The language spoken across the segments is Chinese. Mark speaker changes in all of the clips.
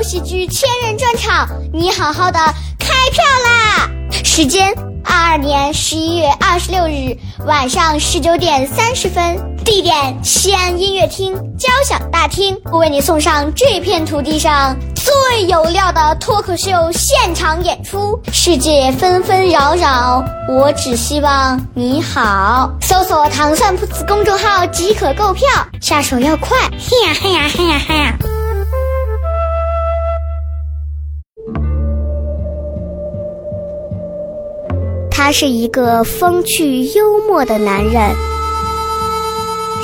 Speaker 1: 戏剧千人专场，你好好的开票啦！时间：二二年十一月二十六日晚上十九点三十分，地点：西安音乐厅交响大厅。我为你送上这片土地上最有料的脱口秀现场演出。世界纷纷扰扰，我只希望你好。搜索“糖蒜铺子”公众号即可购票，下手要快！嘿呀嘿呀嘿呀嘿呀！他是一个风趣幽默的男人，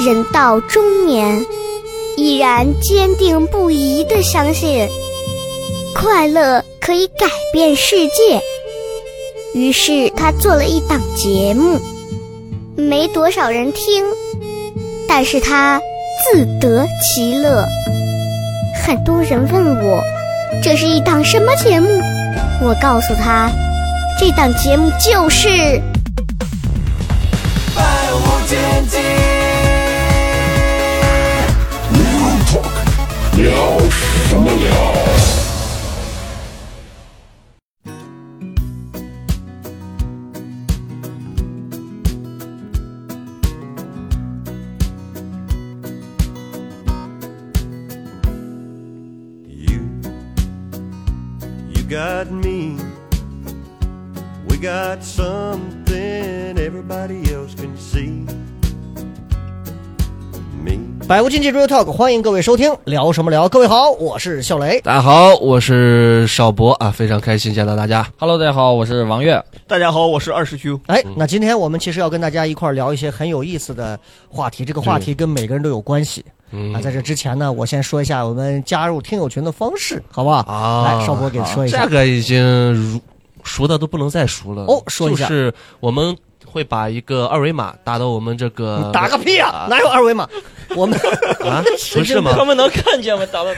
Speaker 1: 人到中年，依然坚定不移地相信快乐可以改变世界。于是他做了一档节目，没多少人听，但是他自得其乐。很多人问我，这是一档什么节目？我告诉他，这档节目就是《
Speaker 2: 百无禁忌。
Speaker 3: You, you got me. We got something everybody else can see. Me.
Speaker 4: 百无禁忌 Real Talk，欢迎各位收听，聊什么聊？各位好，我是笑雷。
Speaker 5: 大家好，我是邵博啊，非常开心见到大家。
Speaker 6: Hello，大家好，我是王悦。
Speaker 7: 大家好，我是二师兄。
Speaker 4: 哎，
Speaker 5: 嗯
Speaker 4: 那今天我们其实要跟大家一块儿聊一些很有意思的话题，这个
Speaker 5: 嗯
Speaker 4: 话题跟每个人都有关系。啊，在这之前呢，我先说一下我们加入听友群的方式，好不好？
Speaker 5: 啊
Speaker 4: 来，邵博给说一下
Speaker 5: 这。个已经如熟的都不能再熟了
Speaker 4: 哦说一下
Speaker 5: 就是我们会把一个二维码打到我们这个
Speaker 4: 你打个屁啊！哪有二维码？我 们
Speaker 5: 啊，不是吗？
Speaker 6: 们能看见吗？打到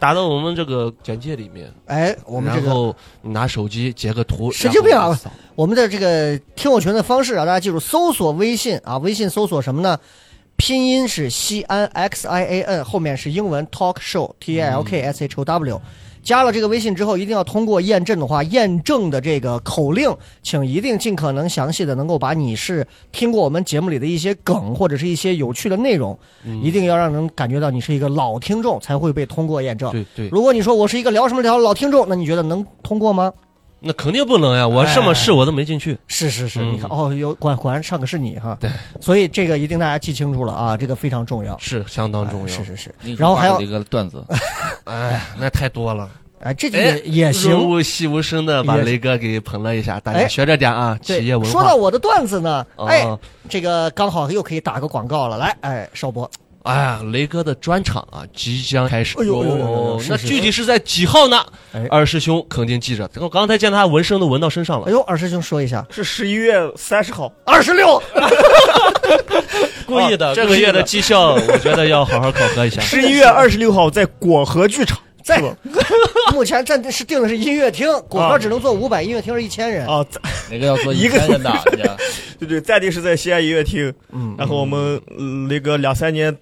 Speaker 5: 打到我们这个简介里面，
Speaker 4: 哎，我们这
Speaker 5: 然
Speaker 4: 个
Speaker 5: 后你拿手机截个图，
Speaker 4: 神经病
Speaker 5: 然后
Speaker 4: 啊
Speaker 5: 扫！
Speaker 4: 我们的这个听友群的方式啊，大家记住，搜索微信啊，微信搜索什么呢？拼音是西安 X I A N，后面是英文 talk show T A L K S H O W。加了这个微信之后，一定要通过验证的话，验证的这个口令，请一定尽可能详细的能够把你是听过我们节目里的一些梗或者是一些有趣的内容，一定要让人感觉到你是一个老听众才会被通过验证。
Speaker 5: 对对，
Speaker 4: 如果你说我是一个聊什么聊的老听众，那你觉得能通过吗？
Speaker 5: 那肯定不能呀！我什么
Speaker 4: 哎
Speaker 5: 事我都没进去，
Speaker 4: 是是是，
Speaker 5: 嗯
Speaker 4: 你看哦，有果果然上个是你哈，
Speaker 5: 对，
Speaker 4: 所以这个一定大家记清楚了啊，这个非常重要，哎
Speaker 5: 是相当重要。
Speaker 4: 是是是，然后还有
Speaker 6: 一个段子，
Speaker 5: 哎，那太多了。
Speaker 4: 哎，这个
Speaker 5: 哎
Speaker 4: 也也
Speaker 5: 润
Speaker 4: 行，
Speaker 5: 物细无声的把
Speaker 4: 也
Speaker 5: 雷哥给捧了一下，大
Speaker 4: 哎
Speaker 5: 家学着点啊，
Speaker 4: 对
Speaker 5: 企业文，化。
Speaker 4: 说到我的段子呢，
Speaker 5: 哦
Speaker 4: 哎，这个刚好又可以打个广告了，来，哎，邵博，
Speaker 5: 哎呀，雷哥的专场啊，即将开始。
Speaker 4: 哎呦哎呦哎呦
Speaker 5: 哦
Speaker 4: 是
Speaker 5: 那
Speaker 4: 是
Speaker 5: 具体是在几号呢
Speaker 4: 哎？
Speaker 5: 二师兄肯定记着，我刚才见他纹身都纹到身上
Speaker 4: 哎
Speaker 5: 了。
Speaker 4: 呦，二师兄说一下，
Speaker 7: 是十一月三十号，
Speaker 4: 二十六，
Speaker 5: 故意
Speaker 6: 哦
Speaker 5: 的，
Speaker 7: 啊
Speaker 5: 这个 月的绩效，我觉得要好好考核 一下。
Speaker 7: 十一月二十六号在果核剧场。
Speaker 4: 在
Speaker 7: 是吧
Speaker 4: 目前暂定是定的是音 乐厅，果壳
Speaker 7: 啊
Speaker 4: 只能坐五百，音乐厅是一千人，
Speaker 7: 啊，在
Speaker 6: 哪个要做
Speaker 7: 一
Speaker 6: 一
Speaker 7: 个
Speaker 6: 千人的？人家
Speaker 7: 对对，在地是在西安音乐厅。
Speaker 4: 嗯，
Speaker 7: 然后我们呃那个两三年，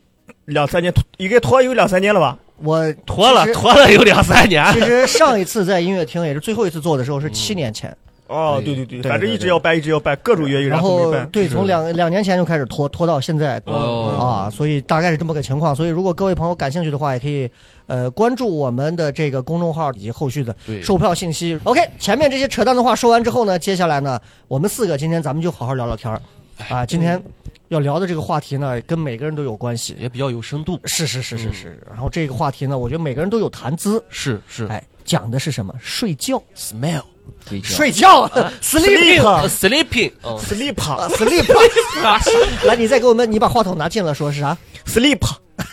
Speaker 7: 两三年应该拖有两三年了吧？
Speaker 4: 我
Speaker 5: 拖了
Speaker 4: 其实
Speaker 5: 拖了有两三年，
Speaker 4: 其实上一次在音乐厅也是最后一次做的时候是七年前，
Speaker 7: 哦，
Speaker 5: 对
Speaker 7: 对对对，
Speaker 4: 对
Speaker 7: 反正一直要办，一直要办，各种越狱，
Speaker 4: 然
Speaker 7: 后没
Speaker 4: 后
Speaker 7: 办。
Speaker 4: 对，
Speaker 5: 是
Speaker 4: 从两两年前就开始拖拖到现在，
Speaker 5: 哦
Speaker 4: 啊，所以大概是这么个情况。所以如果各位朋友感兴趣的话，也可以呃关注我们的这个公众号以及后续的
Speaker 5: 对
Speaker 4: 售票信息。OK，前面这些扯淡的话说完之后呢，接下来呢，我们四个今天咱们就好好聊聊天儿
Speaker 5: 哎
Speaker 4: 啊。今天要聊的这个话题呢，跟每个人都有关系。
Speaker 5: 也比较有深度。
Speaker 4: 是是是是是。
Speaker 5: 嗯
Speaker 4: 然后这个话题呢，我觉得每个人都有谈资。
Speaker 5: 是是
Speaker 4: 哎，讲的是什么？睡觉，
Speaker 5: ，smell
Speaker 6: 睡觉
Speaker 4: 睡觉
Speaker 5: 啊
Speaker 4: ，sleep，sleep。
Speaker 5: sleeping，哦
Speaker 7: 啊 Sleep
Speaker 4: sleep，来，你再给我们，你把话筒拿近了说，是啥？
Speaker 7: Sleep，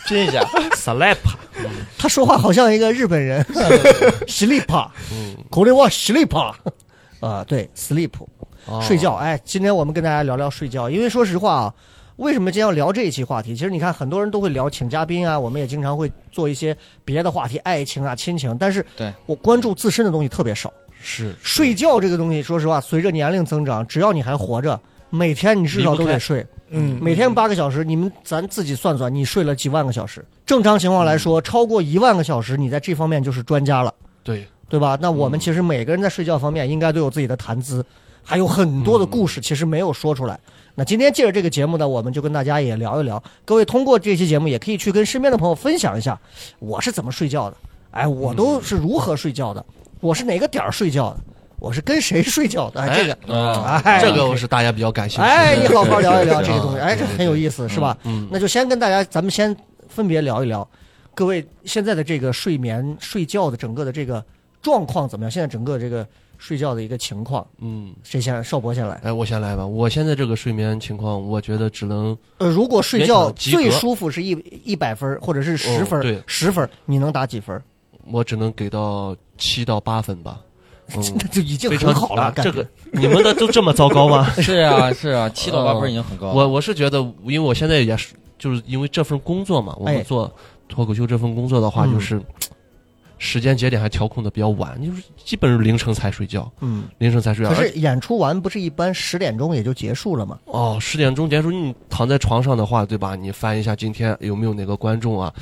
Speaker 6: 真一下，
Speaker 5: ，sleep，
Speaker 4: 他说话好像一个日本 人，sleep，口
Speaker 5: 嗯
Speaker 4: 令我 sleep，啊，对，sleep，
Speaker 5: 哦
Speaker 4: 睡觉。哎，今天我们跟大家聊聊睡觉，因为说实话啊，为什么今天要聊这一期话题？其实你看，很多人都会聊请嘉宾啊，我们也经常会做一些别的话题，爱情啊、亲情，但是
Speaker 6: 对
Speaker 4: 我关注自身的东西特别少。
Speaker 5: 是
Speaker 4: 睡觉这个东西，说实话，随着年龄增长，只要你还活着，每天你至少都
Speaker 5: 离不
Speaker 4: 得
Speaker 5: 开
Speaker 4: 睡。
Speaker 7: 嗯，
Speaker 4: 每天八个小时，你们咱自己算算，你睡了几万个小时？正常情况来说，超过一万个小时，你在这方面就是专家了。
Speaker 5: 对，
Speaker 4: 对吧？那我们其实每个人在睡觉方面应该都有自己的谈资，还有很多的故事其实没有说出来。那今天借着这个节目呢，我们就跟大家也聊一聊。各位通过这期节目，也可以去跟身边的朋友分享一下，我是怎么睡觉的，哎，我都是如何睡觉的，我是哪个点儿睡觉的，我是跟谁睡觉的，哎这个。
Speaker 5: 啊
Speaker 4: 哎
Speaker 5: 这个我是大家比较感兴趣的。
Speaker 4: 哎，你好好聊一聊
Speaker 5: 是
Speaker 4: 这个东西，
Speaker 5: 是
Speaker 4: 哎，这很有意思，是吧？
Speaker 5: 嗯
Speaker 4: 那就先跟大家，咱们先分别聊一聊，各位现在的这个睡眠、睡觉的整个的这个状况怎么样？现在整个这个睡觉的一个情况，
Speaker 5: 嗯，
Speaker 4: 谁先？邵博先来。
Speaker 5: 哎，我先来吧。我现在这个睡眠情况，我觉得只能
Speaker 4: 呃，如果睡
Speaker 5: 勉
Speaker 4: 觉
Speaker 5: 强及格
Speaker 4: 最舒服是一一百分儿或者是十分儿
Speaker 5: 哦对，
Speaker 4: 十、分儿你能打几分儿？
Speaker 5: 我只能给到七到八分吧。 嗯，
Speaker 4: 那就已经
Speaker 5: 非
Speaker 4: 很
Speaker 5: 常
Speaker 4: 好了，
Speaker 5: 啊
Speaker 4: 感觉
Speaker 5: 这个你们的都这么糟 糕吗？
Speaker 6: 是啊是啊，七到八分已经很高了。
Speaker 5: 哦我我是觉得，因为我现在也是，就是因为这份工作嘛，我
Speaker 4: 哎
Speaker 5: 们做脱口秀这份工作的话，
Speaker 4: 嗯
Speaker 5: 就是时间节点还调控的比较晚，就是基本是凌晨才睡觉，
Speaker 4: 嗯。
Speaker 5: 凌晨才睡觉。
Speaker 4: 可
Speaker 5: 而
Speaker 4: 是
Speaker 5: 且
Speaker 4: 演出完不是一般十点钟也就结束了吗？
Speaker 5: 哦，十点钟结束，你躺在床上的话，对吧？你翻一下今天有没有哪个观众啊，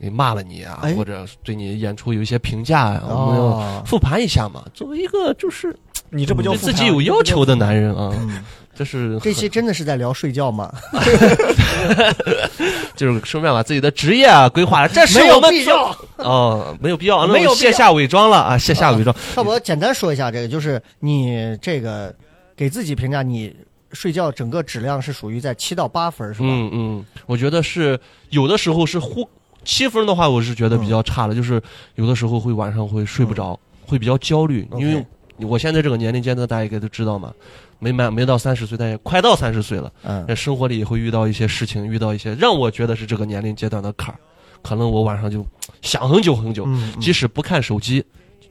Speaker 5: 给骂了你啊，
Speaker 4: 哎
Speaker 5: 或者对你演出有一些评价啊，我们要
Speaker 4: 哦，
Speaker 5: 复盘一下嘛。作为一个就是
Speaker 7: 你这不叫
Speaker 5: 对
Speaker 7: 复
Speaker 5: 自
Speaker 7: 盘
Speaker 5: 己有要求的男人啊，
Speaker 4: 嗯，
Speaker 5: 这是
Speaker 4: 这
Speaker 5: 很
Speaker 4: 期真的是在聊睡觉吗？
Speaker 5: 就是顺便把自己的职业啊规划了， 这是
Speaker 4: 没有
Speaker 5: 我们
Speaker 4: 必
Speaker 5: 做
Speaker 4: 要。
Speaker 5: 哦，没有必要，那
Speaker 4: 没有
Speaker 5: 我
Speaker 4: 必要
Speaker 5: 卸下伪装了啊，卸下伪装。
Speaker 4: 邵博，简单说一下这个，就是你这个给自己评价，你睡觉整个质量是属于在七到八分，是吧？
Speaker 5: 嗯嗯，我觉得是有的时候是忽七分的话，我是觉得比较差了，就是有的时候会晚上会睡不着，会比较焦虑，
Speaker 4: 嗯 OK
Speaker 5: 因为我现在这个年龄阶段，大家应该都知道嘛，没满没到三十岁，但也快到三十岁了，
Speaker 4: 嗯
Speaker 5: 那生活里也会遇到一些事情，遇到一些让我觉得是这个年龄阶段的坎儿，可能我晚上就想很久很久，
Speaker 4: 嗯，
Speaker 5: 即使不看手机，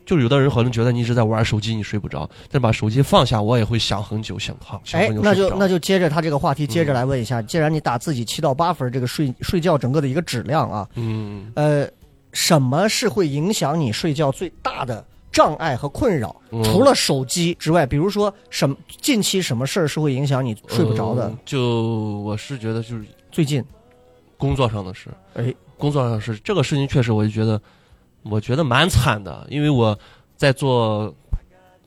Speaker 5: 就是有的人可能觉得你一直在玩手机，你睡不着，但把手机放下，我也会想很久，想躺，想
Speaker 4: 哎
Speaker 5: 很，久
Speaker 4: 那
Speaker 5: 睡不
Speaker 4: 就
Speaker 5: 着。嗯
Speaker 4: 那就接着他这个话题，接着来问一下，既然你打自己七到八分，这个睡睡觉整个的一个质量啊，
Speaker 5: 嗯，
Speaker 4: 呃，什么是会影响你睡觉最大的障碍和困扰？
Speaker 5: 嗯
Speaker 4: 除了手机之外，比如说什么近期什么事儿是会影响你睡不着的？
Speaker 5: 嗯就我是觉得就是
Speaker 4: 最近，
Speaker 5: 工作上的事，
Speaker 4: 哎，
Speaker 5: 工作上的事，这个事情确实我就觉得，我觉得蛮惨的，因为我在做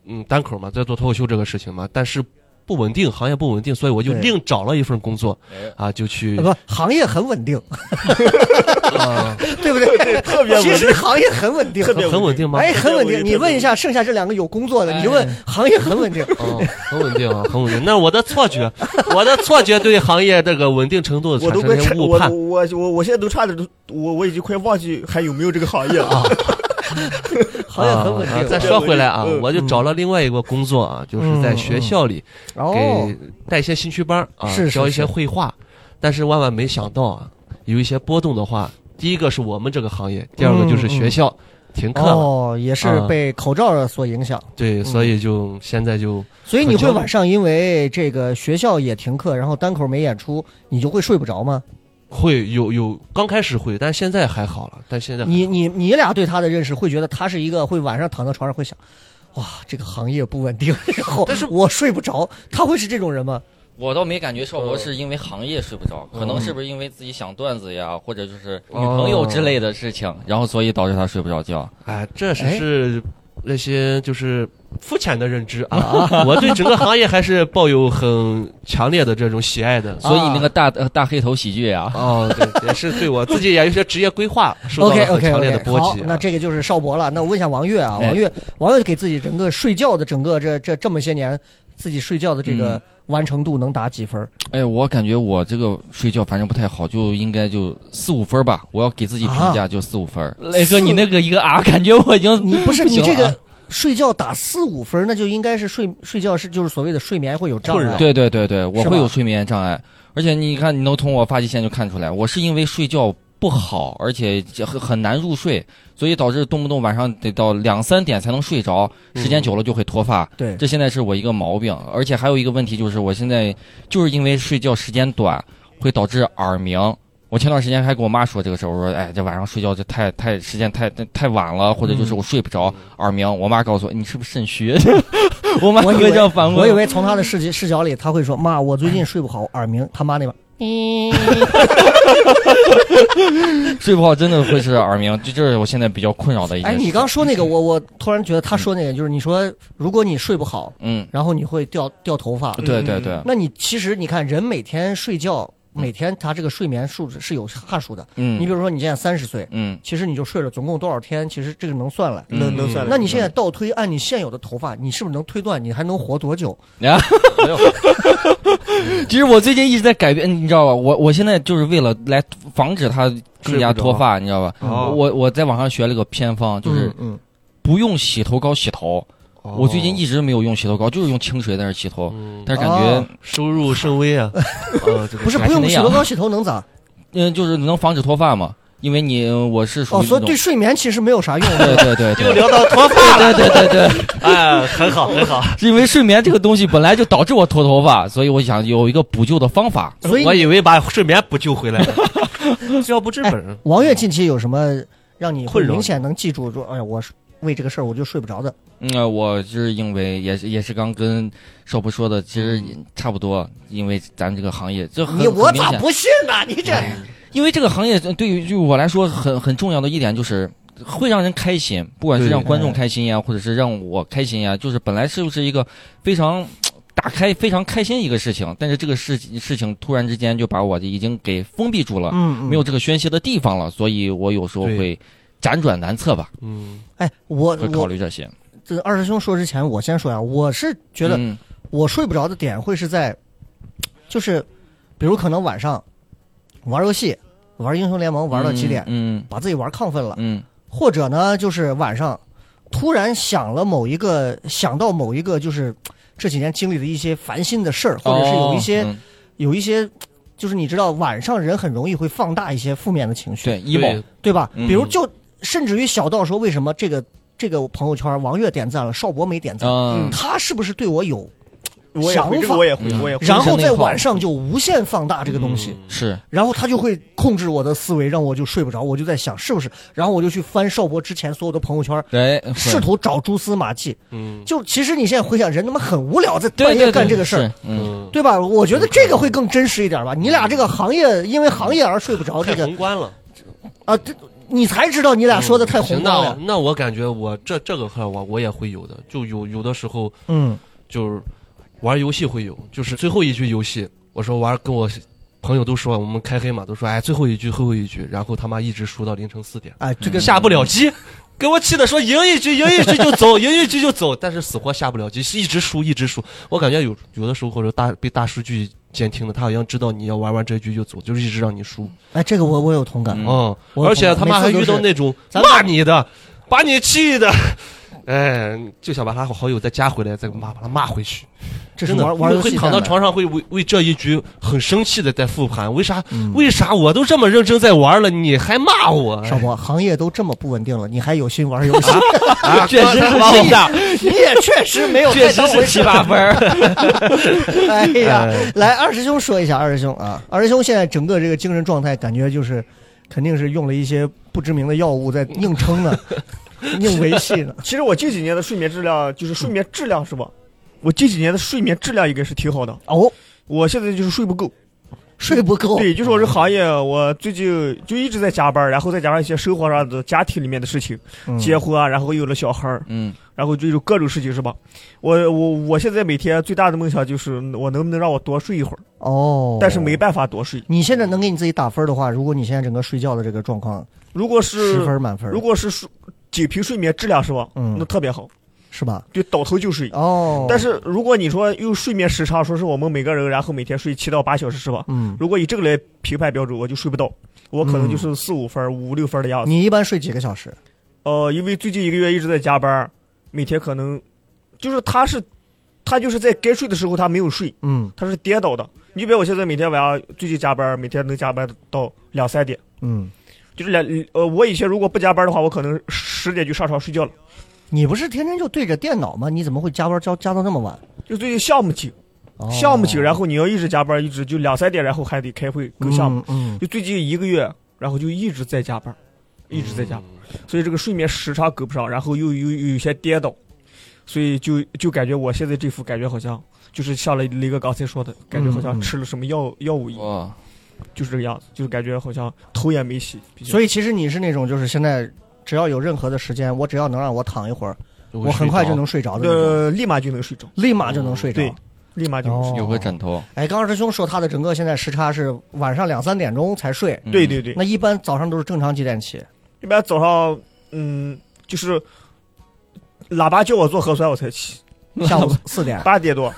Speaker 5: 嗯单口嘛，在做脱口秀这个事情嘛，但是不稳定，行业不稳定，所以我就
Speaker 4: 对
Speaker 5: 另找了一份工作
Speaker 6: 哎
Speaker 5: 啊，就去
Speaker 4: 呃不，行业很稳定，
Speaker 5: 啊
Speaker 4: 对不对？
Speaker 7: 对特别稳
Speaker 4: 其
Speaker 7: 定
Speaker 4: 实行业很稳定，
Speaker 7: 特别
Speaker 5: 很稳定吗？
Speaker 4: 哎，很稳
Speaker 7: 特别
Speaker 4: 定。
Speaker 7: 无语
Speaker 4: 你问一下剩下这两个有工作的，
Speaker 6: 哎
Speaker 4: 你就问行业很稳定。
Speaker 5: 哦，很稳定啊，很稳定。那是我的错觉，我的错觉对行业这个稳定程度
Speaker 7: 我
Speaker 5: 产
Speaker 7: 都
Speaker 5: 生
Speaker 7: 快
Speaker 5: 了一
Speaker 7: 差
Speaker 5: 些
Speaker 7: 我
Speaker 5: 误判。
Speaker 7: 我我我现在都差点都我我已经快忘记还有没有这个行业了。
Speaker 4: 行业很稳定
Speaker 5: 啊啊再说回来啊
Speaker 7: 嗯，
Speaker 5: 我就找了另外一个工作啊，就是
Speaker 4: 嗯
Speaker 5: 在学校里
Speaker 4: 哦
Speaker 5: 给，带一些兴趣班啊
Speaker 4: 是是，
Speaker 5: 教一些
Speaker 4: 是
Speaker 5: 绘画。但是万万没想到啊，有一些波动的话，第一个是我们这个行业，第二个就是学校停课
Speaker 4: 嗯
Speaker 5: 了，
Speaker 4: 哦，嗯也是被口罩所影响，
Speaker 5: 对，所以就现在就
Speaker 4: 所以你会晚上因为这个学校也停课，然后单口没演出，你就会睡不着吗？
Speaker 5: 会有有刚开始会，但现在还好了，但现在还
Speaker 4: 你你你俩对他的认识会觉得他是一个会晚上躺在床上会想。哇，这个行业不稳定，然后但是我睡不着，他会是这种人吗？
Speaker 6: 我倒没感觉邵博是因为行业睡不着，可能是不是因为自己想段子
Speaker 5: 哦
Speaker 6: 呀，或者就是女朋友之类的事情，然后所以导致他睡不着觉。
Speaker 5: 哎，这是
Speaker 4: 哎
Speaker 5: 是那些就是肤浅的认知
Speaker 4: 哦
Speaker 5: 啊！我对整个行业还是抱有很强烈的这种喜爱的。
Speaker 6: 所以那个大呃大黑头喜剧呀，
Speaker 5: 哦，对，也是对我自己也有些职业规划受到
Speaker 4: OK
Speaker 5: 了很
Speaker 4: OK
Speaker 5: 强烈
Speaker 4: OK，
Speaker 5: 的波
Speaker 4: 好
Speaker 5: 及，啊。
Speaker 4: 那这个就是邵博了。那我问一下王悦啊，
Speaker 6: 哎
Speaker 4: 王悦，王悦给自己整个睡觉的整个这这这么些年，自己睡觉的这个
Speaker 6: 嗯
Speaker 4: 完成度能打几分儿？
Speaker 6: 哎，我感觉我这个睡觉反正不太好，就应该就四五分吧。我要给自己评
Speaker 5: 啊
Speaker 6: 价就四五分。磊
Speaker 4: 四
Speaker 6: 哥，你那个一个啊，感觉我已经
Speaker 4: 你不是 你
Speaker 6: 行了
Speaker 4: 这
Speaker 6: 啊
Speaker 4: 个睡觉打四五分儿，那就应该是睡睡觉是就是所谓的睡眠会有障
Speaker 5: 困
Speaker 4: 碍。啊
Speaker 5: 扰
Speaker 6: 对对对对，我
Speaker 4: 是吧
Speaker 6: 会有睡眠障碍，而且你看，你能从我发际线就看出来，我是因为睡觉不好，而且很很难入睡，所以导致动不动晚上得到两三点才能睡着，时
Speaker 4: 嗯
Speaker 6: 间久了就会脱发。
Speaker 4: 对，
Speaker 6: 这现在是我一个毛病，而且还有一个问题就是，我现在就是因为睡觉时间短，会导致耳鸣。我前段时间还跟我妈说这个事儿，我说，哎，这晚上睡觉就太太时间太太太晚了，或者就是
Speaker 4: 嗯
Speaker 6: 我睡不着，耳鸣。我妈告诉我，你是不是肾虚？ 我妈
Speaker 4: 我以
Speaker 6: 会
Speaker 4: 为
Speaker 6: 这样反问
Speaker 4: 我以为从他的视角视角里，他会说妈，我最近睡不好，耳鸣。他妈那边，
Speaker 6: 睡不好真的会是耳鸣，这这是我现在比较困扰的一件
Speaker 4: 哎，
Speaker 6: 事。
Speaker 4: 你刚说那个，我我突然觉得他说那个，就是你说如果你睡不好，
Speaker 6: 嗯，
Speaker 4: 然后你会掉掉头发，
Speaker 6: 对对对，
Speaker 4: 嗯那你其实你看人每天睡觉，每天他这个睡眠数是有哈数的。
Speaker 6: 嗯，
Speaker 4: 你比如说你现在三十岁，
Speaker 6: 嗯
Speaker 4: 其实你就睡了总共多少天，其实这个能算来。
Speaker 6: 嗯
Speaker 7: 能能算来
Speaker 4: 那你现在倒推，按你现有的头发，你是不是能推断你还能活多久？
Speaker 6: 啊， 其实我最近一直在改变，你知道吧？我我现在就是为了来防止它更加脱发，你知道吧？
Speaker 5: 哦
Speaker 6: 我我在网上学了个偏方，就是
Speaker 4: 嗯，哦
Speaker 6: 不用洗头膏洗头。我最近
Speaker 5: 一
Speaker 6: 一直没有用洗头膏，就是用清水在那儿洗头，
Speaker 5: 嗯
Speaker 6: 但是感
Speaker 4: 哦
Speaker 6: 觉
Speaker 5: 收入甚微啊，啊， 这个
Speaker 4: 不是
Speaker 6: 还
Speaker 4: 不
Speaker 6: 是
Speaker 4: 用
Speaker 6: 那
Speaker 4: 洗
Speaker 6: 样
Speaker 4: 头膏洗头能咋？
Speaker 6: 嗯，就是能防止脱发嘛。因为你我是属
Speaker 4: 哦，
Speaker 6: 于
Speaker 4: 所以
Speaker 6: 那
Speaker 4: 对
Speaker 6: 种
Speaker 4: 睡眠其实没有啥用。
Speaker 6: 对对 对对，
Speaker 5: 聊到脱发，
Speaker 6: 对对对对，
Speaker 5: 哎，很好很好。
Speaker 6: 是因为睡眠这个东西本来就导致我脱头发，所以我想有一个补救的方法。
Speaker 4: 所以
Speaker 5: 我以为把睡眠补救回来了，哎治疗不治本。
Speaker 4: 哎王悦近期有什么让你会
Speaker 5: 困扰
Speaker 4: 明显能记住？说，哎呀，我是为这个事儿我就睡不着的。
Speaker 6: 嗯，呃我就是因为也是也是刚跟少博说的，其实也差不多，因为咱这个行业这
Speaker 4: 嗯
Speaker 6: 很
Speaker 4: 你我
Speaker 6: 很明
Speaker 4: 咋
Speaker 6: 显，哎
Speaker 4: 不信呢？你这
Speaker 6: 因为这个行业呃对于对于我来说很很重要的一点就是。会让人开心，不管是
Speaker 5: 对
Speaker 6: 让观众
Speaker 4: 哎
Speaker 6: 开心呀，或者是让我开心呀，就是本来是不是一个非常打开、非常开心一个事情，但是这个事情事情突然之间就把我已经给封闭住了，
Speaker 4: 嗯
Speaker 6: 没有。这个宣泄的地方了，所以我有时候
Speaker 5: 对
Speaker 6: 会辗转难测吧，
Speaker 5: 嗯，
Speaker 4: 哎，我
Speaker 6: 会考
Speaker 4: 我
Speaker 6: 虑这些。
Speaker 4: 这二师兄说之前，我先说呀，我是觉得
Speaker 6: 嗯
Speaker 4: 我睡不着的点会是在，就是比如可能晚上玩游戏，玩英雄联盟玩到几点，
Speaker 6: 嗯
Speaker 4: 把自己玩亢奋了，
Speaker 6: 嗯
Speaker 4: 或者呢就是晚上突然想了某一个想到某一个就是这几年经历的一些烦心的事儿，啊或者是有一些、
Speaker 6: 哦嗯
Speaker 4: 有一些。就是你知道，晚上人很容易会放大一些负面的情绪，
Speaker 6: 对 emo，
Speaker 4: 对吧？
Speaker 6: 嗯
Speaker 4: 比如就甚至于小到说，为什么这个这个朋友圈王悦点赞了，邵博没点赞，
Speaker 6: 嗯
Speaker 4: 他是不是对我有？
Speaker 7: 我也会，这
Speaker 4: 想法
Speaker 7: 个我也会，
Speaker 6: 嗯
Speaker 7: 我也会。
Speaker 4: 然后在晚上就无限放大这个东西，
Speaker 5: 嗯
Speaker 6: 是
Speaker 4: 然后他就会控制我的思维，让我就睡不着。我就在想是不是，然后我就去翻邵博之前所有的朋友圈，
Speaker 6: 对，
Speaker 4: 试图找蛛丝马迹。
Speaker 5: 嗯
Speaker 4: 就其实你现在回想，人他妈很无聊，在
Speaker 6: 对
Speaker 4: 半夜干这个事，
Speaker 6: 对
Speaker 4: 儿。
Speaker 6: 对是嗯，
Speaker 5: 嗯，
Speaker 4: 对吧？我觉得这个会更真实一点吧。你俩这个行业，因为行业而睡不着，这
Speaker 5: 太
Speaker 4: 个
Speaker 5: 宏观了。嗯
Speaker 4: 啊，这你才知道你俩说的太
Speaker 5: 行
Speaker 4: 宏观
Speaker 5: 那我
Speaker 4: 了。
Speaker 5: 那我感觉我这这个块儿我我也会有的，就有有的时候
Speaker 4: 嗯
Speaker 5: 就是玩游戏会有，就是最后一局游戏，我说玩跟我朋友都说我们开黑嘛，都说哎最后一局最后一局，然后他妈一直输到凌晨四点，
Speaker 4: 哎，这个
Speaker 5: 嗯下不了机，给我气的说赢一局赢一局就走赢一局就走，但是死活下不了机，是一直输一直输。我感觉有有的时候或者大被大数据监听的，他好像知道你要玩完这局就走，就是一直让你输。
Speaker 4: 哎，这个我我有同感。哦
Speaker 6: 嗯
Speaker 5: 嗯，
Speaker 4: 我
Speaker 5: 而且他妈还
Speaker 4: 每次都
Speaker 5: 遇
Speaker 4: 是
Speaker 5: 到那种
Speaker 4: 咱们
Speaker 5: 骂你的，把你气的，哎，就想把他好友再加回来，再骂把他骂回去。
Speaker 4: 这是
Speaker 5: 真的
Speaker 4: 玩玩游
Speaker 5: 会
Speaker 4: 戏
Speaker 5: 躺
Speaker 4: 干
Speaker 5: 到
Speaker 4: 的。
Speaker 5: 床上会为为这一局很生气的在复盘，为啥？
Speaker 4: 嗯
Speaker 5: 为啥我都这么认真在玩了，你还骂我？
Speaker 4: 少博，行业都这么不稳定了，你还有心玩游 戏？
Speaker 5: 啊
Speaker 6: 确实是气大，
Speaker 4: 你也确实没有
Speaker 6: 确
Speaker 4: 太
Speaker 6: 实
Speaker 4: 当
Speaker 6: 是
Speaker 4: 回
Speaker 6: 七
Speaker 4: 事
Speaker 6: 八分儿。
Speaker 4: 哎呀，来二师兄说一下，二师兄啊，二师兄现在整个这个精神状态，感觉就是肯定是用了一些不知名的药物在硬撑呢，硬维系呢。
Speaker 7: 其实我近几年的睡眠质量，就是睡眠质量是吧？我近几年的睡眠质量应该是挺好的。
Speaker 4: 哦，
Speaker 7: 我现在就是睡不够，
Speaker 4: 睡不够，
Speaker 7: 对，就是我这行业，我最近就一直在加班，然后再加上一些生活上的、家庭里面的事情，
Speaker 4: 嗯
Speaker 7: 结婚啊，然后有了小孩儿，
Speaker 6: 嗯
Speaker 7: 然后就有各种事情是吧？我我我现在每天最大的梦想就是我能不能让我多睡一会儿，
Speaker 4: 哦，
Speaker 7: 但是没。办法多睡。
Speaker 4: 你现在能给你自己打分的话，如果你现在整个睡觉的这个状况
Speaker 7: 如果
Speaker 4: 十
Speaker 7: 是
Speaker 4: 分满分，
Speaker 7: 如果是睡仅凭睡眠质量是吧？
Speaker 4: 嗯
Speaker 7: 那特别好，
Speaker 4: 是吧？
Speaker 7: 对，倒头就睡。
Speaker 4: 哦，
Speaker 7: 但是如果你说用睡眠时长，说是我们每个人，然后每天睡七到八小时是吧？
Speaker 4: 嗯，
Speaker 7: 如果以这个来评判标准，我就睡不到，我可能就是四五分儿、五六分儿的样子。
Speaker 4: 你一般睡几个小时？
Speaker 7: 呃，因为最近一个月一直在加班儿，每天可能就是他是他就是在该睡的时候他没有睡，
Speaker 4: 嗯
Speaker 7: 他是颠倒的。你就比如我现在每天晚上最近加班儿，每天能加班到两三点，
Speaker 4: 嗯，
Speaker 7: 就是两呃，我以前如果不加班的话，我可能十点就上床睡觉了。
Speaker 4: 你不是天天就对着电脑吗？你怎么会加班加加到那么晚？
Speaker 7: 就最近项目紧，
Speaker 4: 哦
Speaker 7: 项目紧，然后你要一直加班，一直就两三点，然后还得开会跟项目。
Speaker 4: 嗯，嗯
Speaker 7: 就最近一个月，然后就一直在加班，一直在加班，
Speaker 4: 嗯
Speaker 7: 所以这个睡眠时长跟不上，然后又又又有些颠倒，所以就就感觉我现在这副感觉好像就是像了雷哥刚才说的，感觉好像
Speaker 4: 嗯嗯哦
Speaker 7: 吃了什么药药物一样。
Speaker 6: 哇，
Speaker 7: 就是这个样子，就是感觉好像头也没洗。
Speaker 4: 所
Speaker 7: 以
Speaker 4: 以其实你是那种就是现在只要有任何的时间，我只要能让我躺一会儿，
Speaker 5: 我
Speaker 4: 我很快就能睡着的那种，
Speaker 7: 呃，立马就能睡着，
Speaker 4: 立马就能睡着。
Speaker 7: 对立马就能睡
Speaker 4: 哦
Speaker 7: 着。
Speaker 6: 有个枕头。
Speaker 4: 哎，刚刚师兄说他的整个现在时差是晚上两三点钟才睡，
Speaker 6: 嗯
Speaker 7: 对对对，
Speaker 4: 那一般早上都是正常几点起？
Speaker 7: 一般早上，嗯，就是喇叭叫我做核酸，我才起，
Speaker 4: 下 午四点。
Speaker 7: 八点多，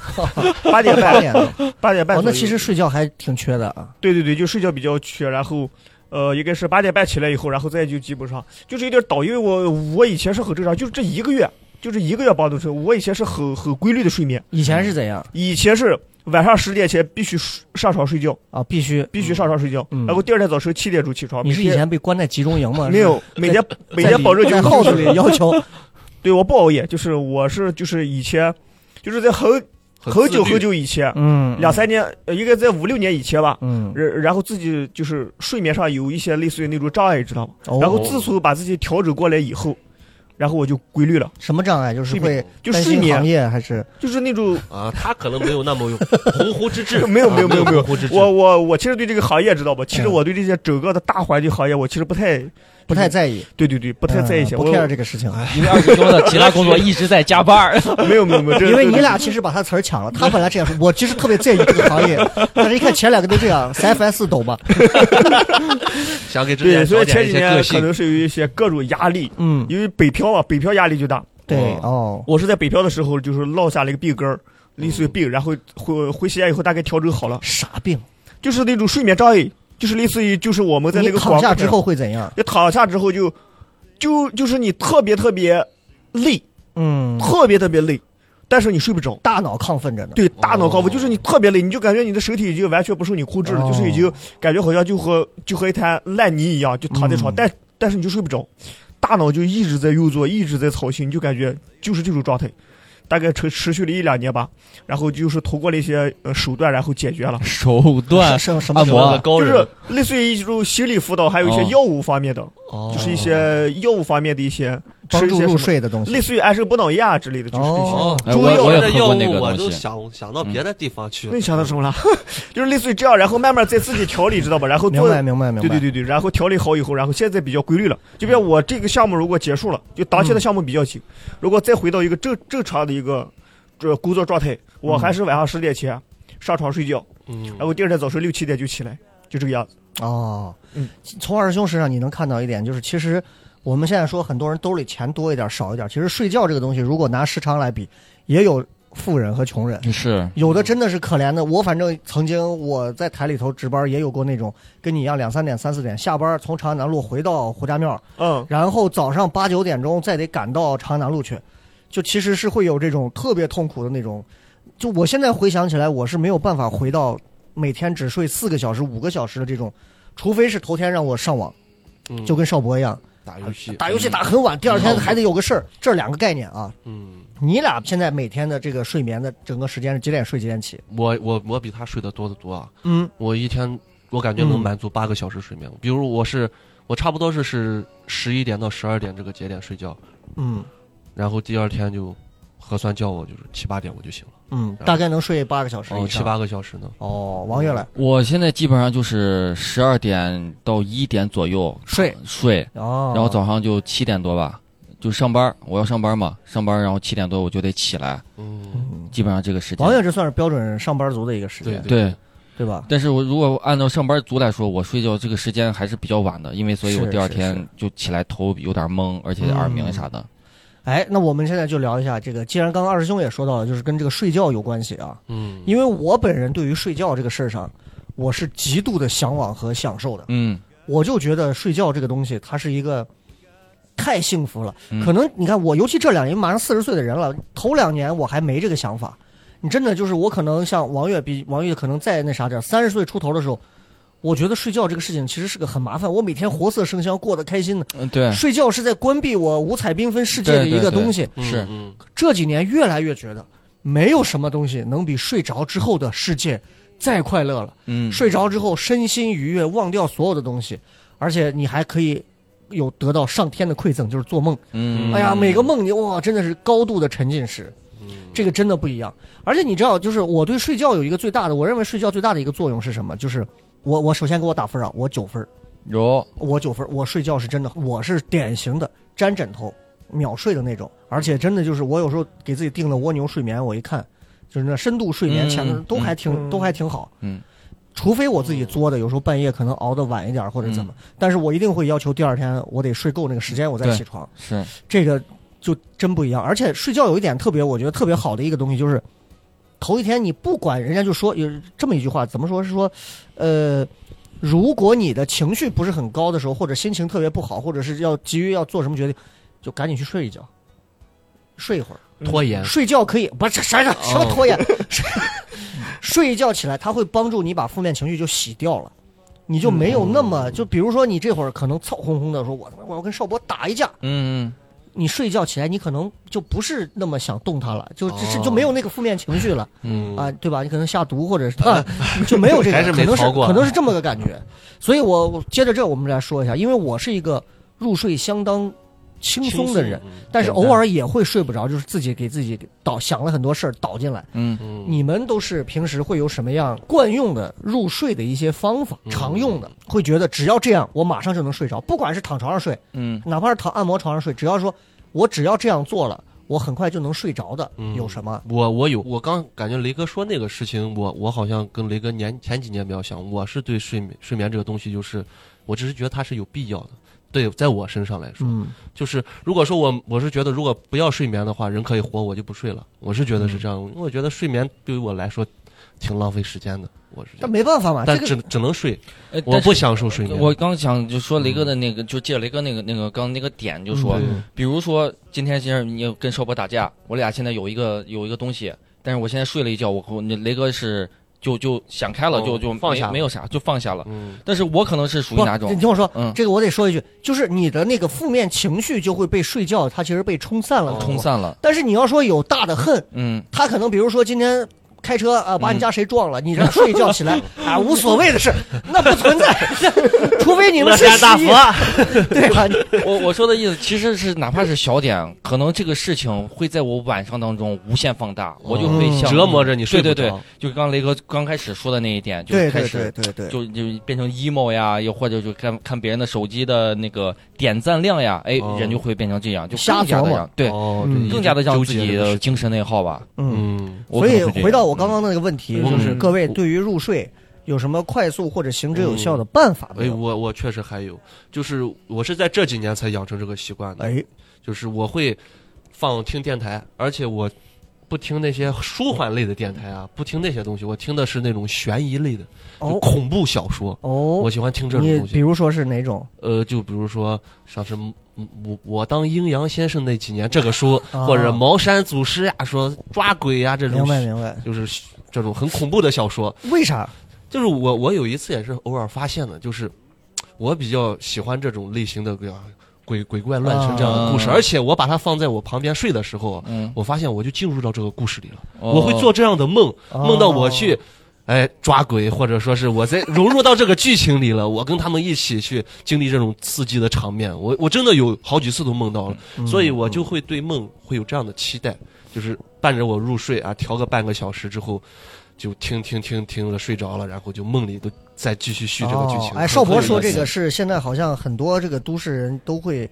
Speaker 7: 八点
Speaker 4: 八
Speaker 7: 半，
Speaker 4: 点了，
Speaker 7: 八 点半
Speaker 4: 哦，
Speaker 7: 左右。
Speaker 4: 那其实睡觉还挺缺的啊。
Speaker 7: 对对对，就睡觉比较缺，然后。呃，应该是八点半起来以后，然后再就基本上就是有点倒，因为我我以前是很正常，就是这一个月，就是一个月八九睡，我以前是很很规律的睡眠，
Speaker 4: 以前是怎样
Speaker 7: 以前是晚上十点前必须睡上床睡觉，
Speaker 4: 啊？必须，
Speaker 7: 必须上床睡觉，
Speaker 4: 嗯
Speaker 7: 然后第二天早晨七点钟起床。
Speaker 4: 你是
Speaker 7: 每
Speaker 4: 以
Speaker 7: 天
Speaker 4: 前被关在集中营吗？
Speaker 7: 没有每天每天保证九
Speaker 4: 在号子里 要求，
Speaker 7: 对我不熬夜，就是我是就是以前就是在很很久很，久以前，
Speaker 4: 嗯，
Speaker 7: 两，三年，呃应该在五六年以前吧。
Speaker 4: 嗯，
Speaker 7: 然然后自己就是睡眠上有一些类似于那种障碍，知道吗？
Speaker 4: 哦
Speaker 7: 然后自从把自己调整过来以后，然后我就规律了，
Speaker 4: 什么障碍？就是会
Speaker 7: 就
Speaker 4: 担
Speaker 7: 睡
Speaker 4: 心行
Speaker 7: 眠
Speaker 4: 业还是
Speaker 7: 就是那种
Speaker 5: 啊，他可能没有 那么有鸿鹄之志，
Speaker 7: 没有没有
Speaker 5: 啊
Speaker 7: 没有没有
Speaker 5: 鸿鹄之志，
Speaker 7: 我我我其实对这个行业知道吧？其实
Speaker 4: 嗯
Speaker 7: 我对这些整个的大环境行业，我其实不太
Speaker 4: 不太在意，
Speaker 7: 对对对不
Speaker 4: 不
Speaker 7: 太在意些。
Speaker 4: 不
Speaker 7: 我
Speaker 4: care 这个事情。
Speaker 6: 因为二十多的其他工作一直在加班 儿，
Speaker 7: 没有没有没有，这
Speaker 4: 因为
Speaker 7: 这
Speaker 4: 你俩其实把他词儿抢了，他本来这样说，我其实特别在意这个行业，但是一看前两个都这样，CFS 懂 吧？
Speaker 5: 想给之
Speaker 7: 对，
Speaker 5: 前
Speaker 7: 所
Speaker 5: 找
Speaker 7: 以前几
Speaker 5: 点一些
Speaker 7: 年
Speaker 5: 个
Speaker 7: 可
Speaker 5: 性，
Speaker 7: 能是有一些各种压力，
Speaker 4: 嗯，
Speaker 7: 因为北漂嘛，北漂压力就大。
Speaker 4: 对，哦，
Speaker 7: 我是在北漂的时候，就是落下了一个病根儿，类似于病，然后回回西安以后大概调整好了，
Speaker 4: 啥病？
Speaker 7: 就是那种睡眠障碍，就是类似于就是我们在那
Speaker 4: 你
Speaker 7: 个
Speaker 4: 躺下
Speaker 7: 广告
Speaker 4: 之后，会怎样？
Speaker 7: 你躺下之后就就就是你特别特别累，
Speaker 4: 嗯，
Speaker 7: 特别特别累，但是你睡不着。
Speaker 4: 大脑亢奋着呢。
Speaker 7: 对，大脑亢
Speaker 5: 哦
Speaker 7: 奋就是你特别累，你就感觉你的身体已经完全不受你控制了，
Speaker 4: 哦
Speaker 7: 就是已经感觉好像就和就和一滩烂泥一样，就躺在床，
Speaker 4: 嗯
Speaker 7: 但但是你就睡不着，大脑就一直在运作，一直在操心，你就感觉就是这种状态，大概持持续了一两年吧，然后就是通过了一些呃手段，然后解决了，
Speaker 6: 手段
Speaker 4: 什什么
Speaker 6: 按摩
Speaker 5: 找了
Speaker 6: 啊
Speaker 5: 个，高
Speaker 7: 就
Speaker 5: 人
Speaker 7: 是类似于一种心理辅导，还有一些
Speaker 6: 哦
Speaker 7: 药物方面的，
Speaker 5: 哦
Speaker 7: 就是一些药物方面的一些吃
Speaker 4: 帮
Speaker 7: 一
Speaker 4: 助
Speaker 7: 些
Speaker 4: 入
Speaker 7: 什么
Speaker 4: 睡的东西
Speaker 7: 类？似于安神不脑液啊之类的，就是这些。
Speaker 4: 哦
Speaker 5: 哦，
Speaker 6: 哎
Speaker 5: 中
Speaker 6: 我我也
Speaker 5: 药的
Speaker 6: 喝过
Speaker 5: 药
Speaker 6: 那个
Speaker 5: 物我
Speaker 6: 东
Speaker 5: 都
Speaker 6: 西
Speaker 5: 想想到别的地方
Speaker 7: 嗯
Speaker 5: 去
Speaker 7: 那
Speaker 5: 了
Speaker 7: 你，想到什么了？ 就是类似于这样，然后慢慢再自己调理，知道吧？然后
Speaker 4: 明
Speaker 7: 做
Speaker 4: 白，明白，明白。
Speaker 7: 对对对对，然后调理好以后，然后现在比较规律了。就比如我这个项目如果结束了，就当前
Speaker 4: 嗯
Speaker 7: 的项目比较紧，如果再回到一个正正常的一个这工作状态，我还
Speaker 4: 嗯
Speaker 7: 是晚上十点前上床睡觉，
Speaker 5: 嗯
Speaker 7: 然后第二天早晨六七点就起来，就这个样子。
Speaker 4: 哦
Speaker 7: 嗯，
Speaker 4: 从二师兄身上你能看到一点，就是其实我们现在说很多人兜里钱多一点少一点，其实睡觉这个东西，如果拿时长来比，也有富人和穷人。
Speaker 6: 是
Speaker 4: 有的真的是可怜的，我反正曾经我在台里头值班，也有过那种跟你一样两三点、三四点下班，从长安南路回到胡家庙，
Speaker 7: 嗯，
Speaker 4: 然后早上八九点钟再得赶到长安南路去，就其实是会有这种特别痛苦的那种。就我现在回想起来，我是没有办法回到每天只睡四个小时、五个小时的这种，除非是头天让我上网，
Speaker 5: 嗯
Speaker 4: 就跟邵博一样，
Speaker 5: 打游戏，
Speaker 4: 打游戏打很晚，第二天还得有个事儿，这两个概念啊。
Speaker 5: 嗯，
Speaker 4: 你俩现在每天的这个睡眠的整个时间是几点睡几点起？
Speaker 5: 我我我比他睡得多得多啊，
Speaker 4: 嗯，
Speaker 5: 我一天我感觉
Speaker 7: 嗯
Speaker 5: 能满足八个小时睡眠，比如我是我差不多是是十一点到十二点这个节点睡觉，
Speaker 4: 嗯
Speaker 5: 然后第二天就核酸叫我就是七八点我就醒了，
Speaker 4: 嗯，大概能睡八个小时以
Speaker 5: 哦，七
Speaker 4: 上。
Speaker 5: 八个小时呢，
Speaker 4: 哦，王月来
Speaker 6: 我现在基本上就是十二点到一点左右
Speaker 4: 睡
Speaker 6: 睡，
Speaker 4: 哦，
Speaker 6: 然后早上就七点多吧，就上班儿，我要上班嘛，上班儿然后七点多我就得起来，
Speaker 5: 嗯，
Speaker 6: 基本上这个时间
Speaker 4: 王。月这算是标准上班族的一个时间，
Speaker 5: 对
Speaker 6: 对，
Speaker 4: 对吧？
Speaker 6: 但是我如果按照上班族来说，我睡觉这个时间还是比较晚的，因为所以我
Speaker 4: 是
Speaker 6: 第二
Speaker 4: 是
Speaker 6: 天
Speaker 4: 是
Speaker 6: 就起来头有点懵，而且耳鸣啥的。
Speaker 4: 哎，那我们现在就聊一下这个，既然刚刚二师兄也说到了，就是跟这个睡觉有关系啊。
Speaker 5: 嗯，
Speaker 4: 因为我本人对于睡觉这个事儿上，我是极度的向往和享受的。
Speaker 6: 嗯，
Speaker 4: 我就觉得睡觉这个东西，它是一个太幸福了。
Speaker 6: 嗯
Speaker 4: 可能你看我，尤其这两年马上四十岁的人了，头两年我还没这个想法。你真的就是我可能像王月比王月可能再那啥点，三十岁出头的时候，我觉得睡觉这个事情其实是个很麻烦。我每天活色生香，过得开心的，
Speaker 6: 嗯，对，
Speaker 4: 睡觉是在关闭我五彩缤纷世界的
Speaker 6: 对对
Speaker 4: 一个
Speaker 6: 对
Speaker 4: 东西。
Speaker 5: 嗯
Speaker 6: 是
Speaker 5: 嗯
Speaker 4: 这几年越来越觉得，没有什么东西能比睡着之后的世界再快乐了。
Speaker 6: 嗯，
Speaker 4: 睡着之后身心愉悦，忘掉所有的东西，而且你还可以有得到上天的馈赠，就是做梦。
Speaker 6: 嗯，
Speaker 4: 哎呀，每个梦你哇，真的是高度的沉浸式，这个真的不一样。而且你知道，就是我对睡觉有一个最大的，我认为睡觉最大的一个作用是什么？就是我我首先给我打分啊，我九分儿，
Speaker 6: 有
Speaker 4: 我九分儿，我睡觉是真的，我是典型的粘枕头秒睡的那种，而且真的就是我有时候给自己定了蜗牛睡眠，我一看就是那深度睡眠，
Speaker 6: 嗯
Speaker 4: 前面都还挺、
Speaker 7: 嗯
Speaker 4: 都还挺好，
Speaker 6: 嗯，
Speaker 4: 除非我自己作的，有时候半夜可能熬得晚一点儿或者怎么，但是我一定会要求第二天我得睡够那个时间，我再
Speaker 6: 嗯对
Speaker 4: 起床。
Speaker 6: 是
Speaker 4: 这个就真不一样。而且睡觉有一点特别，我觉得特别好的一个东西就是，头一天你不管人家就说有这么一句话，怎么说是说，呃，如果你的情绪不是很高的时候，或者心情特别不好，或者是要急于要做什么决定，就赶紧去睡一觉。睡一会儿，
Speaker 5: 拖延。
Speaker 4: 睡觉可以不是啥啥什么
Speaker 5: 哦
Speaker 4: 拖延，睡睡一觉起来，它会帮助你把负面情绪就洗掉了，你就没有那么就比如说你这会儿可能燥烘烘的说，我他妈我要跟邵博打一架，
Speaker 6: 嗯
Speaker 4: 你睡觉起来，你可能就不是那么想动它了，就只是
Speaker 5: 哦
Speaker 4: 就没有那个负面情绪了、
Speaker 5: 嗯
Speaker 4: 啊，对吧？你可能下毒 或者是、 啊、就没有这个，
Speaker 5: 还是
Speaker 4: 可
Speaker 5: 没
Speaker 4: 能是
Speaker 5: 逃过啊
Speaker 4: 可能是这么个感觉。所以我我接着这我们来说一下，因为我是一个入睡相当轻松的
Speaker 5: 嗯
Speaker 4: 人，，但是偶尔也会睡不着，就是自己给自己倒想了很多事儿倒进来。
Speaker 6: 嗯
Speaker 5: 嗯，
Speaker 4: 你们都是平时会有什么样惯用的入睡的一些方法，
Speaker 5: 嗯
Speaker 4: 常用的，会觉得只要这样，我马上就能睡着，不管是躺床上睡。
Speaker 6: 嗯
Speaker 4: 哪怕是躺按摩床上睡，只要说我只要这样做了，我很快就能睡着的，
Speaker 5: 嗯
Speaker 4: 有什么？
Speaker 5: 我我有，我刚感觉雷哥说那个事情，我我好像跟雷哥年前几年比较像，我是对睡眠睡眠这个东西，就是我只是觉得它是有必要的。对，在我身上来说，
Speaker 4: 嗯
Speaker 5: 就是如果说我我是觉得，如果不要睡眠的话，人可以活，我就不睡了。我是觉得是这
Speaker 6: 嗯
Speaker 5: 样，因为我觉得睡眠对于我来说挺浪费时间的。我是这
Speaker 4: 但
Speaker 5: 样，
Speaker 4: 没办法嘛，这
Speaker 5: 但只
Speaker 4: 个
Speaker 5: 只能睡，
Speaker 6: 哎
Speaker 5: 我
Speaker 6: 但
Speaker 5: 不
Speaker 6: 是
Speaker 5: 享受睡眠。
Speaker 6: 我刚想就说雷哥的那个，就借雷哥那个那个刚那个点，就说，
Speaker 5: 嗯
Speaker 6: 比如说今天先是你要跟邵博打架，我俩现在有一个有一个东西，但是我现在睡了一觉，我我那雷哥是就就想开了，
Speaker 5: 哦
Speaker 6: 就就
Speaker 5: 放
Speaker 6: 没
Speaker 5: 下了
Speaker 6: 没有啥，就放下了。
Speaker 5: 嗯，
Speaker 6: 但是我可能是属于
Speaker 4: 不
Speaker 6: 哪
Speaker 4: 你
Speaker 6: 种？
Speaker 4: 听我说，
Speaker 6: 嗯
Speaker 4: 这个我得说一句，就是你的那个负面情绪就会被睡觉，它其实被冲散了，
Speaker 5: 哦
Speaker 6: 冲。散了，
Speaker 4: 但是你要说有大的恨，
Speaker 6: 嗯，
Speaker 4: 他可能比如说今天。开车啊，把
Speaker 5: 嗯
Speaker 4: 你家谁撞了？你这睡一觉起 来啊，无所谓的事，那不存在，除非你们是十一， 对吧？
Speaker 6: 我我说的意思其实是哪怕是小点，可能这个事情会在我晚上当中无限放大，我就会
Speaker 4: 嗯
Speaker 6: 像
Speaker 5: 哦折磨着你睡
Speaker 6: 对
Speaker 5: 不着。
Speaker 6: 对对，就刚雷哥刚开始说的那一点，就
Speaker 4: 对
Speaker 6: 开
Speaker 4: 对
Speaker 6: 始
Speaker 4: 对对对，
Speaker 6: 就就变成 emo 呀，又或者就看看别人的手机的那个点赞量呀，哎，
Speaker 5: 哦
Speaker 6: 人就会变成这样，就
Speaker 4: 瞎
Speaker 6: 更加
Speaker 4: 琢
Speaker 6: 的
Speaker 4: 磨
Speaker 6: 让对，
Speaker 5: 哦
Speaker 4: 嗯
Speaker 5: 这
Speaker 6: 更加的让自己
Speaker 5: 纠结这个
Speaker 6: 的
Speaker 5: 事
Speaker 6: 精神内耗吧。
Speaker 4: 嗯，
Speaker 5: 嗯，
Speaker 6: 我
Speaker 4: 所以
Speaker 6: 可能会这样
Speaker 4: 回到我刚刚那个问题，
Speaker 5: 嗯
Speaker 4: 就是
Speaker 5: 嗯
Speaker 4: 各位对于入睡有什么快速或者行之有效的办法没
Speaker 5: 哎，
Speaker 4: 有？
Speaker 5: 我我确实还有，就是我是在这几年才养成这个习惯的，
Speaker 4: 哎，
Speaker 5: 就是我会放听电台，而且我不听那些舒缓类的电台啊，不听那些东西，我听的是那种悬疑类的，就
Speaker 4: 哦
Speaker 5: 恐怖小说，我
Speaker 4: 哦，
Speaker 5: 喜欢听这种
Speaker 4: 你
Speaker 5: 东
Speaker 4: 比
Speaker 5: 西。
Speaker 4: 如说是哪种？
Speaker 5: 呃，就比如说像是嗯我我当阴阳先生那几年这个书，
Speaker 4: 啊
Speaker 5: 或者茅山祖师呀、说抓鬼呀、这
Speaker 4: 明
Speaker 5: 种，
Speaker 4: 白明白，
Speaker 5: 就是这种很恐怖的小说，
Speaker 4: 为啥？
Speaker 5: 就是我我有一次也是偶尔发现的，就是我比较喜欢这种类型的鬼鬼鬼怪乱神这样的故事，
Speaker 6: 啊
Speaker 5: 而且我把它放在我旁边睡的时候，
Speaker 6: 嗯，
Speaker 5: 我发现我就进入到这个故事里了，
Speaker 6: 哦
Speaker 5: 我会做这样的梦，
Speaker 4: 哦
Speaker 5: 梦到我去。哎，抓鬼，或者说是我在融入到这个剧情里了，我跟他们一起去经历这种刺激的场面，我我真的有好几次都梦到了，
Speaker 4: 嗯
Speaker 5: 所以我就会对梦会有这样的期待，就是伴着我入睡啊，调个半个小时之后，就听听听听了睡着了，然后就梦里都再继续续这个剧情。
Speaker 4: 哦哎，邵博说这个是现在好像很多这个都市人都会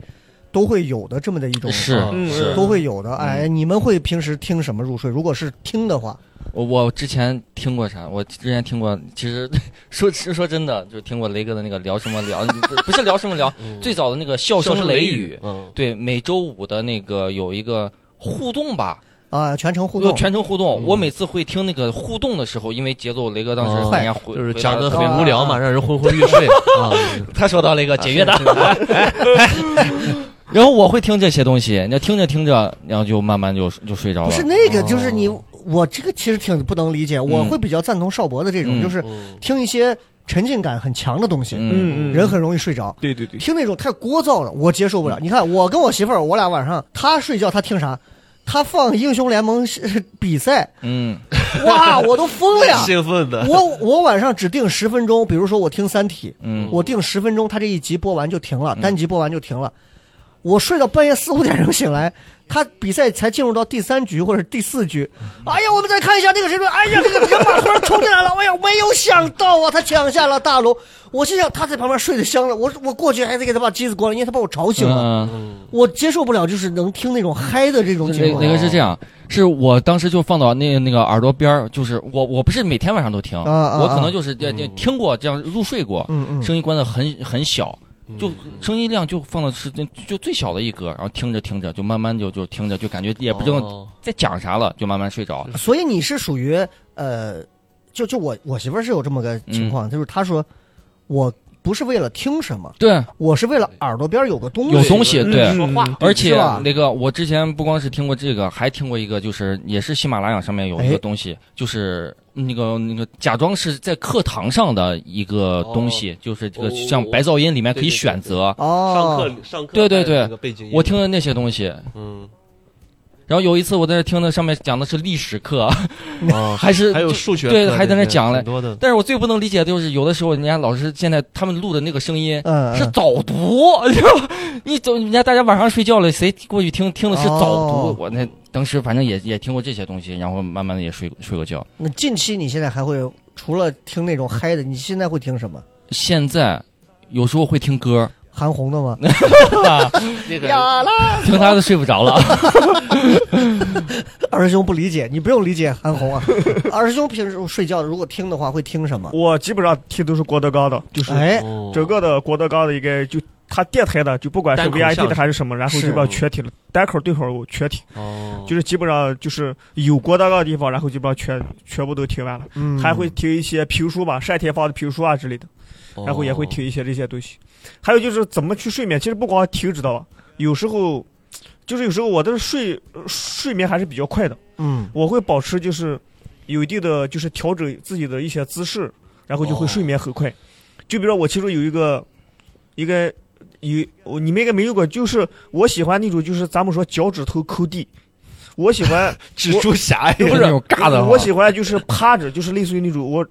Speaker 4: 都会有的这么的一种啊
Speaker 6: 是
Speaker 7: 嗯
Speaker 6: 是，
Speaker 4: 都会有的。哎，
Speaker 5: 嗯
Speaker 4: 你们会平时听什么入睡？如果是听的话，
Speaker 6: 我我之前听过啥？我之前听过，其实 说说说真的，就听过雷哥的那个聊什么聊，不不是聊什么聊， 最早的那个笑声雷雨，
Speaker 5: 嗯，
Speaker 6: 对，每周五的那个有一个互动吧，
Speaker 4: 啊，全程互
Speaker 6: 就
Speaker 4: 动，
Speaker 6: 全程互动。我每次会听那个互动的时候，因为节奏雷哥当时
Speaker 5: 哦
Speaker 6: 很家回
Speaker 5: 就是
Speaker 6: 回
Speaker 5: 讲的
Speaker 6: 答
Speaker 5: 很无聊嘛，让人昏昏欲睡啊。
Speaker 6: 他说到了一个解约的， 然后我会听这些东西，那听着听着，然后就慢慢就就睡着
Speaker 4: 不
Speaker 6: 了
Speaker 4: 是。那
Speaker 5: 哦
Speaker 4: 个，就是你我这个其实挺不能理解，我会比较赞同邵博的这种，
Speaker 6: 嗯
Speaker 4: 就是
Speaker 5: 嗯
Speaker 4: 听一些沉浸感很强的东西，
Speaker 6: 嗯，
Speaker 7: 嗯
Speaker 4: 人很容易睡着。
Speaker 7: 对对对，
Speaker 4: 听那种太聒噪了，我接受不了。你看，我跟我媳妇儿，我俩晚上她睡觉，她听啥？她放英雄联盟是比赛，
Speaker 6: 嗯，
Speaker 4: 哇，我都疯了呀！
Speaker 5: 兴奋的，
Speaker 4: 我我晚上只定十分钟，比如说我听《三体》，
Speaker 6: 嗯
Speaker 4: 我定十分钟，她这一集播完就停了，单集播完就停了。我睡到半夜四五点钟醒来，他比赛才进入到第三局或者第四局。哎呀，我们再看一下这个谁说，哎呀，这个人马突然冲进来了，哎呀，没有想到啊，他抢下了大龙。我心想他在旁边睡得香了，我我过去还得给他把机子关了，因为他把我吵醒了。
Speaker 6: 嗯，
Speaker 4: 我接受不了，就是能听那种嗨的这种
Speaker 6: 那
Speaker 4: 节目。
Speaker 6: 那个是这样，是我当时就放到那那个耳朵边儿，就是我我不是每天晚上都听，
Speaker 4: 啊啊
Speaker 6: 我可能就是呃就听过这样入睡过，
Speaker 4: 嗯嗯，
Speaker 6: 声音关的很很小，
Speaker 5: 嗯
Speaker 6: 就声音量就放的是就最小的一格，然后听着听着就慢慢就就听着就感觉也不知道
Speaker 5: 哦
Speaker 6: 在讲啥了，就慢慢睡着。
Speaker 4: 所以你是属于呃，就就我我媳妇儿是有这么个情况，就是她说我不是为了听什么，
Speaker 6: 对，
Speaker 4: 我是为了耳朵边儿有个东西，
Speaker 6: 有东西对。
Speaker 7: 嗯
Speaker 5: 说话
Speaker 7: 嗯
Speaker 6: 而且
Speaker 4: 是吧
Speaker 6: 那个，我之前不光是听过这个，还听过一个，就是也是喜马拉雅上面有一
Speaker 4: 哎
Speaker 6: 个东西，就是那个那个假装是在课堂上的一个东西，就是这个
Speaker 5: 哦
Speaker 6: 像白噪音里面可以
Speaker 5: 对对对
Speaker 6: 选择。
Speaker 5: 上
Speaker 4: 哦，
Speaker 5: 课上课
Speaker 6: 对对对
Speaker 5: 带那个背景音乐
Speaker 6: 我听的那些东西，
Speaker 5: 嗯
Speaker 6: 然后有一次我在那听的上面讲的是历史课，
Speaker 5: 啊，
Speaker 6: 还是
Speaker 5: 还有
Speaker 6: 就
Speaker 5: 数学
Speaker 6: 对
Speaker 5: 课
Speaker 6: 还在那
Speaker 5: 这些
Speaker 6: 讲嘞
Speaker 5: 很多的
Speaker 6: 但是我最不能理解的就是，有的时候人家老师现在他们录的那个声音
Speaker 4: 嗯，嗯
Speaker 6: 是早读， 你知道吗你走人家大家晚上睡觉了，谁过去听听的是早读？
Speaker 4: 哦
Speaker 6: 我那当时反正也也听过这些东西，然后慢慢的也睡睡过觉。
Speaker 4: 那近期你现在还会除了听那种嗨的，你现在会听什么？
Speaker 6: 现在有时候会听歌，
Speaker 4: 韩红的吗？
Speaker 5: 那个
Speaker 4: 呀啦！
Speaker 6: 听他的睡不着了。
Speaker 4: 二师兄不理解，你不用理解韩红啊。 二师兄平时睡觉如果听的话会听什么？
Speaker 7: 我基本上听都是郭德纲的，就是
Speaker 4: 哎，
Speaker 5: 哦
Speaker 7: 整个的郭德纲的一个就他电台的，就不管是
Speaker 5: 单口相
Speaker 7: VIP
Speaker 5: 声
Speaker 7: 的还是什么，然后
Speaker 4: 是
Speaker 7: 就把全体了，单口对口我全体，
Speaker 5: 哦
Speaker 7: 就是基本上就是有郭德纲的地方，然后就把全全部都听完了，
Speaker 4: 嗯
Speaker 7: 还会听一些评书吧，单田芳的评书啊之类的，
Speaker 5: 哦
Speaker 7: 然后也会听一些这些东西，还有就是怎么去睡眠，其实不光听知道吧，啊有时候就是有时候我的睡呃睡眠还是比较快的。
Speaker 4: 嗯
Speaker 7: 我会保持就是有一定的就是调整自己的一些姿势，然后就会睡眠很快。就比如说我其中有一个一个有我你们应该没有过，就是我喜欢那种就是咱们说脚趾头抠地，我喜欢
Speaker 5: 蜘蛛侠呀
Speaker 7: 不
Speaker 6: 就是那种尬的
Speaker 7: 我
Speaker 6: 哈
Speaker 7: 我喜欢就是趴着，就是类似于那种我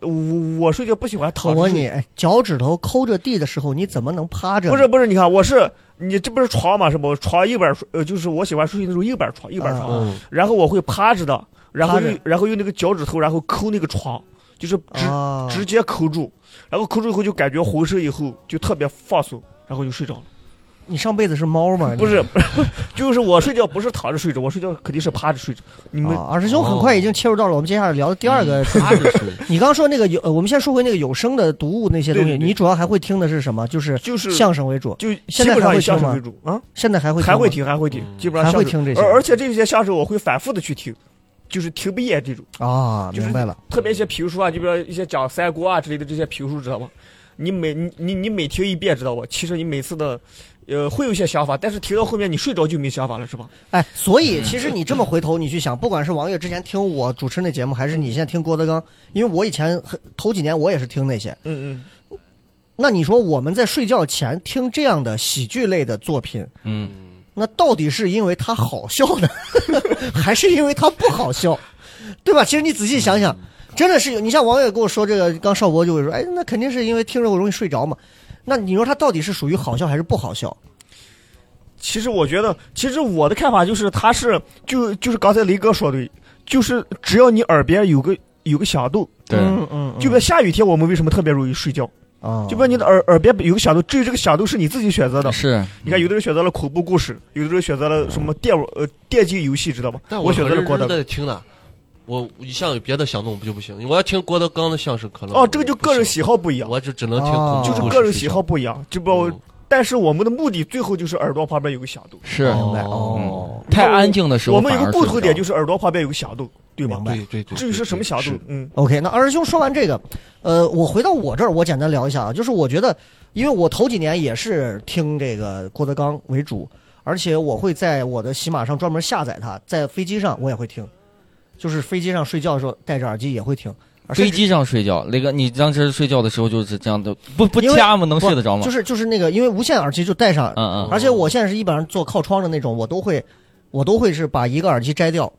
Speaker 7: 我我我睡觉不喜欢躺
Speaker 4: 我
Speaker 7: 着
Speaker 4: 问
Speaker 7: 睡。
Speaker 4: 你，哎脚趾头抠着地的时候，你怎么能趴着呢？
Speaker 7: 不是不是，你看我是你这不是床嘛是吧？床右边儿呃就是我喜欢睡那种右边儿床右边儿床，
Speaker 5: 嗯
Speaker 7: 然后我会趴着的，然后
Speaker 4: 趴着
Speaker 7: 用然后用那个脚趾头，然后抠那个床，就是直、
Speaker 4: 啊，
Speaker 7: 直接抠住，然后抠住以后就感觉浑身以后就特别放松，然后就睡着了。
Speaker 4: 你上辈子是猫吗？
Speaker 7: 不是， 就是我睡觉不是躺着睡着，我睡觉肯定是趴着睡着。你们、
Speaker 4: 啊，二师兄很快已
Speaker 7: 哦
Speaker 4: 经切入到了我们接下来聊的第二
Speaker 7: 嗯
Speaker 4: 个。
Speaker 5: 他就是
Speaker 4: 你刚说那个有，呃我们先说回那个有声的读物那些东西，
Speaker 7: 对对对
Speaker 4: 你主要还会听的是什么？就是
Speaker 7: 就是
Speaker 4: 相声为主，
Speaker 7: 就基
Speaker 4: 现在
Speaker 7: 本
Speaker 4: 还
Speaker 7: 上
Speaker 4: 会
Speaker 7: 以相
Speaker 4: 听
Speaker 7: 声
Speaker 4: 吗
Speaker 7: 为主啊，
Speaker 4: 现在还会
Speaker 7: 还会
Speaker 4: 吗，
Speaker 7: 听还会听，基本
Speaker 4: 还
Speaker 7: 上
Speaker 4: 会
Speaker 7: 相声。
Speaker 4: 听这些。
Speaker 7: 而而且这些相声我会反复的去听，就是听不厌这种。
Speaker 4: 啊，
Speaker 7: 就是
Speaker 4: 明白了，
Speaker 7: 特别一些评书啊，就比如一些讲三国啊之类的这些评书，知道吗？你每你你你每听一遍，知道吧？其实你每次的，呃，会有一些想法，但是听到后面你睡着就没想法了，是吧？
Speaker 4: 哎，所以其实你这么回头，你去想，不管是王悦之前听我主持那节目，还是你现在听郭德纲，因为我以前很头几年我也是听那些。
Speaker 7: 嗯
Speaker 4: 那你说我们在睡觉前听这样的喜剧类的作品，
Speaker 6: 嗯，
Speaker 4: 那到底是因为它好笑呢， 还是因为它不好笑，对吧？其实你仔细想想，真的是有。你像王悦跟我说这个，刚邵博就会说，哎，那肯定是因为听着我容易睡着嘛。那你说它到底是属于好笑还是不好笑？
Speaker 7: 嗯。其实我觉得，其实我的看法就是，他是就就是刚才雷哥说的，就是只要你耳边有个有个响动，
Speaker 6: 对，
Speaker 4: 嗯嗯，
Speaker 7: 就比如下雨天我们为什么特别容易睡觉？
Speaker 4: 啊，
Speaker 7: 就比如你的耳耳边有个响动，只有这个响动是你自己选择的。
Speaker 6: 是
Speaker 7: 你看，有的人选择了恐怖故事，有的人选择了什么电呃电竞游戏，知道吗？
Speaker 5: 但
Speaker 7: 我选择了
Speaker 5: 郭
Speaker 7: 郭德
Speaker 5: 德
Speaker 7: 纲。
Speaker 5: 在听的，我像有别的响动不就不行？我要听郭德纲的相声可能
Speaker 7: 哦，这个就个人喜
Speaker 5: 好，
Speaker 7: 好不一样。
Speaker 5: 我就只能听
Speaker 4: 哦
Speaker 5: 恐怖
Speaker 7: 就是
Speaker 5: 故事
Speaker 7: 个人
Speaker 5: 睡
Speaker 7: 喜
Speaker 5: 觉
Speaker 7: 好不一样，就不，
Speaker 5: 嗯
Speaker 7: 但是我们的目的最后就是耳朵旁边有个响动。
Speaker 6: 是，
Speaker 4: 明白
Speaker 6: 嗯
Speaker 4: 哦，，
Speaker 6: 太安静的时候
Speaker 7: 我们有个共同点就是是耳朵旁边有个响动，对吧
Speaker 4: 明？白
Speaker 5: 对对对。
Speaker 7: 至于是什么响动，嗯，
Speaker 4: OK，那二师兄说完这个，呃，我回到我这儿，我简单聊一下啊，就是我觉得，因为我头几年也是听这个郭德纲为主，而且我会在我的喜马上专门下载它，在飞机上我也会听，就是飞机上睡觉的时候戴着耳机也会听。而
Speaker 6: 飞
Speaker 4: 甚至
Speaker 6: 机上睡觉。那个你当时睡觉的时候就是这样的，不不
Speaker 4: 因为
Speaker 6: 掐吗？能睡得着吗
Speaker 4: 就？是就是那个，因为无线耳机就戴上，
Speaker 6: 嗯嗯，
Speaker 4: 而且我现在是一般上坐靠窗的那种，我都会我都会是把一个耳机摘掉，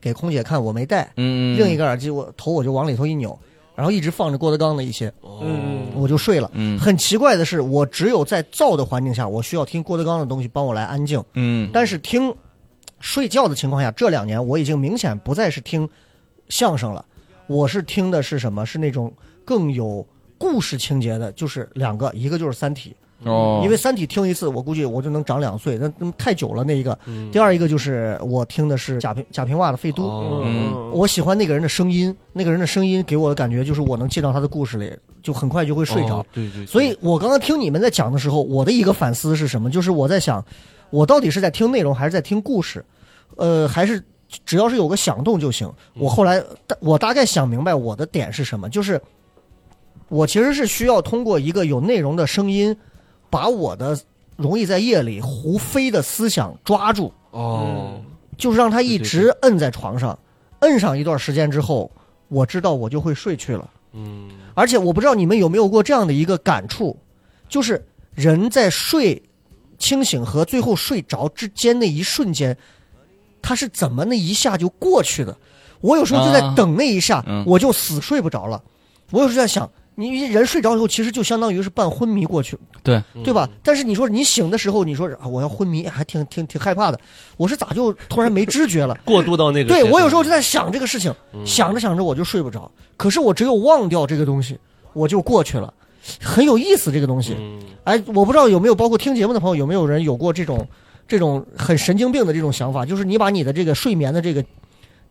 Speaker 4: 给空姐看我没戴，
Speaker 6: 嗯，
Speaker 4: 另一个
Speaker 6: 个
Speaker 4: 耳机我头我就往里头一扭，然后一直放着郭德纲的一些，
Speaker 7: 嗯，
Speaker 4: 我就睡了。
Speaker 6: 嗯
Speaker 4: 很奇怪的是，我只有在燥的环境下，我需要听郭德纲的东西帮我来安静。
Speaker 6: 嗯
Speaker 4: 但是听睡觉的情况下，这两年我已经明显不再是听相声了，我是听的是什么？是那种更有故事情节的，就是两个，一个就是《三体》，
Speaker 6: 哦，
Speaker 4: 因为《三体》听一次，我估计我就能长两岁，那那太久了那一个。
Speaker 6: 嗯
Speaker 7: 嗯
Speaker 4: 第二一个就是我听的是贾平贾平凹的《废都》
Speaker 5: 哦
Speaker 6: 嗯
Speaker 4: 我喜欢那个人的声音，那个人的声音给我的感觉就是我能进到他的故事里，就很快就会睡着。
Speaker 5: 哦对对，对
Speaker 4: 所以我刚刚听你们在讲的时候，我的一个反思是什么？就是我在想，我到底是在听内容，还是在听故事？呃，还是只要是有个响动就行。
Speaker 5: 嗯
Speaker 4: 我后来大我大概想明白我的点是什么，就是我其实是需要通过一个有内容的声音，把我的容易在夜里胡飞的思想抓住，
Speaker 5: 哦，
Speaker 4: 就是让它一
Speaker 5: 对对
Speaker 4: 直摁在床上，摁上一段时间之后，我知道我就会睡去了。
Speaker 5: 嗯，
Speaker 4: 而且我不知道你们有没有过这样的一个感触，就是人在睡、清醒和最后睡着之间那一瞬间，他是怎么那一下就过去的？我有时候就在
Speaker 6: 啊
Speaker 4: 等那一下，
Speaker 6: 嗯
Speaker 4: 我就死睡不着了。我有时候在想，你人睡着以后，其实就相当于是半昏迷过去，
Speaker 6: 对，
Speaker 4: 对吧？但是你说你醒的时候，你说啊我要昏迷，还挺挺挺害怕的。我是咋就突然没知觉了？
Speaker 5: 过渡到那个阶
Speaker 4: 对
Speaker 5: 段，嗯
Speaker 4: 我有时候就在想这个事情，想着想着我就睡不着。可是我只有忘掉这个东西，我就过去了，很有意思这个东西。
Speaker 5: 嗯，
Speaker 4: 哎，我不知道有没有包括听节目的朋友有没有人有过这种这种很神经病的这种想法，就是你把你的这个睡眠的这个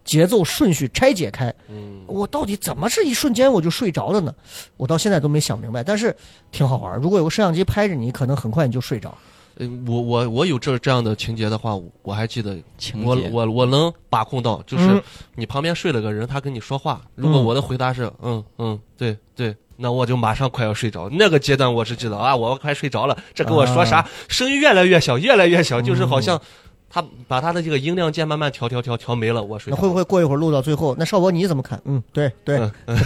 Speaker 4: 节奏顺序拆解开，
Speaker 5: 嗯
Speaker 4: 我到底怎么是一瞬间我就睡着了呢？我到现在都没想明白，但是挺好玩儿。如果有个摄像机拍着你，可能很快你就睡着。
Speaker 5: 嗯，我我我有这这样的情节的话，我我还记得
Speaker 6: 情
Speaker 5: 我
Speaker 6: 节
Speaker 5: 我我能把控到，就是
Speaker 4: 嗯
Speaker 5: 你旁边睡了个人，他跟你说话，如果
Speaker 4: 嗯
Speaker 5: 我的回答是嗯嗯对对，那我就马上快要睡着。那个阶段我是记得啊，我快睡着了，这跟我说啥？
Speaker 7: 啊
Speaker 5: 声音越来越小，越来越小，就是好
Speaker 7: 嗯
Speaker 5: 像他把他的这个音量键慢慢调调调调没了，我睡
Speaker 4: 那
Speaker 5: 着了。
Speaker 4: 会不会过一会儿录到最后？那邵博你怎么看？嗯，对对、
Speaker 5: 嗯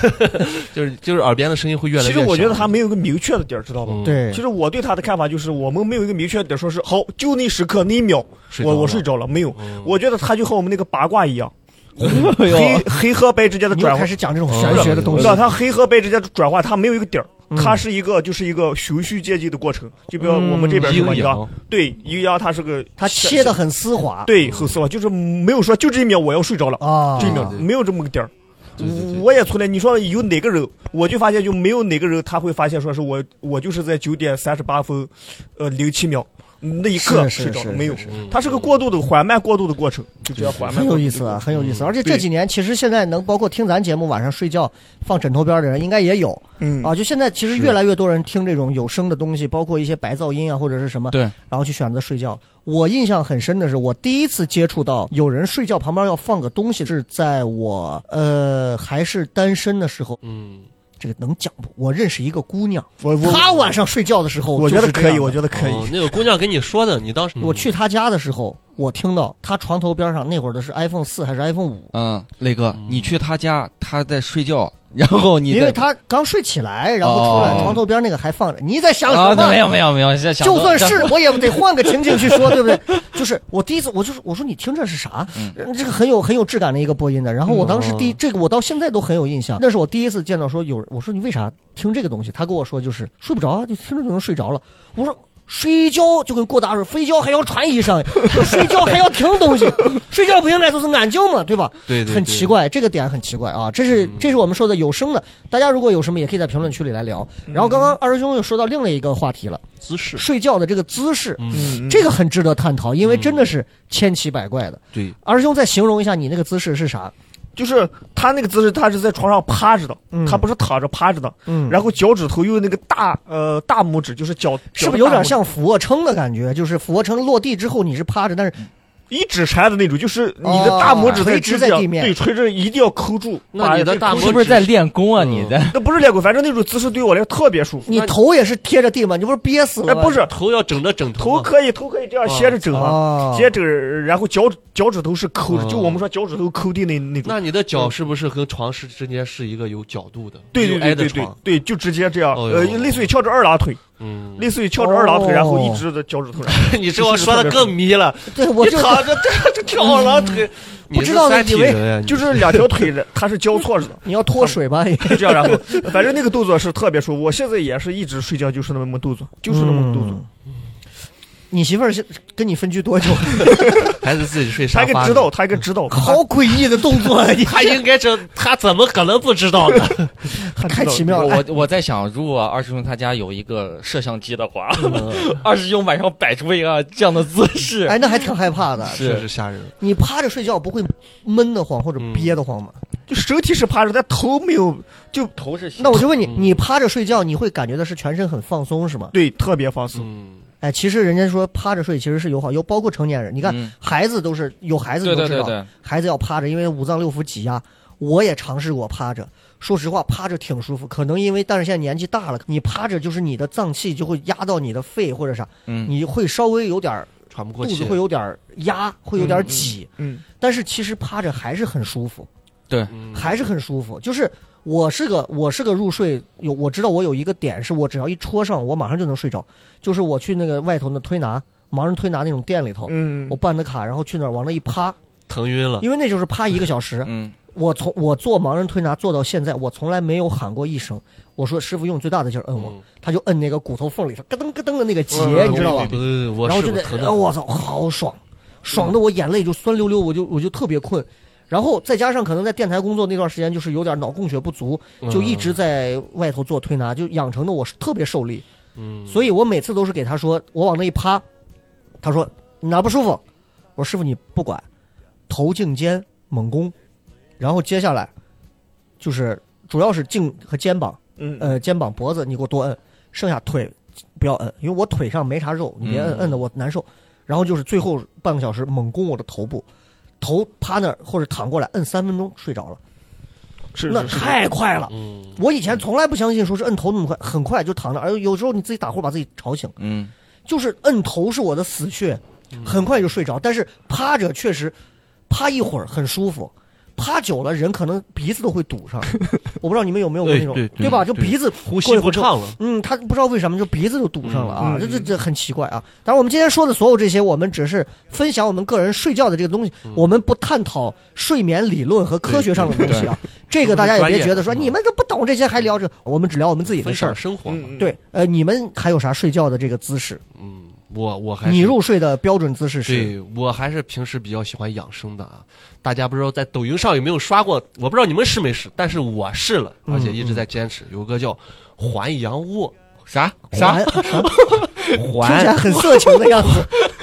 Speaker 5: 就是就是耳边的声音会越来
Speaker 7: 其
Speaker 5: 越
Speaker 7: 实
Speaker 5: 小？
Speaker 7: 我觉得还没有一个明确的点儿，知道吧？
Speaker 5: 嗯
Speaker 4: 对
Speaker 7: 其，实我对他的看法就是，我们没有一个明确的点儿说是好，就那时刻那一秒，
Speaker 5: 睡着
Speaker 7: 我
Speaker 5: 了
Speaker 7: 我睡着了，没有。
Speaker 5: 嗯
Speaker 7: 我觉得他就和我们那个八卦一样，
Speaker 6: 哎呦
Speaker 7: 黑黑和白之间的
Speaker 4: 你又
Speaker 7: 转
Speaker 4: 开
Speaker 7: 换，
Speaker 4: 始讲这种
Speaker 5: 嗯
Speaker 4: 玄学的东
Speaker 7: 你
Speaker 4: 西
Speaker 7: 知道，他黑和白之间的转换，他没有一个底儿
Speaker 4: 嗯，
Speaker 7: 他是一个就是一个循序渐进的过程，就比如我们这边是吧
Speaker 5: 阴
Speaker 7: 一个
Speaker 5: 阳，
Speaker 7: 对阴阳，它是个
Speaker 4: 他切的很丝滑。
Speaker 7: 对很丝滑，就是没有说就这一秒我要睡着了，
Speaker 4: 啊，
Speaker 7: 这一秒
Speaker 5: 对
Speaker 7: 没有这么个点儿。
Speaker 5: 对对对
Speaker 7: 我也从来，你说有哪个人，我就发现就没有哪个人他会发现说是我我就是在九点三十八分，呃零七秒那一刻
Speaker 4: 是
Speaker 7: 睡着
Speaker 4: 是
Speaker 7: 了
Speaker 4: 是
Speaker 7: 没有
Speaker 4: 是，
Speaker 5: 嗯
Speaker 7: 它是哎个过渡的缓慢过渡的过程，就这样缓慢。
Speaker 4: 很有意思啊，，很有意思。
Speaker 5: 嗯
Speaker 4: 而且这几年，其实现在能包括听咱节目晚上睡觉放枕头边的人，应该也有
Speaker 7: 嗯
Speaker 4: 啊。就现在，其实
Speaker 5: 是
Speaker 4: 越来越多人听这种有声的东西，包括一些白噪音啊，或者是什么，
Speaker 6: 对，
Speaker 4: 然后去选择睡觉。我印象很深的是，我第一次接触到有人睡觉旁边要放个东西，是在我呃还是单身的时候。
Speaker 5: 嗯，
Speaker 4: 这个能讲不？我认识一个姑娘，
Speaker 7: 我我
Speaker 4: 她晚上睡觉的时候，
Speaker 7: 我觉得可以，我
Speaker 4: 得。
Speaker 7: 觉得可以。
Speaker 5: 哦那个姑娘跟你说的，你当
Speaker 6: 嗯
Speaker 5: 时嗯
Speaker 4: 我去她家的时候，我听到她床头边上那会儿的是 iPhone 四还是 iPhone 五，
Speaker 6: 嗯，磊哥，你去他家，他在睡觉， 然后你
Speaker 4: 因
Speaker 6: 在
Speaker 4: 为她刚睡起来，然后出来
Speaker 6: 哦
Speaker 4: 床头边那个还放着。你在想
Speaker 6: 啊，
Speaker 4: 什么？
Speaker 6: 没有没有没有，现在想
Speaker 4: 就
Speaker 6: 到
Speaker 4: 算是我也得换个情景去 说，对不对？就是我第一次，我就是我说你听这是啥？
Speaker 6: 嗯
Speaker 4: 呃这个很有很有质感的一个播音的。然后我当时第一这个我到现在都很有印
Speaker 6: 嗯
Speaker 4: 象，那是我第一次见到说有人，我说你为啥听这个东西？他跟我说就是睡不着啊，就听着就能睡着了。我说。睡觉就跟过大水，睡觉还要穿衣 裳，睡觉还要听东西，睡觉不应该就是安静嘛，对吧？
Speaker 5: 对对对
Speaker 4: 很奇怪，这个点很奇怪啊。这
Speaker 6: 嗯
Speaker 4: 是这是我们说的有声的，大家如果有什么也可以在评论区里来聊。然后刚
Speaker 6: 嗯
Speaker 4: 刚二师兄又说到另外一个话题了，
Speaker 5: 姿势，
Speaker 4: 睡觉的这个姿势，
Speaker 5: 嗯，
Speaker 7: 嗯，
Speaker 4: 这个很值得探讨，因为真的是千奇百怪的。
Speaker 5: 对，
Speaker 4: 二师兄再形容一下你那个姿势是啥？
Speaker 7: 就是他那个姿势，他是在床上趴着的，
Speaker 4: 嗯
Speaker 7: 他不是躺着趴着的，
Speaker 4: 嗯然
Speaker 7: 然后脚趾头用那个大呃大拇指，就是脚
Speaker 4: 是不是有
Speaker 7: 脚的
Speaker 4: 点？
Speaker 7: 大拇
Speaker 4: 像俯卧撑的感觉？就是俯卧撑落地之后你是趴着，但是
Speaker 7: 指一指缠的那种，就是你的大拇指
Speaker 4: 哦垂直在
Speaker 7: 这样
Speaker 4: 地面
Speaker 7: 对，垂直一定要抠住。
Speaker 5: 那
Speaker 7: 把
Speaker 5: 你的
Speaker 7: 这
Speaker 4: 啊
Speaker 5: 大
Speaker 7: 抠
Speaker 5: 拇
Speaker 7: 住
Speaker 6: 是不是在练功啊？
Speaker 5: 嗯
Speaker 6: 你在
Speaker 7: 那不是练过，反正那种姿势对我来说特别舒服。
Speaker 4: 你头也是贴着地嘛，你不是憋死
Speaker 7: 哎，
Speaker 4: 了吗？
Speaker 7: 不是
Speaker 5: 头要整着枕头
Speaker 7: 头
Speaker 5: 嘛，
Speaker 7: 可以，头可以这
Speaker 5: 哦
Speaker 7: 样斜着整嘛，
Speaker 4: 啊，
Speaker 7: 斜着，然后脚脚趾头是抠着，
Speaker 5: 哦
Speaker 7: 就我们说脚趾头抠地那那种。
Speaker 5: 那你的脚是不是跟床是之间是一个有角度的？
Speaker 7: 对
Speaker 5: 有
Speaker 7: 对对
Speaker 5: 挨着
Speaker 7: 对对
Speaker 5: 床，
Speaker 7: 对，就直接这样，
Speaker 5: 哦
Speaker 7: 呃，
Speaker 5: 哟
Speaker 7: 类似于翘着二郎腿，
Speaker 5: 嗯，
Speaker 7: 类似于翘着二郎腿，然后
Speaker 4: 哦
Speaker 7: 一直的脚趾头上。
Speaker 5: 你这我说的更迷了，
Speaker 4: 对我
Speaker 5: 你
Speaker 4: 就
Speaker 5: 躺着这这跳了腿，你
Speaker 4: 不知
Speaker 5: 是
Speaker 4: 道的
Speaker 5: 三体
Speaker 4: 以为
Speaker 5: 人呀 你
Speaker 7: 就是两条腿的，它是交错着的，
Speaker 4: 你要脱水吧？也
Speaker 7: 就这样。 然后，反正那个动作是特别舒服。我现在也是一直睡觉就是那么动作，就是那么动作。
Speaker 4: 嗯你媳妇儿是跟你分 居多久？
Speaker 5: 还是自己睡
Speaker 7: 他
Speaker 5: 沙
Speaker 7: 应
Speaker 5: 发
Speaker 7: 该
Speaker 5: 呢。
Speaker 7: 知 道，他应该知道，
Speaker 4: 嗯好诡异的动作啊！ 你
Speaker 5: 他应该知道，他怎么可能不知 道呢？
Speaker 7: 他
Speaker 4: 太奇
Speaker 7: 了。
Speaker 4: 妙了。
Speaker 6: 我我在想，如果二师兄他家有一个摄像机的话， 二师兄晚上摆出一个这样的姿势，
Speaker 4: 嗯哎，那还挺害怕的。
Speaker 5: 确实吓人。
Speaker 4: 你趴着睡觉不会闷得慌或者
Speaker 7: 嗯
Speaker 4: 憋得慌吗？
Speaker 7: 就身体是趴着，但头没有，就
Speaker 6: 头是
Speaker 4: 那我就问你，
Speaker 5: 嗯
Speaker 4: 你趴着睡觉，你会感觉的是全身很放松是吗？
Speaker 7: 对特别放松。
Speaker 5: 嗯，
Speaker 4: 哎，其实人家说趴着睡其实是有好，有包括成年人，你看、
Speaker 6: 嗯
Speaker 4: 孩子都是有孩子
Speaker 6: 对
Speaker 4: 都
Speaker 6: 对
Speaker 4: 知
Speaker 6: 对
Speaker 4: 道，
Speaker 6: 对，
Speaker 4: 孩子要趴着，因为五脏六腑挤压。我也尝试过趴着，说实话，趴着挺舒服。可能因为但是现在年纪大了，你趴着就是你的脏器就会压到你的肺或者啥，
Speaker 6: 嗯，
Speaker 4: 你会稍微有点儿
Speaker 5: 喘不过
Speaker 4: 肚
Speaker 5: 气
Speaker 4: 子。会有点儿压，会有点儿挤。
Speaker 7: 嗯，
Speaker 4: 但是其实趴着还是很舒服，
Speaker 6: 对，
Speaker 5: 嗯
Speaker 4: 还是很舒服。就是我是个我是个入睡有我知道我有一个点是我只要一戳上，我马上就能睡着。就是我去那个外头那推拿盲人推拿那种店里头，
Speaker 7: 嗯
Speaker 4: 我，办的卡，然后去那儿往那一趴，
Speaker 5: 疼晕了。
Speaker 4: 因为那就是趴一个小时。
Speaker 6: 嗯
Speaker 4: 我从我做盲人推拿做到现在，我从来没有喊过一声。我说师傅用最大的劲儿摁我，
Speaker 5: 嗯
Speaker 4: 他就摁那个骨头缝里头咯噔咯噔的那个结，你知道吧
Speaker 5: 对？对对，我
Speaker 4: 然后
Speaker 5: 是
Speaker 4: 就
Speaker 5: 我
Speaker 4: 得
Speaker 5: 疼，嗯
Speaker 4: 哎
Speaker 5: 的。
Speaker 4: 我操，好爽，爽的我眼泪就酸溜溜，我就我就特别困。然后再加上可能在电台工作那段时间，就是有点脑供血不足，
Speaker 5: 嗯
Speaker 4: 就一直在外头做推拿，就养成的我是特别受力。
Speaker 5: 嗯，
Speaker 4: 所以我每次都是给他说，我往那一趴，他说哪不舒服？我说师傅你不管，头颈肩猛攻，然后接下来就是主要是颈和肩膀，
Speaker 7: 嗯
Speaker 4: 呃肩膀脖子你给我多摁，剩下腿不要摁，因为我腿上没啥肉，你别摁
Speaker 6: 嗯
Speaker 4: 摁的我难受。然后就是最后半个小时猛攻我的头部，头趴那儿或者躺过来摁三分钟睡着了，
Speaker 7: 是
Speaker 4: 那
Speaker 7: 是是，
Speaker 4: 太快了。
Speaker 5: 嗯，
Speaker 4: 我以前从来不相信说是摁头那么快，很快就躺那儿，而有时候你自己打呼把自己吵醒。
Speaker 6: 嗯，
Speaker 4: 就是摁头是我的死穴，
Speaker 5: 嗯
Speaker 4: 很快就睡着。但是趴着确实，趴一会儿很舒服，趴久了人可能鼻子都会堵 上。我不知道你们有没有过那种，
Speaker 5: 对对对
Speaker 4: 吧？就
Speaker 5: 对
Speaker 4: 鼻子
Speaker 5: 呼吸
Speaker 4: 过一
Speaker 5: 不
Speaker 4: 会儿就。
Speaker 5: 畅了。
Speaker 4: 嗯，他不知道为什么就鼻子就堵上了啊，
Speaker 7: 嗯嗯
Speaker 4: 这这这很奇怪啊。当然，我们今天说的所有这些，我们只是分享我们个人睡觉的这个东西，
Speaker 5: 嗯
Speaker 4: 我们不探讨睡眠理论和科学上的东西啊。这个大家也别觉得说
Speaker 5: 专业的嗯
Speaker 4: 你们都不懂这些还聊这，我们只聊我们自己的
Speaker 5: 分
Speaker 4: 事儿
Speaker 5: 享。生活嘛，
Speaker 7: 嗯，
Speaker 4: 对，呃，你们还有啥睡觉的这个姿势？
Speaker 5: 嗯，我我还是
Speaker 4: 你入睡的标准姿势是？
Speaker 5: 对我还是平时比较喜欢养生的啊。大家不知道在抖音上有没有刷过，我不知道你们试没试，但是我试了，而且一直在坚持。有个叫环阳卧，
Speaker 6: 啥啥
Speaker 4: 环 听起来
Speaker 5: 环
Speaker 4: 很色情的样 子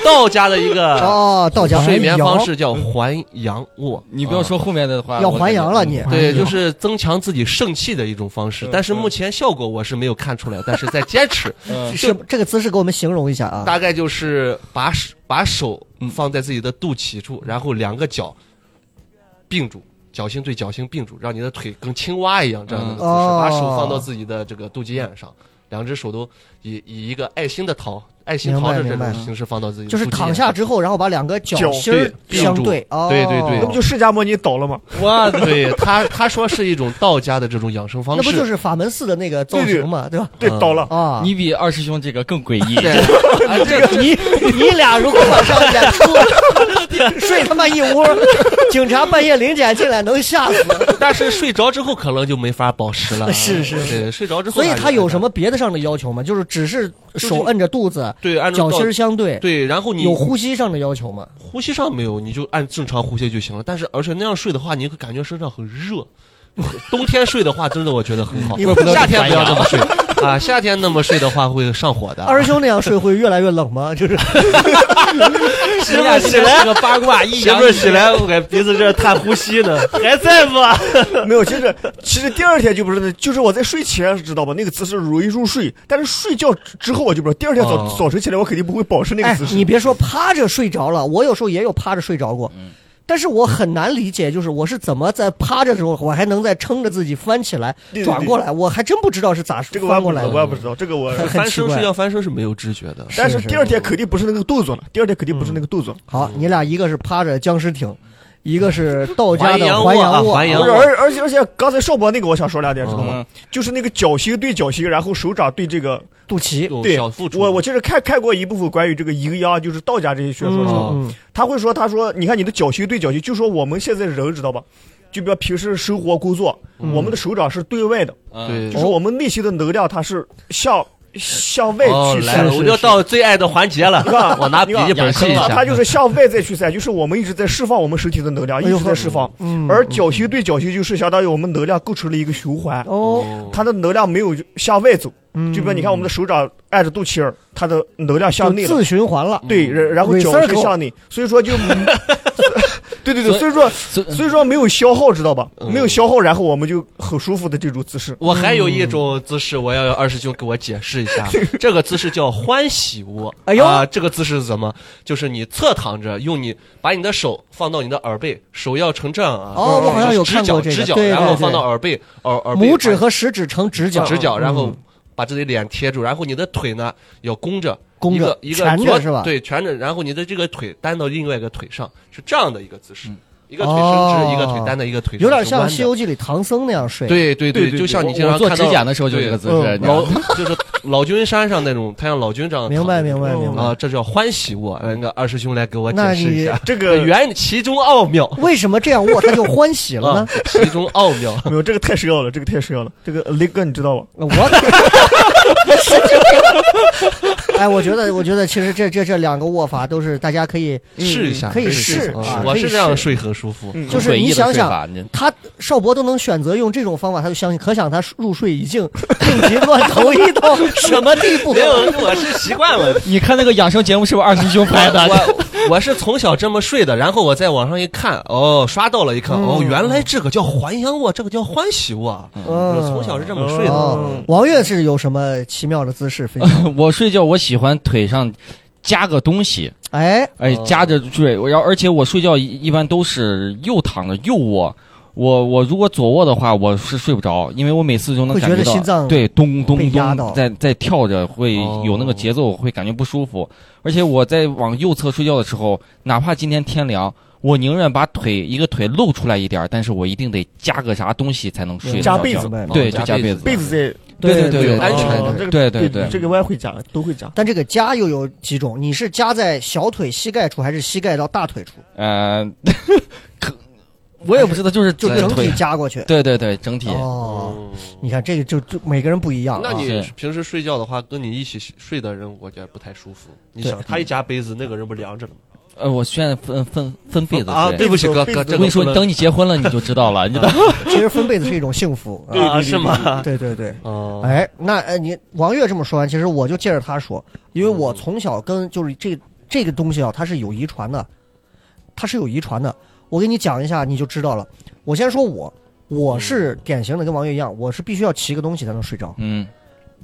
Speaker 5: 道家的一个
Speaker 4: 哦，道家
Speaker 5: 睡眠
Speaker 4: 还有
Speaker 5: 方式叫环阳卧。
Speaker 6: 你不要说后面的话，
Speaker 4: 要
Speaker 6: 我嗯
Speaker 4: 还阳了你，
Speaker 5: 对，就是增强自己肾气的一种方
Speaker 4: 嗯
Speaker 5: 式，但是目前效果我是没有看出来，但是在坚持，
Speaker 6: 嗯
Speaker 4: 是这个姿势给我们形容一下啊。嗯
Speaker 5: 大概就是把手把手放在自己的肚脐处，然后两个脚并住，脚心对脚心并住，让你的腿跟青蛙一样这样的一个姿势，
Speaker 4: 嗯
Speaker 5: 把手放到自己的这个肚脐眼上，两只手都以以一个爱心的桃爱心
Speaker 4: 明白
Speaker 5: 桃的这
Speaker 4: 明白
Speaker 5: 种形式放到自己的
Speaker 4: 就是
Speaker 5: 肚脐
Speaker 4: 躺
Speaker 5: 眼
Speaker 4: 下
Speaker 5: 上
Speaker 4: 之后，然后把两个脚
Speaker 7: 脚
Speaker 4: 心儿
Speaker 5: 对
Speaker 4: 相
Speaker 5: 并
Speaker 4: 对
Speaker 5: 住，
Speaker 4: 哦，
Speaker 5: 对对对
Speaker 7: 那不就释迦牟尼倒了吗？
Speaker 5: 哇， 对他他说是一种道家的这种养生方
Speaker 4: 那
Speaker 5: 式，
Speaker 4: 不就是法门寺的那个造型嘛，对吧？
Speaker 7: 对
Speaker 5: 嗯，
Speaker 7: 倒了。
Speaker 4: 啊，
Speaker 6: 你比二师兄这个更诡异。
Speaker 5: 对， 啊这个
Speaker 4: 你你俩如果晚上 演出， 睡他妈一屋，警察半夜临检进来能吓死。
Speaker 5: 但是睡着之后可能就没法保持了，
Speaker 4: 嗯是是是
Speaker 5: 对，睡着之后
Speaker 4: 所以
Speaker 5: 感觉
Speaker 4: 他有什么别的上的要求吗？就是只是手摁着肚子，
Speaker 5: 对按照
Speaker 4: 脚
Speaker 5: 道
Speaker 4: 心儿相对，
Speaker 5: 对，然后你
Speaker 4: 有呼吸上的要求吗？
Speaker 5: 呼吸上没有，你就按正常呼吸就行了。但是而且那样睡的话，你会感觉身上很热。冬天睡的话，真的我觉得很好。
Speaker 4: 怪不得
Speaker 5: 夏天不要这么睡啊！夏天那么睡的话会上火的。
Speaker 4: 二师兄那样睡会越来越冷吗？就是
Speaker 5: 师傅 起来，个八卦一
Speaker 6: 阳
Speaker 5: 媳妇起来，我在鼻子这儿探呼吸呢，还在不？
Speaker 7: 没有，其实其实第二天就不是那，就是我在睡前知道吧，那个姿势容易入睡，但是睡觉之之后我就不知道，第二天早、
Speaker 5: 哦
Speaker 7: 早晨起来我肯定不会保持那个
Speaker 4: 哎
Speaker 7: 姿，势。
Speaker 4: 你别说趴着睡着了，我有时候也有趴着睡着过，但是我很难理解，就是我是怎么在趴着的时候，我还能再撑着自己翻起来
Speaker 7: 对对对
Speaker 4: 转过来，我还真不知道是咋
Speaker 7: 这个我也
Speaker 4: 翻
Speaker 7: 不
Speaker 4: 过
Speaker 7: 知
Speaker 4: 来
Speaker 7: 道，我
Speaker 4: 的。
Speaker 7: 也不知道这个我。
Speaker 4: 很
Speaker 5: 翻
Speaker 4: 奇
Speaker 5: 身
Speaker 4: 怪
Speaker 5: 睡觉翻身是没有知觉的。
Speaker 7: 但是
Speaker 4: 是
Speaker 7: 第二天肯定不是那个动作了，第二天肯定不是那个动作。
Speaker 4: 好，你俩一个是趴着僵尸挺，一个是道家
Speaker 5: 还阳
Speaker 4: 的
Speaker 5: 卧
Speaker 4: 还阳
Speaker 5: 啊还阳
Speaker 7: 不
Speaker 5: 阳
Speaker 7: 是，
Speaker 5: 卧
Speaker 7: 而而且而且刚才邵博那个我想说两点，知道吗？
Speaker 6: 嗯，
Speaker 7: 就是那个脚心对脚心，然后手掌对这个。
Speaker 4: 肚脐。
Speaker 5: 有
Speaker 7: 对
Speaker 5: 哦小付出，
Speaker 7: 我我其实看看过一部分关于这个阴阳，就是道家这些学说的，
Speaker 5: 嗯
Speaker 7: 他会说，他说你看你的脚心对脚心，就说我们现在人知道吧？就比如平时生活工作，
Speaker 5: 嗯
Speaker 7: 我们的手掌是对外的，
Speaker 6: 嗯
Speaker 5: 对
Speaker 7: 就是我们内心的能量它是向向外
Speaker 5: 哦
Speaker 7: 去
Speaker 5: 来
Speaker 7: 散
Speaker 5: 了，
Speaker 7: 的。
Speaker 5: 我就到最爱的环节了
Speaker 7: 你看，
Speaker 5: 我拿笔记本记
Speaker 6: 你看
Speaker 5: 一
Speaker 6: 养生
Speaker 5: 下
Speaker 6: 了，
Speaker 7: 它就是向外在去散，就是我们一直在释放我们身体的能量，一
Speaker 4: 哎呦
Speaker 7: 直在释放。
Speaker 4: 嗯
Speaker 7: 而脚心对脚心就是相当于我们能量构成了一个循环，
Speaker 4: 哦，
Speaker 7: 它的能量没有向外走。
Speaker 4: 嗯
Speaker 7: 就比如你看我们的手掌按着肚脐儿，它的能量向内
Speaker 4: 就
Speaker 7: 了。
Speaker 4: 自循环了。
Speaker 7: 对，然然后
Speaker 4: 伪
Speaker 7: 脚
Speaker 4: 三
Speaker 7: 是
Speaker 4: 口
Speaker 7: 向内，所以说就，对对对，所以说
Speaker 6: 所以嗯
Speaker 7: 所以说没有消耗，知道吧？
Speaker 5: 嗯
Speaker 7: 没有消耗，然后我们就很舒服的这种姿势。
Speaker 5: 我还有一种姿势，我要让二师兄给我解释 一下。这个姿势叫欢喜窝。
Speaker 4: 哎呦
Speaker 5: 啊，这个姿势是什么？就是你侧躺着，用你把你的手放到你的耳背，手要成这样啊。
Speaker 4: 哦我好像有看过
Speaker 5: 直
Speaker 4: 这个
Speaker 5: 角，直角，
Speaker 4: 对对
Speaker 5: 然后
Speaker 4: 对
Speaker 5: 放到耳背，耳耳背
Speaker 4: 拇指和食指成直角，
Speaker 5: 直角，然后
Speaker 4: 嗯
Speaker 5: 把自己脸贴住，然后你的腿呢要弓着。
Speaker 4: 弓着
Speaker 5: 一个一个
Speaker 4: 缠着
Speaker 5: 左
Speaker 4: 是吧
Speaker 5: 对，蜷着，然后你的这个腿担到另外一个腿上，是这样的一个姿势，
Speaker 6: 嗯
Speaker 5: 一个腿伸
Speaker 4: 哦
Speaker 5: 直，一个腿担在一个腿上，
Speaker 4: 有点
Speaker 5: 是
Speaker 4: 像
Speaker 5: 弯
Speaker 4: 《
Speaker 5: 的
Speaker 4: 西游记》里唐僧那样睡。，
Speaker 5: 对对
Speaker 7: 对对
Speaker 5: 就像你经
Speaker 6: 我
Speaker 5: 常
Speaker 6: 做
Speaker 5: 看
Speaker 6: 指
Speaker 5: 到
Speaker 6: 甲的时候就
Speaker 5: 对
Speaker 6: 这个姿势，
Speaker 4: 嗯
Speaker 6: 你知道
Speaker 5: 老
Speaker 6: 吗
Speaker 5: 就是老君山上那种，他像老君这样躺着。
Speaker 4: 明白明白
Speaker 7: 嗯
Speaker 4: 明
Speaker 5: 啊，
Speaker 4: 白。
Speaker 5: 这叫欢喜卧。那个二师兄来给我
Speaker 4: 那
Speaker 5: 解释一
Speaker 4: 你
Speaker 5: 下
Speaker 7: 这个
Speaker 5: 这原其中奥妙
Speaker 4: 为什么这样握他就欢喜了
Speaker 5: 啊
Speaker 4: 呢？，
Speaker 5: 其中奥 妙。
Speaker 7: 没有这个太深奥了，这个太深奥了。这个呃雷哥你知道吧？
Speaker 4: 我， 哎，我觉得，我觉得其实这这这两个握法都是大家可以，
Speaker 5: 试一下，
Speaker 4: 嗯可以
Speaker 5: 试
Speaker 4: 试啊
Speaker 5: 我
Speaker 4: 可以
Speaker 5: 是这样
Speaker 4: 试嗯
Speaker 5: 睡很 舒服。
Speaker 4: 就是
Speaker 6: 很诡异
Speaker 4: 你
Speaker 6: 的
Speaker 4: 想
Speaker 6: 睡
Speaker 4: 想
Speaker 6: 法你
Speaker 4: 他邵博都能选择用这种方法，他就相信，可想他入睡已 经病急乱投医到什么地步
Speaker 5: 没？有，我是习惯了。
Speaker 6: 你看那个养生节目是不是二师兄
Speaker 4: 哎
Speaker 6: 拍的？
Speaker 5: 我我是从小这么睡的，然后我在网上一看，哦，刷到了一看，
Speaker 4: 嗯
Speaker 5: 哦，原来这个叫还阳卧，这个叫欢喜卧，我从小是这么睡的。嗯
Speaker 4: 哦，王月是有什么奇妙的姿势分 享？
Speaker 6: 我睡觉我喜欢腿上加个东西，
Speaker 4: 哎，
Speaker 6: 哎，
Speaker 5: 哦
Speaker 6: 夹着睡，我然后而且我睡觉一一般都是右躺着右卧。我我如果左卧的话，我是睡不着，因为我每次都能
Speaker 4: 会
Speaker 6: 感
Speaker 4: 觉得
Speaker 6: 到
Speaker 4: 心脏
Speaker 6: 对咚咚
Speaker 4: 被压到
Speaker 6: 咚在在跳着，会
Speaker 5: 哦
Speaker 6: 有那个节奏，会感觉不舒服。而且我在往右侧睡觉的时候，哪怕今天天凉，我宁愿把腿一个腿露出来一点儿，但是我我一定得加个啥东西才能睡得
Speaker 7: 加
Speaker 6: 着
Speaker 7: 被
Speaker 6: 觉。
Speaker 7: 子
Speaker 4: 明白
Speaker 5: 哦
Speaker 6: 对，
Speaker 5: 加
Speaker 6: 就加
Speaker 5: 被
Speaker 6: 被
Speaker 5: 子
Speaker 6: 子。
Speaker 7: 被子在
Speaker 6: 对对对对
Speaker 5: 安全
Speaker 7: 哦
Speaker 5: 的
Speaker 7: 这个
Speaker 6: 对对对
Speaker 7: 这个我也会加，都会加。
Speaker 4: 但这个夹又有几种？你是夹在小腿膝盖处，还是膝盖到大腿处？
Speaker 6: 呃， 可我也不知道，就是
Speaker 4: 就
Speaker 6: 在
Speaker 4: 整
Speaker 6: 腿
Speaker 4: 体夹过去。
Speaker 6: 对对对，整体。
Speaker 4: 哦，你看这个就就每个人不一样、啊。
Speaker 5: 嗯那你
Speaker 6: 是
Speaker 5: 平时睡觉的话，跟你一起睡的人，我觉得不太舒服。你
Speaker 4: 对
Speaker 5: 想，他一夹被子，那个人不凉着呢吗？
Speaker 6: 呃，我现在分分分被子
Speaker 5: 啊，
Speaker 6: 睡。
Speaker 5: 对不起，哥
Speaker 7: 被
Speaker 5: 哥，
Speaker 7: 子
Speaker 5: 这个
Speaker 6: 我跟你说，
Speaker 5: 不能
Speaker 6: 等你结婚了你就知道了，你知道吗？
Speaker 4: 其实分被子是一种幸 福。啊
Speaker 5: 啊，是吗？
Speaker 4: 对对对。
Speaker 5: 哦，
Speaker 4: 哎，那呃，你王月这么说完，其实我就借着他说，因为我从小跟就是这这个东西啊，它是有遗传的，它是有遗传的。我给你讲一下，你就知道了。我先说我，我是典型的跟王月一样，我是必须要骑个东西才能睡着，
Speaker 6: 嗯，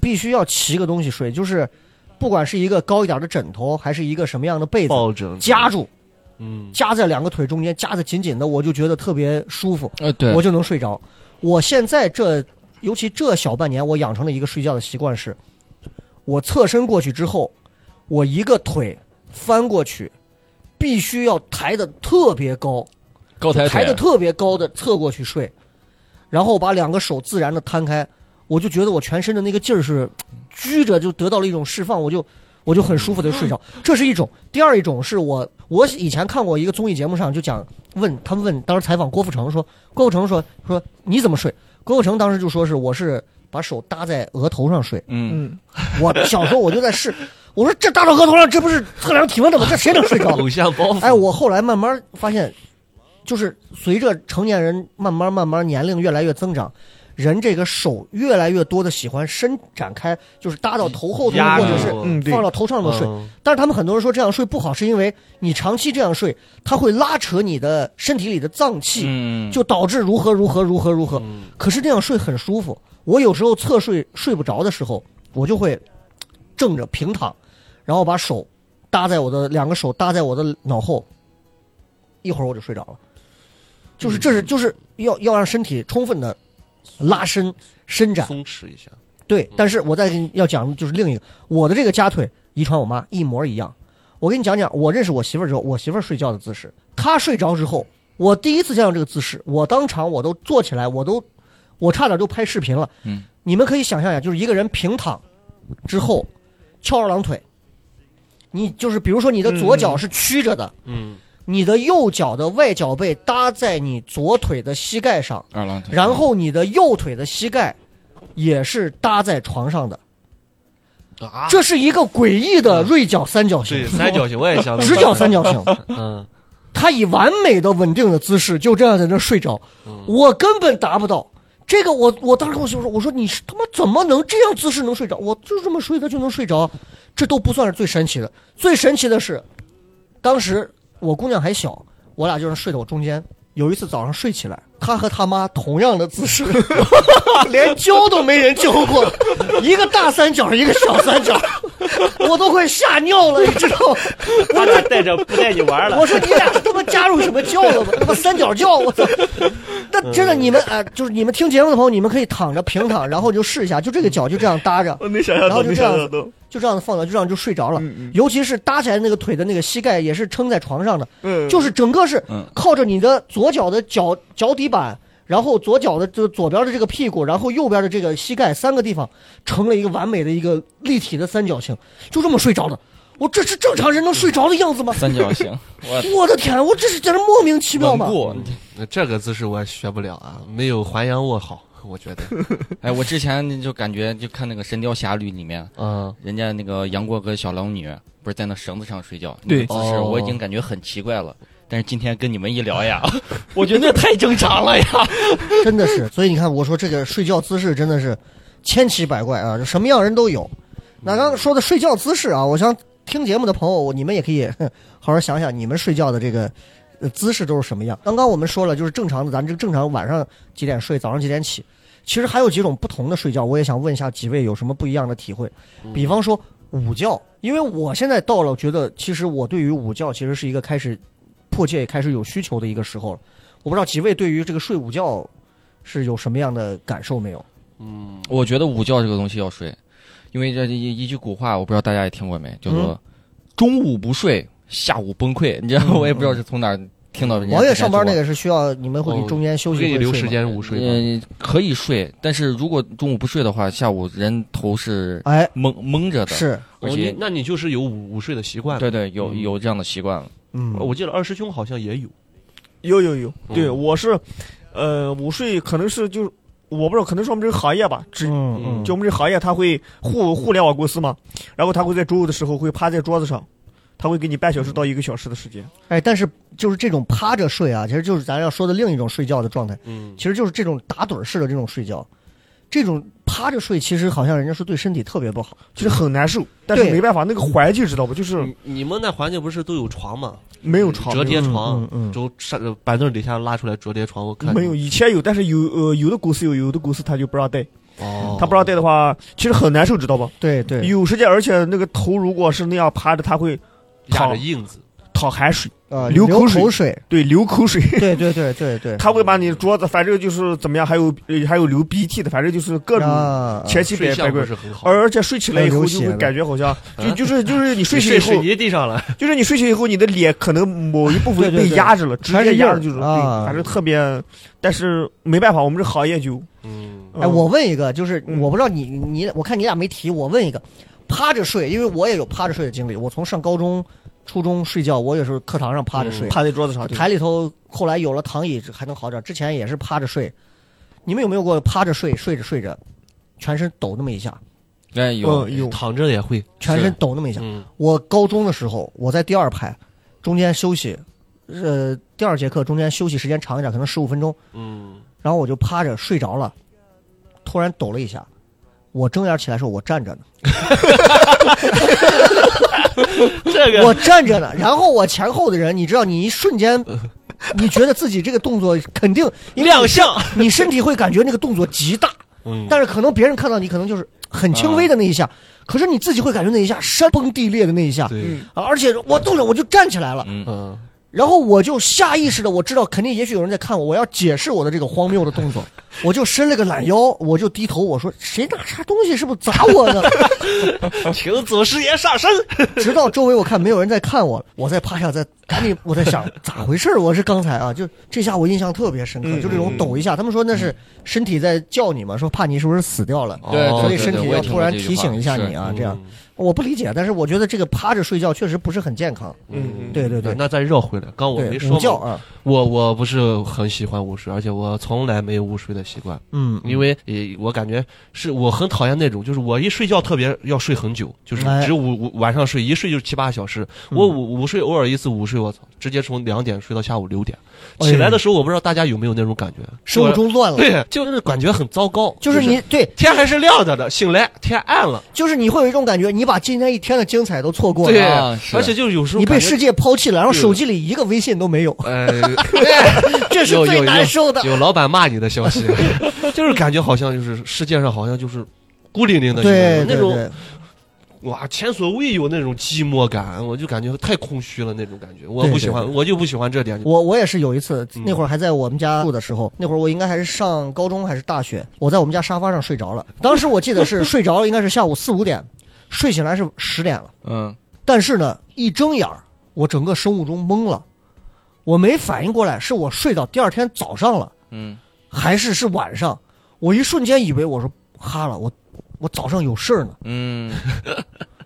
Speaker 4: 必须要骑个东西睡，就是不管是一个高一点的枕头，还是一个什么样的被子，
Speaker 5: 抱枕
Speaker 4: 夹，住，
Speaker 5: 嗯，
Speaker 4: 夹在两个腿中间，夹得紧紧的，我就觉得特别舒服。
Speaker 6: 呃，对
Speaker 4: 我，就能睡着。我现在这，尤其这小半年，我养成了一个睡觉的习惯是，我侧身过去之后，我一个腿翻过去，必须要抬得特别高，
Speaker 6: 高抬
Speaker 4: 抬
Speaker 6: 腿
Speaker 4: 得，特别高的侧过去睡，然后把两个手自然的摊开，我就觉得我全身的那个劲儿是拘着，就得到了一种释放，我就。我就很舒服的睡着，这是一种。第二一种是我，我以前看过一个综艺节目上就讲，问他们问当时采访郭富城说，郭富城说说你怎么睡？郭富城当时就说是我是把手搭在额头上睡，
Speaker 6: 嗯，
Speaker 7: 嗯，
Speaker 4: 我小时候我就在试，我说这搭到额头上，这不是测量体温的吗？这谁能睡着？
Speaker 5: 偶像包袱。
Speaker 4: 哎，我后来慢慢发现，就是随着成年人慢慢慢慢年龄越来越增长，人这个手越来越多的喜欢伸展开，就是搭到头后头，
Speaker 5: 压
Speaker 4: 或
Speaker 5: 住
Speaker 4: 者是
Speaker 7: 嗯对
Speaker 4: 放到头上的睡。
Speaker 5: 嗯
Speaker 4: 但是他们很多人说这样睡不好，是因为你长期这样睡，它会拉扯你的身体里的脏气，
Speaker 6: 嗯，
Speaker 4: 就导致如何如何如何如何。
Speaker 5: 嗯
Speaker 4: 可是那样睡很舒服。我有时候侧睡睡不着的时候，我就会正着平躺，然后把手搭在我的两个手搭在我的脑后，一会儿我就睡着了。就是这是就是要要让身体充分的拉伸伸展，
Speaker 5: 松弛一下，
Speaker 4: 对。但是我再给你要讲的就是另一个，我的这个夹腿遗传我妈一模一样。我跟你讲讲，我认识我媳妇儿之后，我媳妇儿睡觉的姿势，她睡着之后，我第一次见到这个姿势，我当场我都坐起来，我都我差点就拍视频了。
Speaker 6: 嗯，
Speaker 4: 你们可以想象一下，就是一个人平躺之后翘二郎腿，你就是比如说你的左脚是曲着的，
Speaker 5: 嗯，
Speaker 4: 你的右脚的外脚背搭在你左腿的膝盖上，
Speaker 6: 二郎腿，
Speaker 4: 然后你的右腿的膝盖也是搭在床上的，
Speaker 5: 啊，
Speaker 4: 这是一个诡异的锐角三角形
Speaker 5: 对，三角形我也想
Speaker 4: 直角三角形。
Speaker 5: 嗯，
Speaker 4: 他以完美的稳定的姿势就这样在那睡着，
Speaker 5: 嗯
Speaker 4: 我根本达不到。这个我我当时我就说，我说你是他妈怎么能这样姿势能睡着？我就这么睡他就能睡着，这都不算是最神奇的。最神奇的是，当时我姑娘还小，我俩就是睡到我中间。有一次早上睡起来，她和她妈同样的姿势， 连教都没人教过，一个大三角，一个小三角， 我都快吓尿了，你知道吗？
Speaker 2: 他他带着不带你玩了
Speaker 4: 我，说你俩是他妈加入什么教了吗？他妈三角教，我操！那真的
Speaker 2: 嗯
Speaker 4: 你们啊、就是你们听节目的朋友，你们可以躺着平躺，然后就试一下，就这个脚就这样搭着，
Speaker 7: 我没想象
Speaker 4: 然
Speaker 7: 到，
Speaker 4: 后就
Speaker 7: 没
Speaker 4: 这
Speaker 7: 想
Speaker 4: 样
Speaker 7: 象
Speaker 4: 子
Speaker 7: 到，
Speaker 4: 就这样放着，就这样就睡着了。
Speaker 7: 嗯嗯
Speaker 4: 尤其是搭起来那个腿的那个膝盖也是撑在床上的，
Speaker 7: 嗯，
Speaker 4: 就是整个是
Speaker 6: 嗯
Speaker 4: 靠着你的左脚的脚脚底板。然后左脚的就左边的这个屁股，然后右边的这个膝盖三个地方成了一个完美的一个立体的三角形，就这么睡着的。我这是正常人能睡着的样子吗？
Speaker 6: 嗯三角形，我
Speaker 4: 我的天，我这是在这莫名其妙
Speaker 5: 稳
Speaker 4: 嘛。
Speaker 5: 固，嗯这个姿势我也学不了啊，没有还阳卧好，我觉得，
Speaker 6: 哎，我之前就感觉就看那个《神雕侠侣》里面，
Speaker 5: 嗯，
Speaker 6: 人家那个杨过跟小龙女不是在那绳子上睡觉，
Speaker 7: 对
Speaker 6: 那个姿势
Speaker 5: 哦
Speaker 6: 我已经感觉很奇怪了。但是今天跟你们一聊呀，我觉得太正常了呀。
Speaker 4: 真的是，所以你看，我说这个睡觉姿势真的是千奇百怪啊，什么样人都有。那刚刚说的睡觉姿势啊，我想听节目的朋友，你们也可以哼好好想想你们睡觉的这个呃姿势都是什么样。刚刚我们说了，就是正常的，咱这个正常晚上几点睡，早上几点起。其实还有几种不同的睡觉，我也想问一下几位有什么不一样的体会？比方说午觉，因为我现在到了，觉得其实我对于午觉其实是一个开始迫切、开始有需求的一个时候了。我不知道几位对于这个睡午觉是有什么样的感受没有？
Speaker 6: 我觉得午觉这个东西要睡，因为这一一句古话，我不知道大家也听过
Speaker 4: 嗯
Speaker 6: 没，叫做“中午不睡，下午崩溃”。你知道，我也不知道是从哪儿听到人
Speaker 4: 嗯
Speaker 6: 家。
Speaker 4: 王月上班那
Speaker 6: 个。
Speaker 4: 个是需要你们会给中间休息，
Speaker 5: 给你
Speaker 4: 会
Speaker 5: 留
Speaker 4: 睡
Speaker 5: 时
Speaker 4: 吗。
Speaker 5: 间午睡吗。
Speaker 6: 嗯，可以睡，但是如果中午不睡的话，下午人头是
Speaker 4: 哎，
Speaker 6: 蒙蒙着的。，
Speaker 4: 是，
Speaker 5: 哦
Speaker 6: 而且
Speaker 5: 你那你就是有午午睡的习惯了。
Speaker 6: 对对，有
Speaker 5: 嗯
Speaker 6: 有这样的习惯了。
Speaker 4: 嗯，
Speaker 5: 我记得二师兄好像也有，
Speaker 7: 有有有，对
Speaker 5: 嗯
Speaker 7: 我是，呃，午睡可能是就是我不知道，可能是我们这个行业吧，只
Speaker 4: 嗯嗯，
Speaker 7: 就我们这行业，它会互互联网公司嘛，然后它会在中午的时候会趴在桌子上，它会给你半小时到一个小时的时间。
Speaker 4: 哎，但是就是这种趴着睡啊，其实就是咱要说的另一种睡觉的状态，
Speaker 5: 嗯
Speaker 4: 其实就是这种打盹儿式的这种睡觉，这种趴着睡其实好像人家说对身体特别不好。
Speaker 7: 其实很难受，但是
Speaker 4: 对
Speaker 7: 没办法，那个环境知道吧？就是
Speaker 5: 你你们那环境不是都有床吗？
Speaker 7: 没有床，
Speaker 5: 嗯折叠
Speaker 4: 嗯
Speaker 5: 床
Speaker 4: 嗯嗯，
Speaker 5: 就上呃板凳底下拉出来折叠床，我看
Speaker 7: 没有，以前有，但是有呃，有的公司有，有的公司他就不让带，
Speaker 5: 哦，
Speaker 7: 他不让带的话，其实很难受，知道吧？
Speaker 4: 对对，
Speaker 7: 有时间，而且那个头如果是那样趴着，他会
Speaker 5: 压
Speaker 7: 躺
Speaker 5: 着印子，
Speaker 7: 淌汗水，
Speaker 4: 呃，
Speaker 7: 流
Speaker 4: 口
Speaker 7: 口水对，流口水，
Speaker 4: 对对对对对，
Speaker 7: 他会把你桌子，反正就是怎么样，还有呃还有流鼻涕的，反正就是各种
Speaker 4: 啊，
Speaker 7: 千奇
Speaker 5: 睡
Speaker 7: 百
Speaker 5: 相
Speaker 7: 百
Speaker 5: 不
Speaker 7: 怪。
Speaker 5: 是很好。
Speaker 7: 而而且睡起来以后就
Speaker 4: 还有流
Speaker 7: 会
Speaker 4: 血
Speaker 7: 感觉好像，就就是就是你睡
Speaker 5: 你
Speaker 7: 醒以
Speaker 5: 睡水
Speaker 7: 后，
Speaker 5: 泥地上了，
Speaker 7: 就是你睡醒以后，你的脸可能某一部
Speaker 4: 对
Speaker 7: 分
Speaker 4: 对
Speaker 7: 被
Speaker 4: 对
Speaker 7: 压着了，直
Speaker 4: 全是
Speaker 7: 接
Speaker 4: 印儿
Speaker 7: 压着就是，
Speaker 4: 啊
Speaker 7: 对，反正特别，但是没办法，我们这行业就，
Speaker 5: 嗯，
Speaker 4: 哎，
Speaker 7: 嗯
Speaker 4: 我问一个，就是
Speaker 7: 嗯
Speaker 4: 我不知道你你，我看你俩没提，我问一个，趴着睡，因为我也有趴着睡的经历。我从上高中、初中睡觉，我也是课堂上趴着睡，
Speaker 5: 嗯
Speaker 7: 趴在桌子上，对
Speaker 4: 台里头后来有了躺椅还能好点，之前也是趴着睡。你们有没有过趴着睡，睡着睡着，全身抖那么一下，
Speaker 6: 哎，有
Speaker 4: 哦
Speaker 7: 嗯有
Speaker 5: 躺着也会，
Speaker 4: 全身抖那么一下？
Speaker 5: 嗯，
Speaker 4: 我高中的时候，我在第二排，中间休息，呃，第二节课中间休息时间长一点，可能十五分钟，
Speaker 5: 嗯，
Speaker 4: 然后我就趴着睡着了，突然抖了一下。我睁眼起来的时候，我站着呢，
Speaker 5: 这
Speaker 4: 我站着呢。然后我前后的人，你知道，你一瞬间， 你觉得自己这个动作肯定因为
Speaker 5: 亮相，
Speaker 4: 你身体会感觉那个动作极大，
Speaker 5: 嗯，
Speaker 4: 但是可能别人看到你，可能就是很轻微的那一下，可是你自己会感觉那一下山崩地裂的那一下，
Speaker 5: 对，
Speaker 4: 啊而且我动着我就站起来了，
Speaker 6: 嗯，
Speaker 5: 嗯，
Speaker 4: 然后我就下意识的我知道肯定也许有人在看我，我要解释我的这个荒谬的动作，我就伸了个懒腰，我就低头，我说谁拿啥东西，是不是砸我呢？
Speaker 5: 啊请祖师爷上身。
Speaker 4: 直到周围我看没有人在看我，我再趴下，再赶紧我在想咋回事儿我是刚才啊，就这下我印象特别深刻，
Speaker 7: 嗯
Speaker 4: 就这种抖一下，他们说那是身体在叫你嘛，说怕你是不是死掉了，
Speaker 6: 对
Speaker 5: 哦
Speaker 4: 所以
Speaker 6: 对
Speaker 4: 身
Speaker 6: 对
Speaker 4: 体
Speaker 6: 我也
Speaker 4: 要
Speaker 6: 听
Speaker 4: 突
Speaker 6: 过
Speaker 4: 然
Speaker 6: 这句
Speaker 4: 提
Speaker 6: 话
Speaker 4: 醒一下
Speaker 6: 是
Speaker 4: 你
Speaker 5: 嗯
Speaker 4: 啊，这样。我不理解，但是我觉得这个趴着睡觉确实不是很健康。
Speaker 7: 嗯，
Speaker 4: 对对
Speaker 5: 对，
Speaker 4: 对，
Speaker 5: 那再绕回来，刚我哦没
Speaker 4: 对
Speaker 5: 说
Speaker 4: 午觉
Speaker 5: 嘛，
Speaker 4: 啊，
Speaker 5: 我我不是很喜欢午睡，而且我从来没有午睡的习惯，
Speaker 4: 嗯，
Speaker 5: 因为呃，我感觉是我很讨厌那种，就是我一睡觉特别要睡很久，就是
Speaker 4: 哎
Speaker 5: 只午午晚上睡一睡就是七八小时，
Speaker 4: 嗯
Speaker 5: 我午午睡偶尔一次午睡，我操，直接从两点睡到下午六点，
Speaker 4: 哎呦
Speaker 5: 起来的时候我不知道大家有没有那种感觉，
Speaker 4: 生物钟乱了，
Speaker 5: 对， 就是感觉很糟糕，
Speaker 4: 就是你对，
Speaker 5: 天还是亮着的，醒来天暗了，
Speaker 4: 就是你会有一种感觉，你把今天一天的精彩都错过
Speaker 5: 对，
Speaker 4: 了，
Speaker 6: 是
Speaker 5: 而且就是有时候
Speaker 4: 你被
Speaker 5: 感觉
Speaker 4: 世界抛弃了，然后手机里一个微信都没 有，
Speaker 5: 呃，
Speaker 4: 这是
Speaker 5: 有
Speaker 4: 最
Speaker 5: 有
Speaker 4: 难受的。
Speaker 5: 有老板骂你的消息， 就是感觉好像就是世界上好像就是孤零零的一个
Speaker 4: 对
Speaker 5: 人，那
Speaker 4: 对
Speaker 5: 种
Speaker 4: 对，
Speaker 5: 哇前所未有那种寂寞感，我就感觉太空虚了那种感觉，我
Speaker 4: 对
Speaker 5: 不
Speaker 4: 对
Speaker 5: 喜欢，
Speaker 4: 对
Speaker 5: 我就不喜欢这点。
Speaker 4: 我我也是有一次，
Speaker 5: 嗯
Speaker 4: 那会儿还在我们家住的时候，那会儿我应该还是上高中还是大学，我在我们家沙发上睡着了。当时我记得是睡着了，应该是下午四五点，睡醒来是十点了。
Speaker 6: 嗯，
Speaker 4: 但是呢，一睁眼儿，我整个生物钟懵了，我没反应过来，是我睡到第二天早上了。
Speaker 6: 嗯，
Speaker 4: 还是是晚上，我一瞬间以为我说哈了，我我早上有事儿呢，
Speaker 6: 嗯，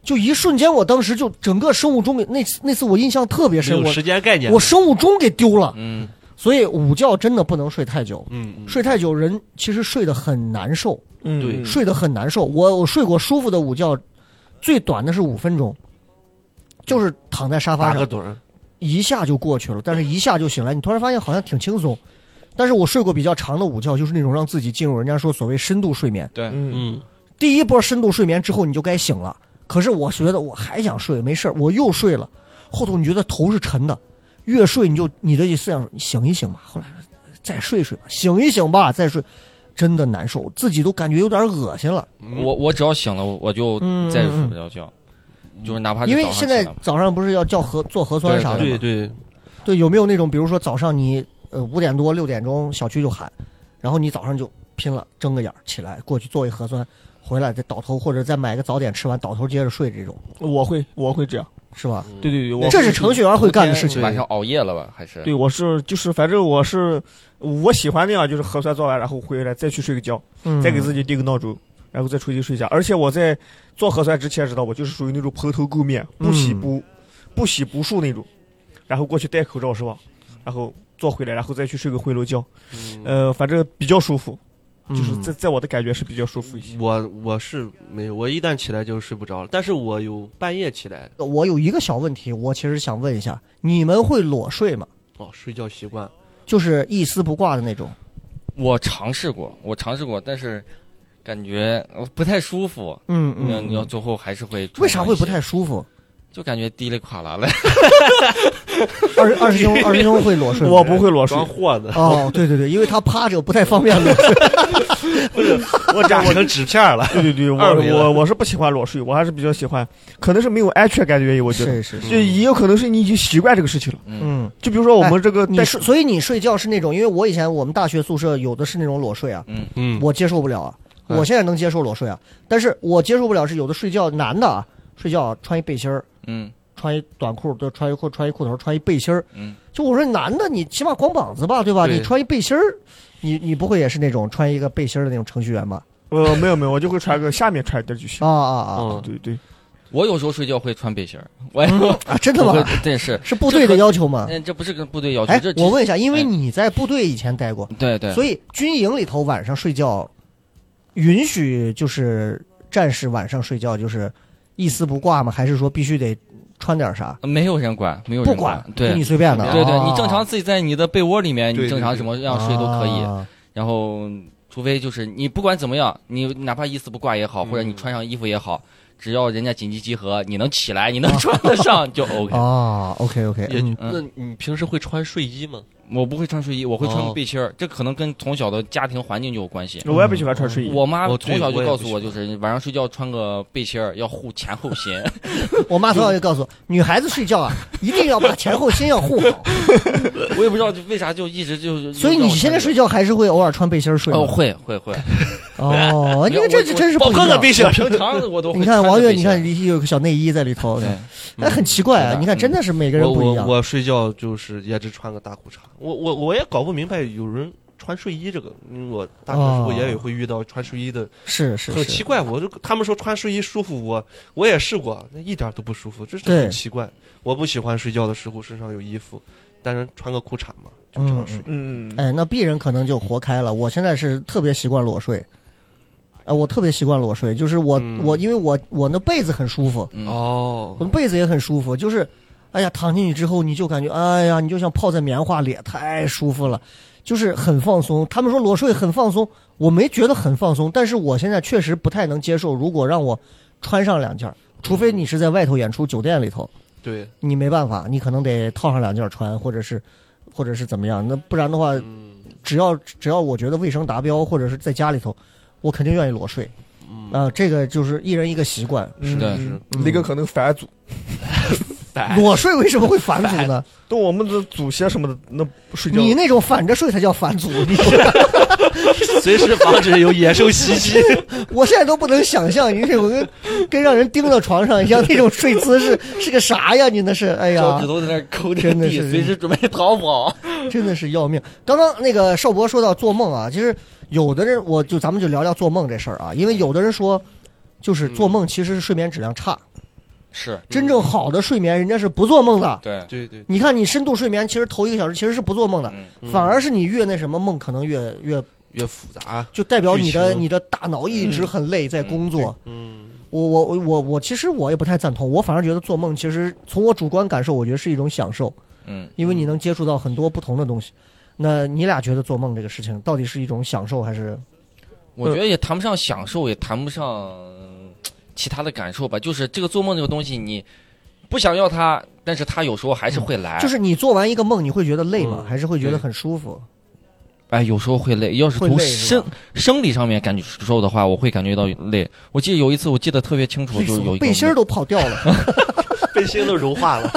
Speaker 4: 就一瞬间，我当时就整个生物钟给那次那次我印象特别
Speaker 5: 没
Speaker 4: 深，
Speaker 5: 有
Speaker 4: 我
Speaker 5: 时间概念，
Speaker 4: 我生物钟给丢了，
Speaker 6: 嗯，
Speaker 4: 所以午觉真的不能睡太久，
Speaker 5: 嗯，嗯
Speaker 4: 睡太久人其实睡得很难受，
Speaker 7: 嗯
Speaker 5: 对
Speaker 4: 睡得很难受。我我睡过舒服的午觉，最短的是五分钟，就是躺在沙发
Speaker 5: 打个
Speaker 4: 上
Speaker 5: 盹儿，
Speaker 4: 一下就过去了，但是一下就醒来，你突然发现好像挺轻松。但是我睡过比较长的午觉，就是那种让自己进入人家说所谓深度睡眠。
Speaker 6: 对，
Speaker 7: 嗯
Speaker 5: 嗯，
Speaker 4: 第一波深度睡眠之后，你就该醒了。可是我觉得我还想睡，没事儿，我又睡了。后头你觉得头是沉的，越睡你就你的思想说你醒一醒吧，后来再睡睡吧，醒一醒吧，再睡，真的难受，自己都感觉有点恶心了。
Speaker 6: 我我只要醒了，我我就
Speaker 4: 嗯
Speaker 6: 再也睡不着觉，就是哪怕是
Speaker 4: 因为
Speaker 6: 早上
Speaker 4: 现在
Speaker 6: 起来
Speaker 4: 早上不是要叫核做核酸啥的吗？
Speaker 5: 对对，
Speaker 4: 对有没有那种比如说早上你呃五点多六点钟小区就喊，然后你早上就拼了，睁个眼儿起来过去做一核酸，回来再倒头或者再买个早点吃完倒头接着睡这种
Speaker 7: 我会我会这样，
Speaker 4: 是吧？
Speaker 5: 嗯
Speaker 7: 对对对，我
Speaker 4: 这是程序员会干的事
Speaker 6: 晚
Speaker 4: 情。
Speaker 6: 上晚上熬夜了吧？还是
Speaker 7: 对，我是就是反正我是我喜欢那样，就是核酸做完然后回来再去睡个觉，
Speaker 4: 嗯
Speaker 7: 再给自己定个闹钟，然后再出去睡一下。而且我在做核酸之前知道，我就是属于那种蓬头垢面、不洗
Speaker 4: 嗯
Speaker 7: 不、不洗不漱那种，然后过去戴口罩是吧？然后做回来，然后再去睡个回笼觉，
Speaker 4: 嗯
Speaker 7: 呃，反正比较舒服，就是在在我的感觉是比较舒服一些。
Speaker 5: 嗯我我是没有，我一旦起来就睡不着了，但是我有半夜起来
Speaker 4: 我有一个小问题，我其实想问一下，你们会裸睡吗？
Speaker 5: 哦，睡觉习惯，
Speaker 4: 就是一丝不挂的那种。
Speaker 6: 我尝试过，我尝试过，但是感觉呃不太舒服。
Speaker 4: 嗯
Speaker 6: 那你要最后还是会
Speaker 4: 为啥会不太
Speaker 6: 穿上一些？
Speaker 4: 舒服？
Speaker 6: 就感觉滴里垮啦了。
Speaker 4: 二 二师兄，二师兄会裸睡吗？
Speaker 7: 我不会 裸睡
Speaker 5: 装，货的，
Speaker 4: 哦，对对对，因为他趴着不太 方便裸睡。
Speaker 7: 我这
Speaker 5: 炸
Speaker 7: 我
Speaker 5: 成纸片儿了。
Speaker 7: 对对对，
Speaker 5: 二
Speaker 7: 我
Speaker 5: 维了
Speaker 7: 我我是不喜欢裸睡，我还是比较喜欢，可能是没有安全感的原因，我觉得。
Speaker 4: 是是，是
Speaker 7: 就也有可能是你已经习惯这个事情了，
Speaker 6: 嗯，
Speaker 4: 嗯，
Speaker 7: 就比如说我们这个
Speaker 4: 你
Speaker 7: 戴
Speaker 4: 睡，所以你睡觉是那种，因为我以前我们大学宿舍有的是那种裸睡啊，
Speaker 5: 嗯，
Speaker 4: 我接受不了啊。
Speaker 5: 哎
Speaker 4: 我现在能接受裸睡啊，但是我接受不了是有的睡觉男的啊，睡觉穿一背心儿，
Speaker 6: 嗯
Speaker 4: 穿一短裤，都穿一裤穿一裤头，穿一背心儿，
Speaker 6: 嗯，
Speaker 4: 就我说男的，你起码光膀子吧，对吧？
Speaker 5: 对
Speaker 4: 你穿一背心儿，你你不会也是那种穿一个背心儿的那种程序员吧？
Speaker 7: 呃，没有没有，我就会穿个下面穿一点就行。
Speaker 4: 啊啊
Speaker 5: 嗯
Speaker 7: 对对，
Speaker 6: 我有时候睡觉会穿背心儿， 我也
Speaker 4: 啊啊！真的
Speaker 6: 我
Speaker 4: 吗？
Speaker 6: 会这 是，
Speaker 4: 是部队的要求吗？
Speaker 5: 哎
Speaker 6: 嗯，这不是跟部队要求，
Speaker 4: 啊哎
Speaker 6: 这，其实
Speaker 4: 我问一下，因为
Speaker 6: 哎
Speaker 4: 你在部队以前待过，
Speaker 6: 对对，
Speaker 4: 所以军营里头晚上睡觉允许就是战士晚上睡觉就是一丝不挂吗？还是说必须得穿点啥？
Speaker 6: 没有人管，没有
Speaker 4: 不
Speaker 6: 人
Speaker 4: 管，
Speaker 6: 对
Speaker 4: 就你随便的。
Speaker 6: 对对，
Speaker 4: 啊
Speaker 6: 你正常自己在你的被窝里面，
Speaker 5: 对对
Speaker 6: 你正常什么样睡都可以。
Speaker 4: 啊
Speaker 6: 然后，除非就是你不管怎么样，你哪怕一丝不挂也好，或
Speaker 4: 嗯
Speaker 6: 者你穿上衣服也好，只要人家紧急集合，你能起
Speaker 4: 啊
Speaker 6: 来，你能穿得上就 OK。
Speaker 4: 啊，OK OK，
Speaker 5: 也
Speaker 4: 嗯，
Speaker 5: 那你平时会穿睡衣吗？
Speaker 6: 我不会穿睡衣，我会穿
Speaker 5: 哦
Speaker 6: 背心儿，这可能跟从小的家庭环境就有关
Speaker 4: 嗯
Speaker 6: 系。
Speaker 7: 我也不喜欢穿睡衣。
Speaker 6: 我妈
Speaker 5: 我对
Speaker 6: 从小就
Speaker 5: 我也
Speaker 6: 告
Speaker 5: 不
Speaker 6: 诉
Speaker 5: 喜
Speaker 6: 我，
Speaker 5: 欢
Speaker 6: 就是晚上睡觉穿个背心儿要护前后心。
Speaker 4: 我妈从小就告诉我，女孩子睡觉 啊，一定要把前后心要护好。
Speaker 6: 我也不知道为啥就一直就。
Speaker 4: 所以你现在睡觉还是会偶尔穿背心儿睡
Speaker 6: 觉哦，
Speaker 4: 吗？
Speaker 6: 会 会会，
Speaker 4: 哦，你
Speaker 6: 没有
Speaker 4: 看这
Speaker 6: 我
Speaker 4: 这
Speaker 6: 我
Speaker 4: 真是不一样。
Speaker 5: 心
Speaker 6: 我平常我都会
Speaker 4: 你看
Speaker 6: 穿着
Speaker 4: 王悦，
Speaker 6: 背
Speaker 4: 你
Speaker 6: 心儿
Speaker 4: 看里有个小内衣在里头
Speaker 6: 对，，
Speaker 4: 哎，很奇怪啊！
Speaker 6: 嗯
Speaker 4: 你看，真的是每个人
Speaker 5: 我
Speaker 4: 不一
Speaker 5: 我
Speaker 4: 样。
Speaker 5: 我睡觉就是也只穿个大裤衩，我我我也搞不明白有人穿睡衣这个，因为我大学时候
Speaker 4: 哦
Speaker 5: 也有会遇到穿睡衣的，
Speaker 4: 是是
Speaker 5: 很奇
Speaker 4: 是，
Speaker 5: 怪。我就他们说穿睡衣舒服，我我也试过，那一点都不舒服，这是
Speaker 4: 对
Speaker 5: 很奇怪。我不喜欢睡觉的时候身上有衣服，但是穿个裤衩嘛，就这样睡。
Speaker 7: 嗯，
Speaker 4: 哎，那鄙人可能就活开了。我现在是特别习惯裸睡，啊，我特别习惯裸睡，就是我
Speaker 5: 嗯
Speaker 4: 我因为我我那被子很舒服，
Speaker 6: 嗯
Speaker 5: 哦
Speaker 4: 我的被子也很舒服，就是，哎呀，躺进去之后你就感觉，哎呀，你就像泡在棉花里，太舒服了，就是很放松。他们说裸睡很放松，我没觉得很放松，但是我现在确实不太能接受，如果让我穿上两件儿，除非你是在外头演出，酒店里头，
Speaker 5: 对，
Speaker 4: 你没办法，你可能得套上两件儿穿，或者是，或者是怎么样，那不然的话，
Speaker 5: 嗯
Speaker 4: 只要只要我觉得卫生达标，或者是在家里头，我肯定愿意裸睡。
Speaker 5: 嗯，
Speaker 4: 啊、这个就是一人一个习惯。
Speaker 7: 嗯是
Speaker 6: 的
Speaker 5: 是的
Speaker 7: 那个可能反祖，
Speaker 5: 哎
Speaker 4: 裸睡为什么会反祖呢？
Speaker 7: 对我们的祖先什么的，那睡觉
Speaker 4: 你那种反着睡才叫反祖，你知道吗
Speaker 5: 随时防止有野兽袭 击。
Speaker 4: 我现在都不能想象你这种跟跟让人钉到床上一样那种睡姿是是个啥呀？你那是，哎
Speaker 6: 脚趾
Speaker 4: 呀，
Speaker 6: 头在那儿抠着
Speaker 4: 真的
Speaker 6: 地，
Speaker 4: 是
Speaker 6: 随时准备逃跑。
Speaker 4: 真的是要命。刚刚那个邵博说到做梦啊，其实有的人我就咱们就聊聊做梦这事儿啊，因为有的人说就是做梦其实是睡眠质量差，
Speaker 5: 嗯
Speaker 6: 是， 嗯
Speaker 4: 真正好的睡眠人家是不做梦的。
Speaker 6: 对，
Speaker 5: 对对，
Speaker 4: 你看你深度睡眠，其实头一个小时其实是不做梦的，
Speaker 6: 嗯，
Speaker 5: 嗯
Speaker 4: 反而是你越那什么梦可能越越
Speaker 5: 越复杂。啊
Speaker 4: 就代表你的
Speaker 5: 剧情
Speaker 4: 你的大脑一直很累在工作。
Speaker 5: 嗯，
Speaker 4: 我我我我我其实我也不太赞同，我反而觉得做梦其实从我主观感受，我觉得是一种享受，
Speaker 6: 嗯，
Speaker 4: 因为你能接触到很多不同的东西。那你俩觉得做梦这个事情到底是一种享受还是？
Speaker 6: 我觉得也谈不上享受，也谈不上嗯其他的感受吧。就是这个做梦这个东西，你不想要它，但是它有时候还是会
Speaker 7: 哎
Speaker 6: 来。
Speaker 4: 就是你做完一个梦，你会觉得累吗？
Speaker 5: 嗯
Speaker 4: 还是会觉得很舒服？
Speaker 6: 哎，有时候会累，要是
Speaker 4: 会
Speaker 6: 从
Speaker 4: 累是
Speaker 6: 生
Speaker 4: 吧
Speaker 6: 生理上面感受的话，我会感觉到累。我记得有一次，我记得特别清楚，就是有一个
Speaker 4: 背心儿都跑掉了，
Speaker 5: 背心都融化了。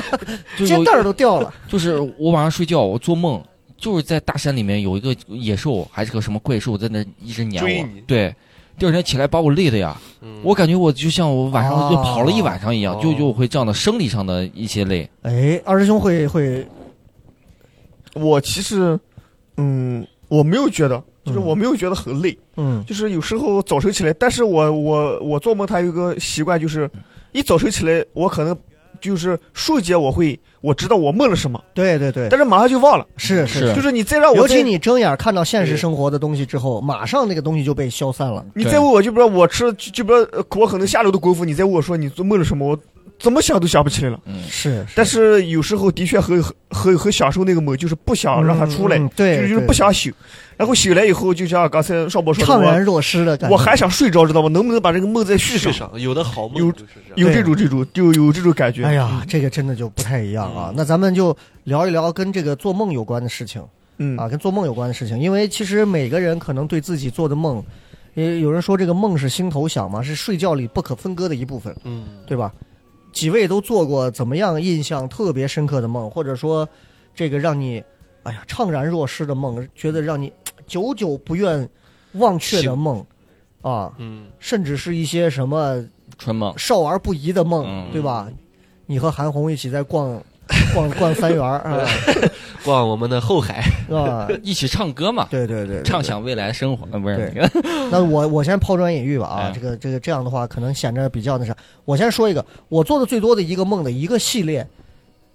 Speaker 6: 就
Speaker 4: 肩
Speaker 6: 有
Speaker 4: 带儿都 掉了。
Speaker 6: 就是我晚上睡觉，我做梦，就是在大山里面有一个野兽，还是个什么怪兽，在那一直撵
Speaker 5: 追
Speaker 6: 我
Speaker 5: 你。
Speaker 6: 对，第二天起来把我累的呀，
Speaker 5: 嗯
Speaker 6: 我感觉我就像我晚
Speaker 4: 啊
Speaker 6: 上就跑了一晚上一样，
Speaker 5: 哦
Speaker 6: 就就会这样的生理上的一些累。
Speaker 4: 哎，二师兄会会
Speaker 7: 我其实，嗯，我没有觉得，就是
Speaker 4: 嗯
Speaker 7: 我没有觉得很累，
Speaker 4: 嗯
Speaker 7: 就是有时候早晨起来，但是我我我做梦，它有一个习惯，就是一早晨起来，我可能就是瞬间我会我知道我梦了什么，
Speaker 4: 对对对，
Speaker 7: 但是马上就忘了，
Speaker 4: 是
Speaker 6: 是
Speaker 4: 是
Speaker 7: 就是啊你再让我
Speaker 4: 尤其
Speaker 7: 再
Speaker 4: 你睁眼看到现实生活的东西之后，马上那个东西就被消散了。
Speaker 7: 你再问我，就比如说我吃，就就比如说我可能下楼呃的功夫，你再问我说你做梦了什么，我怎么想都想不起来了。
Speaker 6: 嗯，
Speaker 4: 是，
Speaker 7: 但是有时候的确很很很很享受那个梦，就是不想啊让它出来，
Speaker 4: 嗯嗯对，
Speaker 7: 就是就是
Speaker 4: 对
Speaker 7: 不想醒。然后醒来以后，就像刚才邵博说
Speaker 4: 怅
Speaker 7: 的，
Speaker 4: 然若失的感
Speaker 7: 我
Speaker 4: 觉。
Speaker 7: 我还想睡着，知道吗？能不能把这个梦再续
Speaker 5: 续
Speaker 7: 上？
Speaker 5: 上，有的好梦
Speaker 7: 有
Speaker 5: 就是这样。
Speaker 7: 有这种这种，就有这种感觉。嗯
Speaker 4: 哎呀，这个真的就不太一样啊。那咱们就聊一聊跟这个做梦有关的事情
Speaker 7: 嗯，
Speaker 4: 啊，跟做梦有关的事情，因为其实每个人可能对自己做的梦，也有人说这个梦是心头想嘛，是睡觉里不可分割的一部分，
Speaker 5: 嗯，
Speaker 4: 对吧？几位都做过怎么样印象特别深刻的梦，或者说这个让你哎呀怅然若失的梦，觉得让你久久不愿忘却的梦啊，
Speaker 5: 嗯，
Speaker 4: 甚至是一些什么
Speaker 6: 春梦。
Speaker 4: 少儿不宜的梦，
Speaker 6: 嗯
Speaker 4: 对吧？你和韩红一起在逛 逛逛三元 儿啊，
Speaker 5: 逛我们的后海，
Speaker 4: 啊，
Speaker 6: 一起唱歌嘛，
Speaker 4: 对对对，对
Speaker 6: 畅。想未来生活，呃不是
Speaker 4: 对？那我我先抛砖引玉吧啊，
Speaker 6: 哎
Speaker 4: 这个这个这样的话可能显着比较那啥。我先说一个，我做的最多的一个梦的一个系列，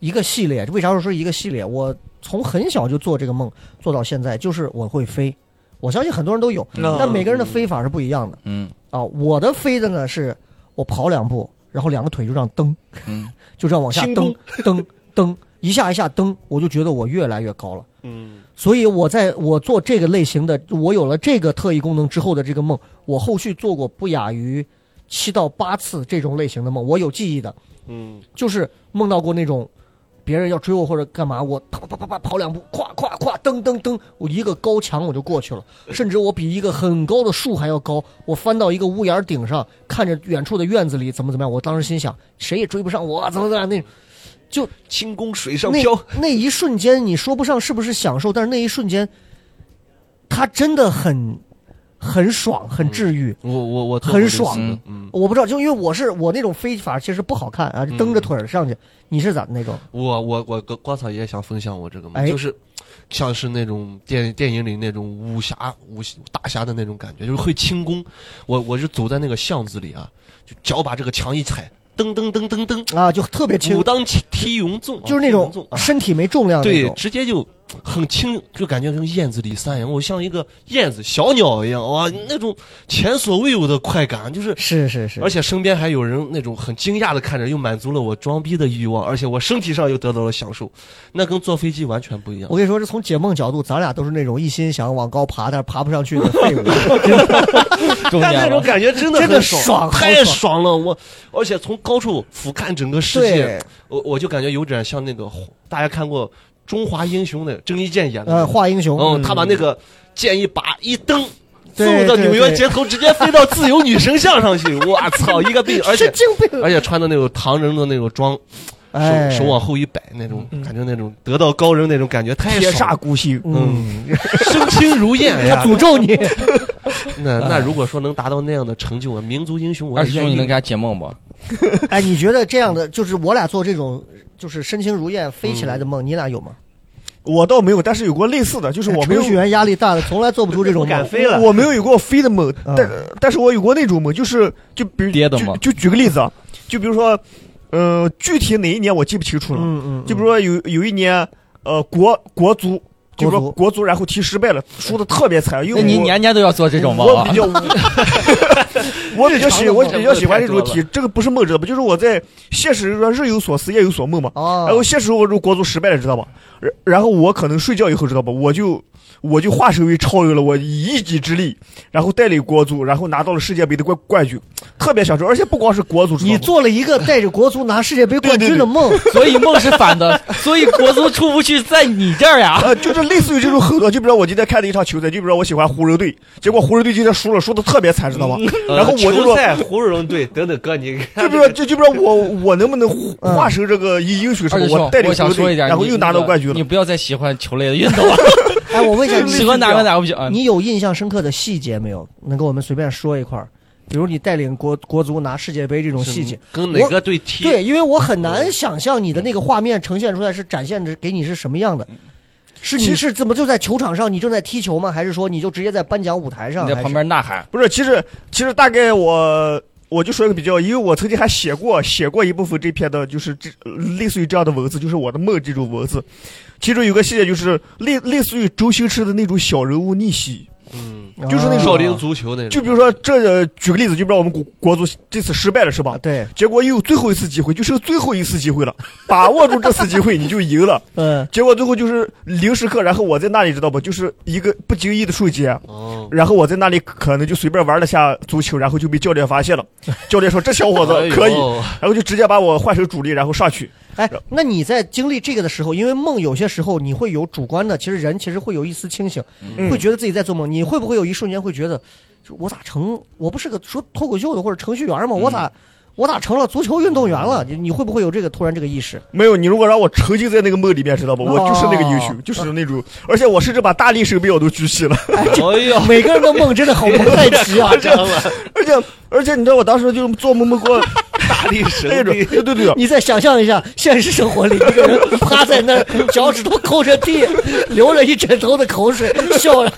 Speaker 4: 一个系列。为啥说是一个系列？我从很小就做这个梦，做到现在，就是我会飞。我相信很多人都有，但每个人的飞法是不一样的
Speaker 6: 嗯
Speaker 4: 啊。我的飞的呢是，我跑两步，然后两个腿就这样蹬，
Speaker 6: 嗯，
Speaker 4: 就这样往下蹬 蹬蹬，一下一下蹬，我就觉得我越来越高了。
Speaker 5: 嗯，
Speaker 4: 所以我在我做这个类型的，我有了这个特异功能之后的这个梦，我后续做过不亚于七到八次这种类型的梦，我有记忆的，
Speaker 5: 嗯
Speaker 4: 就是梦到过那种别人要追我或者干嘛，我啪啪啪啪跑两步，咵咵咵，噔噔噔，我一个高墙我就过去了，甚至我比一个很高的树还要高，我翻到一个屋檐顶上，看着远处的院子里怎么怎么样，我当时心想，谁也追不上我，怎么怎么样那。就
Speaker 5: 轻功水上
Speaker 4: 那
Speaker 5: 漂，
Speaker 4: 那一瞬间，你说不上是不是享受，但是那一瞬间，它真的很很爽，很治愈。
Speaker 5: 我我我做
Speaker 4: 很
Speaker 5: 过类似
Speaker 4: 爽
Speaker 5: 的嗯，
Speaker 4: 我不知道，就因为我是我那种飞法其实不好看啊，就蹬着腿儿上去。你是咋那种？
Speaker 5: 我我我跟瓜草也想分享我这个嘛，
Speaker 4: 哎
Speaker 5: 就是像是那种电电影里那种武侠武大侠的那种感觉，就是会轻功。我我是走在那个巷子里啊，就脚把这个墙一踩，噔噔噔噔噔，
Speaker 4: 啊，就特别轻
Speaker 5: 武，当踢踢云纵，
Speaker 4: 就是
Speaker 5: 啊
Speaker 4: 那
Speaker 5: 踢
Speaker 4: 种
Speaker 5: 云纵啊
Speaker 4: 身体没重量那
Speaker 5: 对，
Speaker 4: 种。
Speaker 5: 直接就很轻，就感觉跟燕子里散一样，我像一个燕子小鸟一样，哇，那种前所未有的快感，就是
Speaker 4: 是是是
Speaker 5: 而，且身边还有人那种很惊讶的看着，又满足了我装逼的欲望，而且我身体上又得到了享受，那跟坐飞机完全不一样
Speaker 4: 我。跟你说，这从解梦角度，咱俩都是那种一心想往高爬，但是爬不上去的废 物。
Speaker 6: 中
Speaker 5: 但那
Speaker 6: 间
Speaker 5: 种
Speaker 6: 了。
Speaker 5: 感觉真的
Speaker 4: 真的
Speaker 5: 很
Speaker 4: 爽好
Speaker 5: 太
Speaker 4: 爽
Speaker 5: 爽了！我而且从高处俯瞰整个世界
Speaker 4: 对，，
Speaker 5: 我我就感觉有点像那个大家看过《中华英雄》的郑伊健演的那
Speaker 4: 呃，
Speaker 5: 个，
Speaker 4: 画英雄，
Speaker 5: 嗯，他把那个剑一拔一蹬。
Speaker 4: 对
Speaker 5: 送到
Speaker 4: 对
Speaker 5: 纽约
Speaker 4: 对
Speaker 5: 街头，直接飞到自由女神像 上去！我操，一个逼！而且
Speaker 4: 神经病，
Speaker 5: 而且穿的那种唐人的那种装，
Speaker 4: 哎，
Speaker 5: 手手往后一摆那种感觉，那种得道高人那种感觉太
Speaker 7: 铁
Speaker 5: 爽
Speaker 7: 煞
Speaker 5: 了，
Speaker 7: 孤星，
Speaker 4: 嗯，
Speaker 5: 身轻如燕哎
Speaker 4: 他
Speaker 5: 呀！
Speaker 4: 诅咒你。
Speaker 5: 那那如果说能达到那样的成就，啊，民族英雄我
Speaker 6: 二
Speaker 5: 也
Speaker 6: 师兄，
Speaker 5: 愿
Speaker 6: 你能
Speaker 5: 意
Speaker 6: 给。他解梦不？
Speaker 4: 哎，你觉得这样的就是我俩做这种就是身轻如燕飞起来的梦，你俩有吗？
Speaker 7: 我倒没有，但是有过类似的，就是我没有
Speaker 4: 程序员压力大了，从来做不出这种
Speaker 2: 不敢
Speaker 4: 梦。
Speaker 2: 飞了。
Speaker 7: 我没有有过飞的梦，
Speaker 4: 嗯
Speaker 7: 但但是我有过那种梦，就是就比如
Speaker 6: 跌的
Speaker 7: 就
Speaker 6: 梦
Speaker 7: 就举个例子啊，就比如说，呃，具体哪一年我记不清楚了，
Speaker 4: 嗯嗯，
Speaker 7: 就比如说有有一年，呃，国国足，就比如
Speaker 4: 国足
Speaker 7: 说国足，然后踢失败了，输的特别惨，因
Speaker 6: 那
Speaker 7: 为
Speaker 6: 你
Speaker 7: 我
Speaker 6: 年年都要做这种梦
Speaker 7: 我
Speaker 6: 啊
Speaker 7: 比？ 较，我比较喜我比较喜欢这种
Speaker 5: 日常的
Speaker 7: 题，这个不是梦知道吧？就是我在现实中日有所思夜有所梦嘛。然后
Speaker 4: 哦，
Speaker 7: 现实中国足失败了，知道吧？然然后我可能睡觉以后知道吧，我就我就化身为超人了，我以一己之力，然后带领国足，然后拿到了世界杯的冠冠军，特别享受。而且不光是国足，知道
Speaker 4: 你
Speaker 7: 吧
Speaker 4: 做了一个带着国足拿世界杯冠军的梦，
Speaker 6: 所以梦是反 的，所以国足出不去在你这儿呀。
Speaker 7: 呃，就是类似于这种很多，就比如说我今天看的一场球赛，就比如说我喜欢湖人队，结果湖人队今天输了，输的特别惨，知道吧？
Speaker 6: 嗯
Speaker 5: 呃
Speaker 7: 然
Speaker 6: 呃
Speaker 7: 后我就
Speaker 2: 球
Speaker 7: 说，
Speaker 2: 赛胡蓉队等等哥，你看
Speaker 7: 就比如说就就比如说我我能不能化身这个一英雄什
Speaker 6: 嗯二
Speaker 7: 么，
Speaker 6: 师兄
Speaker 7: 带，领
Speaker 6: 我
Speaker 7: 湖
Speaker 6: 想
Speaker 7: 人
Speaker 6: 说
Speaker 7: 队，
Speaker 6: 一点，
Speaker 7: 然后
Speaker 6: 你
Speaker 7: 又拿到冠军
Speaker 6: 你
Speaker 7: 了。
Speaker 6: 不要再喜欢球类的运 动了，
Speaker 4: 哎，我问一下
Speaker 6: 喜
Speaker 4: 你，
Speaker 6: 欢哪个哪个不行啊？
Speaker 4: 你有印象深刻的细节没有？能给我们随便说一块儿？比如你带领国国足拿世界杯这种细节，
Speaker 5: 嗯跟哪个队踢？
Speaker 4: 对，因为我很难想象你的那个画面呈现出来是展现着给你是什么样的。是
Speaker 7: 其
Speaker 4: 你是怎么就在球场上，你正在踢球吗？还是说你就直接在颁奖舞台上？
Speaker 6: 你在
Speaker 4: 还
Speaker 6: 旁
Speaker 4: 是
Speaker 6: 边呐喊，
Speaker 7: 不是，其实其实大概我我就说一个比较，因为我曾经还写过写过一部分这篇的，就是这类似于这样的文字，就是我的梦这种文字。其中有个细节就是类类似于周星驰的那种小人物逆袭，
Speaker 5: 嗯，
Speaker 4: 哦
Speaker 7: 就是那种
Speaker 5: 少林足球那种。
Speaker 7: 就比如说这呃举个例子，就比如说我们国国足这次失败了是吧
Speaker 4: 啊，？对，
Speaker 7: 结果又有最后一次机会，就剩最后一次机会了，把握住这次机会你就赢了。
Speaker 4: 嗯，
Speaker 7: 结果最后就是零时刻，然后我在那里知道不？就是一个不经意的瞬间，啊
Speaker 5: 哦，
Speaker 7: 然后我在那里可能就随便玩了下足球，然后就被教练发现了。教练说这小伙子
Speaker 5: 哎 呦
Speaker 7: 可以，然后就直接把我换成主力，然后上去。
Speaker 4: 哎，那你在经历这个的时候，因为梦有些时候你会有主观的，其实人其实会有一丝清醒，
Speaker 7: 嗯
Speaker 4: 会觉得自己在做梦。你会不会有一瞬间会觉得，就我咋成？我不是个说脱口秀的或者程序员吗？我咋我咋成了足球运动员了？你你会不会有这个突然这个意识？
Speaker 7: 没有你，如果让我沉浸在那个梦里面，知道吧？
Speaker 4: 哦
Speaker 7: 我就是那个英雄，就是那种，而且我甚至把大力神标都举起了。
Speaker 5: 哎 呦，
Speaker 4: 每个人的梦真的好蒙太奇 啊！这
Speaker 7: 而且而且你知道我当时就是做梦梦给我
Speaker 5: 大力神
Speaker 7: 那种，
Speaker 5: 力，
Speaker 7: 对对对，
Speaker 4: 你再想象一下，现实生活里一个人趴在那儿，脚趾头抠着地，流着一枕头的口水，笑着，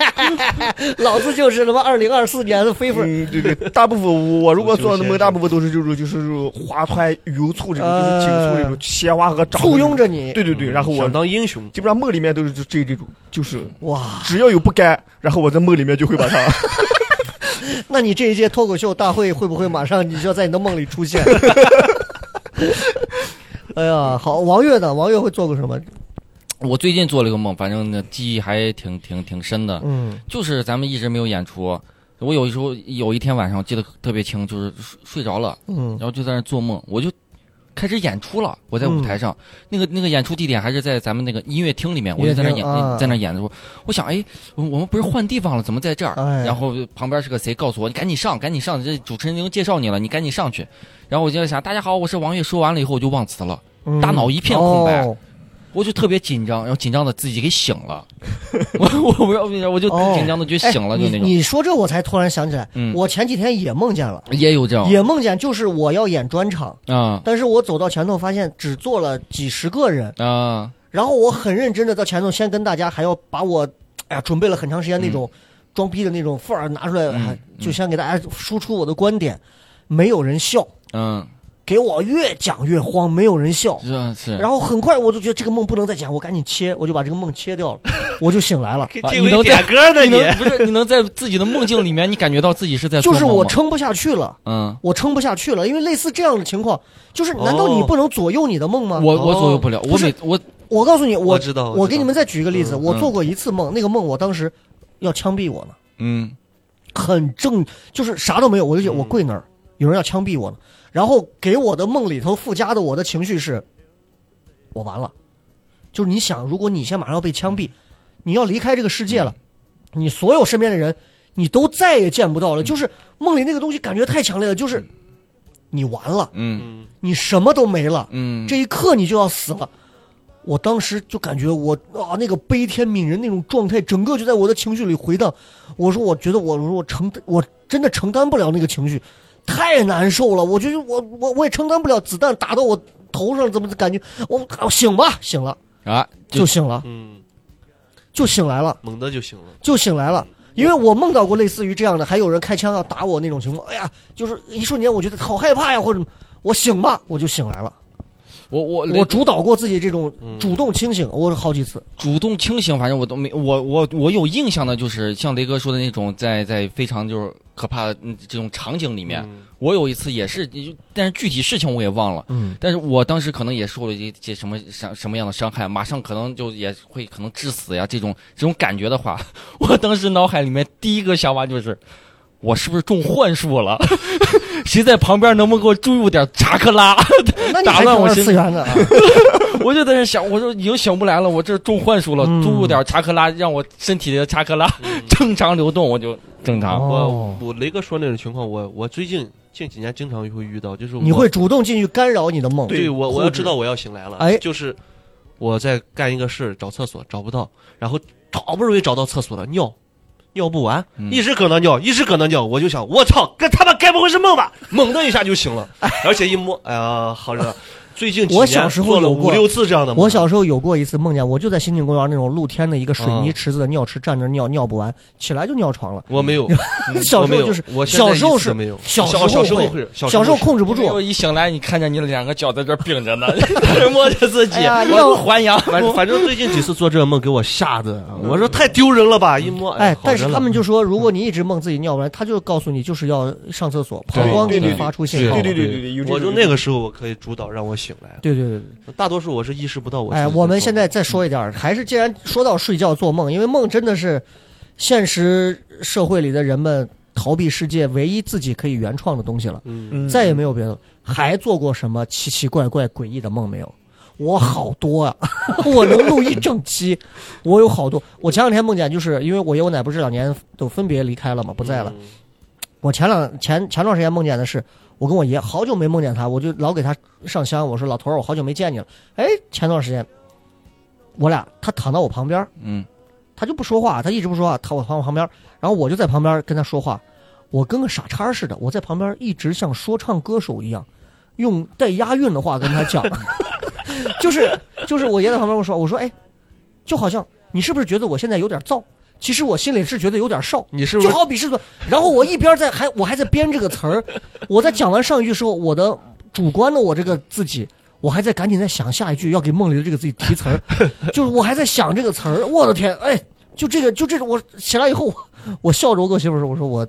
Speaker 4: 老子就是他妈二零二四年的飞粉。
Speaker 7: 嗯，对对，大部分我如果做的梦，大部分都是这种就是这种花团云簇这种，就是紧
Speaker 4: 呃
Speaker 7: 簇这种鲜花和长。
Speaker 4: 簇拥。着你，
Speaker 7: 对对对，然后我
Speaker 5: 想当英雄。
Speaker 7: 基本上梦里面都是这这这种，就是
Speaker 4: 哇！
Speaker 7: 只要有不甘，然后我在梦里面就会把它。
Speaker 4: 那你这一届脱口秀大会会不会马上你就要在你的梦里出 现？哎呀，好，王悦呢？王悦会做过什么？
Speaker 6: 我最近做了一个梦，反正呢记忆还挺挺挺深的，
Speaker 4: 嗯，
Speaker 6: 就是咱们一直没有演出。我有时候有一天晚上我记得特别清，就是睡睡着了，
Speaker 4: 嗯
Speaker 6: 然后就在那儿做梦，我就开始演出了，我在舞
Speaker 4: 嗯
Speaker 6: 台上，那个那个演出地点还是在咱们那个音乐厅里面，我就在那
Speaker 4: 音乐
Speaker 6: 演，
Speaker 4: 厅啊
Speaker 6: 在那演的时候，我想，哎，我我们不是换地方了，怎么在这儿？
Speaker 4: 哎
Speaker 6: 然后旁边是个谁告诉我，你赶紧上，赶紧上，这主持人已经介绍你了，你赶紧上去。然后我就在想，大家好，我是王悦。说完了以后，我就忘词了，
Speaker 4: 嗯
Speaker 6: 大脑一片空白
Speaker 4: 哦
Speaker 6: 我就特别紧张，然后紧张的自己给醒了，我我不知道为啥，我就
Speaker 4: 哦
Speaker 6: 紧张的就
Speaker 4: 哎
Speaker 6: 醒了，就那
Speaker 4: 你
Speaker 6: 种，
Speaker 4: 你说这我才突然想起来，
Speaker 6: 嗯哦
Speaker 4: 我前几天也梦见了，
Speaker 6: 也有这样
Speaker 4: 也梦见就是我要演专场，
Speaker 6: 啊
Speaker 4: 但是我走到前头发现只坐了几十个人，
Speaker 6: 啊，
Speaker 4: 然后我很认真的到前头先跟大家还要把我，哎呀准备了很长时间那种装逼的那种范儿拿出来，
Speaker 6: 嗯
Speaker 4: 哎
Speaker 6: 嗯
Speaker 4: 就先给大家输出我的观点，没有人笑，
Speaker 6: 嗯，
Speaker 4: 给我越讲越慌，没有人笑。
Speaker 6: 是是。
Speaker 4: 然后很快我就觉得这个梦不能再讲，我赶紧切，我就把这个梦切掉了，我就醒来了。
Speaker 2: 给
Speaker 6: 啊
Speaker 2: 这
Speaker 6: 你能
Speaker 2: 位
Speaker 6: 在
Speaker 2: 点歌 呢
Speaker 6: 你
Speaker 2: 你
Speaker 6: 能？不是你能在自己的梦境里面，你感觉到自己是在做
Speaker 4: 就
Speaker 6: 梦
Speaker 4: 是我
Speaker 6: 吗
Speaker 4: 撑不下去了，
Speaker 6: 嗯，
Speaker 4: 我撑不下去了，因为类似这样的情况，就是难道你不能左右你的梦吗？
Speaker 6: 我我左右不了，我
Speaker 4: 哦不是
Speaker 6: 每我
Speaker 4: 我告诉你，我
Speaker 2: 我知道我
Speaker 4: 我
Speaker 2: 知
Speaker 4: 给
Speaker 2: 道
Speaker 4: 你们再举一个例子，
Speaker 2: 嗯
Speaker 4: 我做过一次梦，那个梦我当时要枪毙我呢，
Speaker 6: 嗯
Speaker 4: 很正，就是啥都没有，我就觉得我跪那儿，有人要枪毙我呢，然后给我的梦里头附加的我的情绪是，我完了，就是你想，如果你现在马上要被枪毙，你要离开这个世界了，你所有身边的人你都再也见不到了，就是梦里那个东西感觉太强烈了，就是你完了，
Speaker 6: 嗯
Speaker 2: 嗯，
Speaker 4: 你什么都没了，
Speaker 6: 嗯，
Speaker 4: 这一刻你就要死了。我当时就感觉我啊，那个悲天悯人那种状态，整个就在我的情绪里回荡。我说，我觉得我我说我承担，我真的承担不了那个情绪，太难受了。我觉得我我我也承担不了子弹打到我头上，怎么感觉我我醒吧，醒了
Speaker 6: 啊
Speaker 4: 就醒了，
Speaker 2: 嗯，
Speaker 4: 就醒来了，
Speaker 2: 猛的就行了。
Speaker 4: 就醒来了。因为我梦到过类似于这样的，还有人开枪要打我那种情况。哎呀，就是一瞬间我觉得好害怕呀，或者我醒吧，我就醒来了。
Speaker 6: 我
Speaker 2: 呃
Speaker 6: 我
Speaker 4: 我主导过自己这种主动清醒，我好几
Speaker 2: 嗯
Speaker 4: 次。
Speaker 6: 主动清醒，反正我都没我我我有印象的，就是像雷哥说的那种，在在非常就是可怕的嗯这种场景里面，
Speaker 5: 嗯
Speaker 6: 我有一次也是，就但是具体事情我也忘了。
Speaker 4: 嗯，
Speaker 6: 但是我当时可能也受了一些什么什什么样的伤害，马上可能就也会可能致死呀，这种这种感觉的话， 我当时脑海里面第一个想法就是，我是不是中幻术了？ 谁在旁边能不能给我注入点查克拉？
Speaker 4: 那你
Speaker 6: 打
Speaker 4: 还
Speaker 6: 乱我
Speaker 4: 二
Speaker 6: 心
Speaker 4: 次元呢？啊
Speaker 6: 我就在那想，我说已经醒不来了，我这中幻术了，
Speaker 4: 嗯
Speaker 6: 注入点查克拉，让我身体的查克拉 正常流动，我就正常。
Speaker 4: 哦
Speaker 2: 我我雷哥说那种情况，我我最近近几年经常会遇到，就是我
Speaker 4: 你会主动进去干扰你的梦。
Speaker 2: 对我我要知
Speaker 4: 道。
Speaker 2: 道我要醒来了，
Speaker 4: 哎
Speaker 2: 就是我在干一个事，找厕所找不到，然后好不容易找到厕所了，尿。尿不完，
Speaker 6: 嗯
Speaker 2: 一直搁那尿，一直搁那尿，我就想，我操，这他妈该不会是梦吧？猛的一下就醒了，而且一摸，哎呀，好热！最近几
Speaker 4: 我
Speaker 2: 年
Speaker 4: 小时候
Speaker 2: 做了
Speaker 4: 有过
Speaker 2: 五六次这样的梦，
Speaker 4: 我小时候有过一次梦见，我就在新景公园那种露天的一个水
Speaker 2: 嗯
Speaker 4: 泥池子的尿池站着尿，尿不完，起来就尿床了。
Speaker 2: 我 没有，嗯
Speaker 4: 小时
Speaker 2: 我没
Speaker 4: 候
Speaker 2: 有
Speaker 4: 就是
Speaker 2: 我现在
Speaker 4: 小时候
Speaker 2: 一次
Speaker 4: 是
Speaker 2: 都没有，
Speaker 4: 小时
Speaker 2: 小
Speaker 4: 候
Speaker 2: 时候
Speaker 4: 会
Speaker 2: 会哎小时
Speaker 4: 小
Speaker 2: 候
Speaker 4: 时候
Speaker 2: 是
Speaker 4: 控制不住。
Speaker 6: 我一醒来，你看见你两个脚在这并着呢， 摸着自己，
Speaker 4: 哎呀
Speaker 6: 我
Speaker 4: 要
Speaker 6: 都还阳。
Speaker 2: 反反正最近几次做这个梦给我吓的，我说太丢人了吧！一摸，
Speaker 4: 嗯哎
Speaker 2: 哎，，
Speaker 4: 但是
Speaker 2: 好着
Speaker 4: 他们
Speaker 2: 呢
Speaker 4: 就说，如果你一直梦自己尿不完，他就告诉你就是要上厕所，膀胱给你
Speaker 7: 对对
Speaker 4: 发出信号。
Speaker 7: 对对
Speaker 4: 对
Speaker 7: 对对对，有这
Speaker 2: 我就
Speaker 7: 种
Speaker 2: 那个时候我可以主导让我醒来，
Speaker 4: 对对对。
Speaker 2: 大多数我是意识不到我是在
Speaker 4: 哎，
Speaker 2: 做梦。
Speaker 4: 我们现在再说一点儿，还是既然说到睡觉做梦，因为梦真的是现实社会里的人们逃避世界唯一自己可以原创的东西了，
Speaker 2: 嗯，
Speaker 7: 嗯
Speaker 4: 再也没有别的了。还做过什么奇奇怪怪、诡异的梦没有？我好多啊， 我能录一整期，我有好多。我前两天梦见，就是因为我爷我奶不是这两年都分别离开了嘛，不在了。
Speaker 5: 嗯
Speaker 4: 我前两前前段时间梦见的是，我跟我爷好久没梦见他，哎我就老给他上香，我说老头儿，我好久没见你了。哎，前段时间我俩他躺到我旁边儿，
Speaker 6: 嗯，
Speaker 4: 他就不说话，他一直不说话，躺我躺我旁边儿，然后我就在旁边儿跟他说话，我跟个傻叉儿似的，我在旁边儿一直像说唱歌手一样，用带押韵的话跟他讲， 就是就是我爷在旁边跟我说，我说哎，就好像你是不是觉得我现在有点燥？其实我心里是觉得有点少，
Speaker 2: 你是不
Speaker 4: 就是好比是个，然后我一边在还我还在编这个词儿，我在讲完上一句时候，我的主观的我这个自己，我还在赶紧在想下一句要给梦里的这个自己提词儿，就是我还在想这个词儿，我的天，哎，就这个就这种，我起来以后，我我笑着我跟我媳妇说，我说我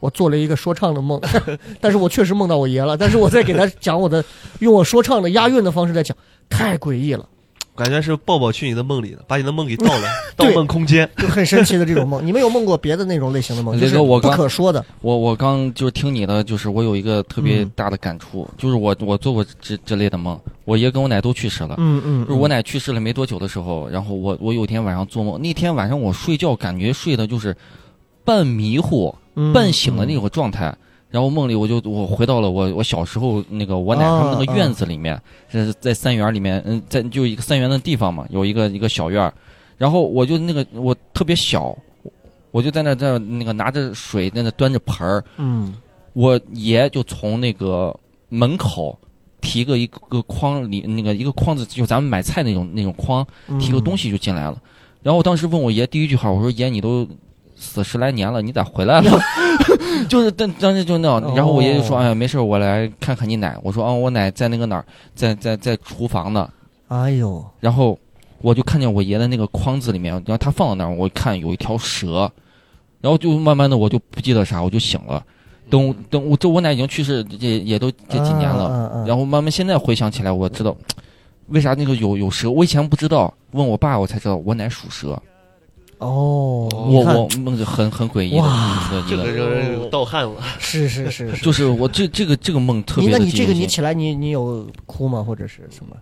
Speaker 4: 我做了一个说唱的梦， 但是我确实梦到我爷了，但是我在给他讲我的用我说唱的押韵的方式在讲，太诡异了。
Speaker 5: 感觉是抱抱去你的梦里了，把你的梦给盗 了，盗
Speaker 4: 对
Speaker 5: 梦空间。
Speaker 4: 就很神奇的这种梦。你们有梦过别的那种类型的 梦？
Speaker 6: 雷
Speaker 4: 就
Speaker 6: 哥
Speaker 4: 是
Speaker 6: 我
Speaker 4: 不
Speaker 6: 刚
Speaker 4: 可说的。
Speaker 6: 我我刚就是听你的，就是我有一个特别
Speaker 4: 嗯
Speaker 6: 大的感触，就是我我做过这这类的梦，我爷跟我奶都去世了。
Speaker 4: 嗯嗯，
Speaker 6: 就是我奶去世了没多久的时候，然后我我有一天晚上做梦，那天晚上我睡觉感觉睡的就是半迷糊、
Speaker 4: 嗯
Speaker 6: 半醒的那种状态。然后梦里我就我回到了我我小时候那个我奶他们那
Speaker 4: 哦
Speaker 6: 个院子里面，这是在三元里面，嗯，在就一个三元的地方嘛，有一个一个小院儿。然后我就那个我特别小，我就在那在那个拿着水在那端着盆儿，
Speaker 4: 嗯
Speaker 6: 我爷就从那个门口提个一个个筐里那个一个筐子，就咱们买菜那种那种筐，
Speaker 4: 嗯
Speaker 6: 提个东西就进来了。然后我当时问我爷第一句话，我说爷你都死十来年了，你咋回来了？ 就是当当时就那样，然后我爷就说
Speaker 4: 哦
Speaker 6: 哎呀没事，我来看看你奶。我说啊我奶在那个哪儿，在在在厨房呢。
Speaker 4: 哎呦，
Speaker 6: 然后我就看见我爷的那个筐子里面，然后他放到那儿，我看有一条蛇，然后就慢慢的我就不记得啥，我就醒了。等等，我这我奶已经去世也也都这几年了，
Speaker 4: 了
Speaker 6: 然后慢慢现在回想起来，我知道为啥那个有有蛇，我以前不知道，问我爸我才知道我奶属蛇，
Speaker 4: 后哦，
Speaker 6: 我
Speaker 4: 你看
Speaker 6: 我梦着很很诡异的
Speaker 4: 哇
Speaker 6: 一个一
Speaker 5: 这个
Speaker 6: 个，
Speaker 5: 人盗汗了，
Speaker 4: 是是是是，
Speaker 6: 就是我这这个这个梦特
Speaker 4: 你
Speaker 6: 别
Speaker 4: 那
Speaker 6: 的
Speaker 4: 你这个你
Speaker 6: 惊
Speaker 4: 起来你你有哭吗？或者是什么？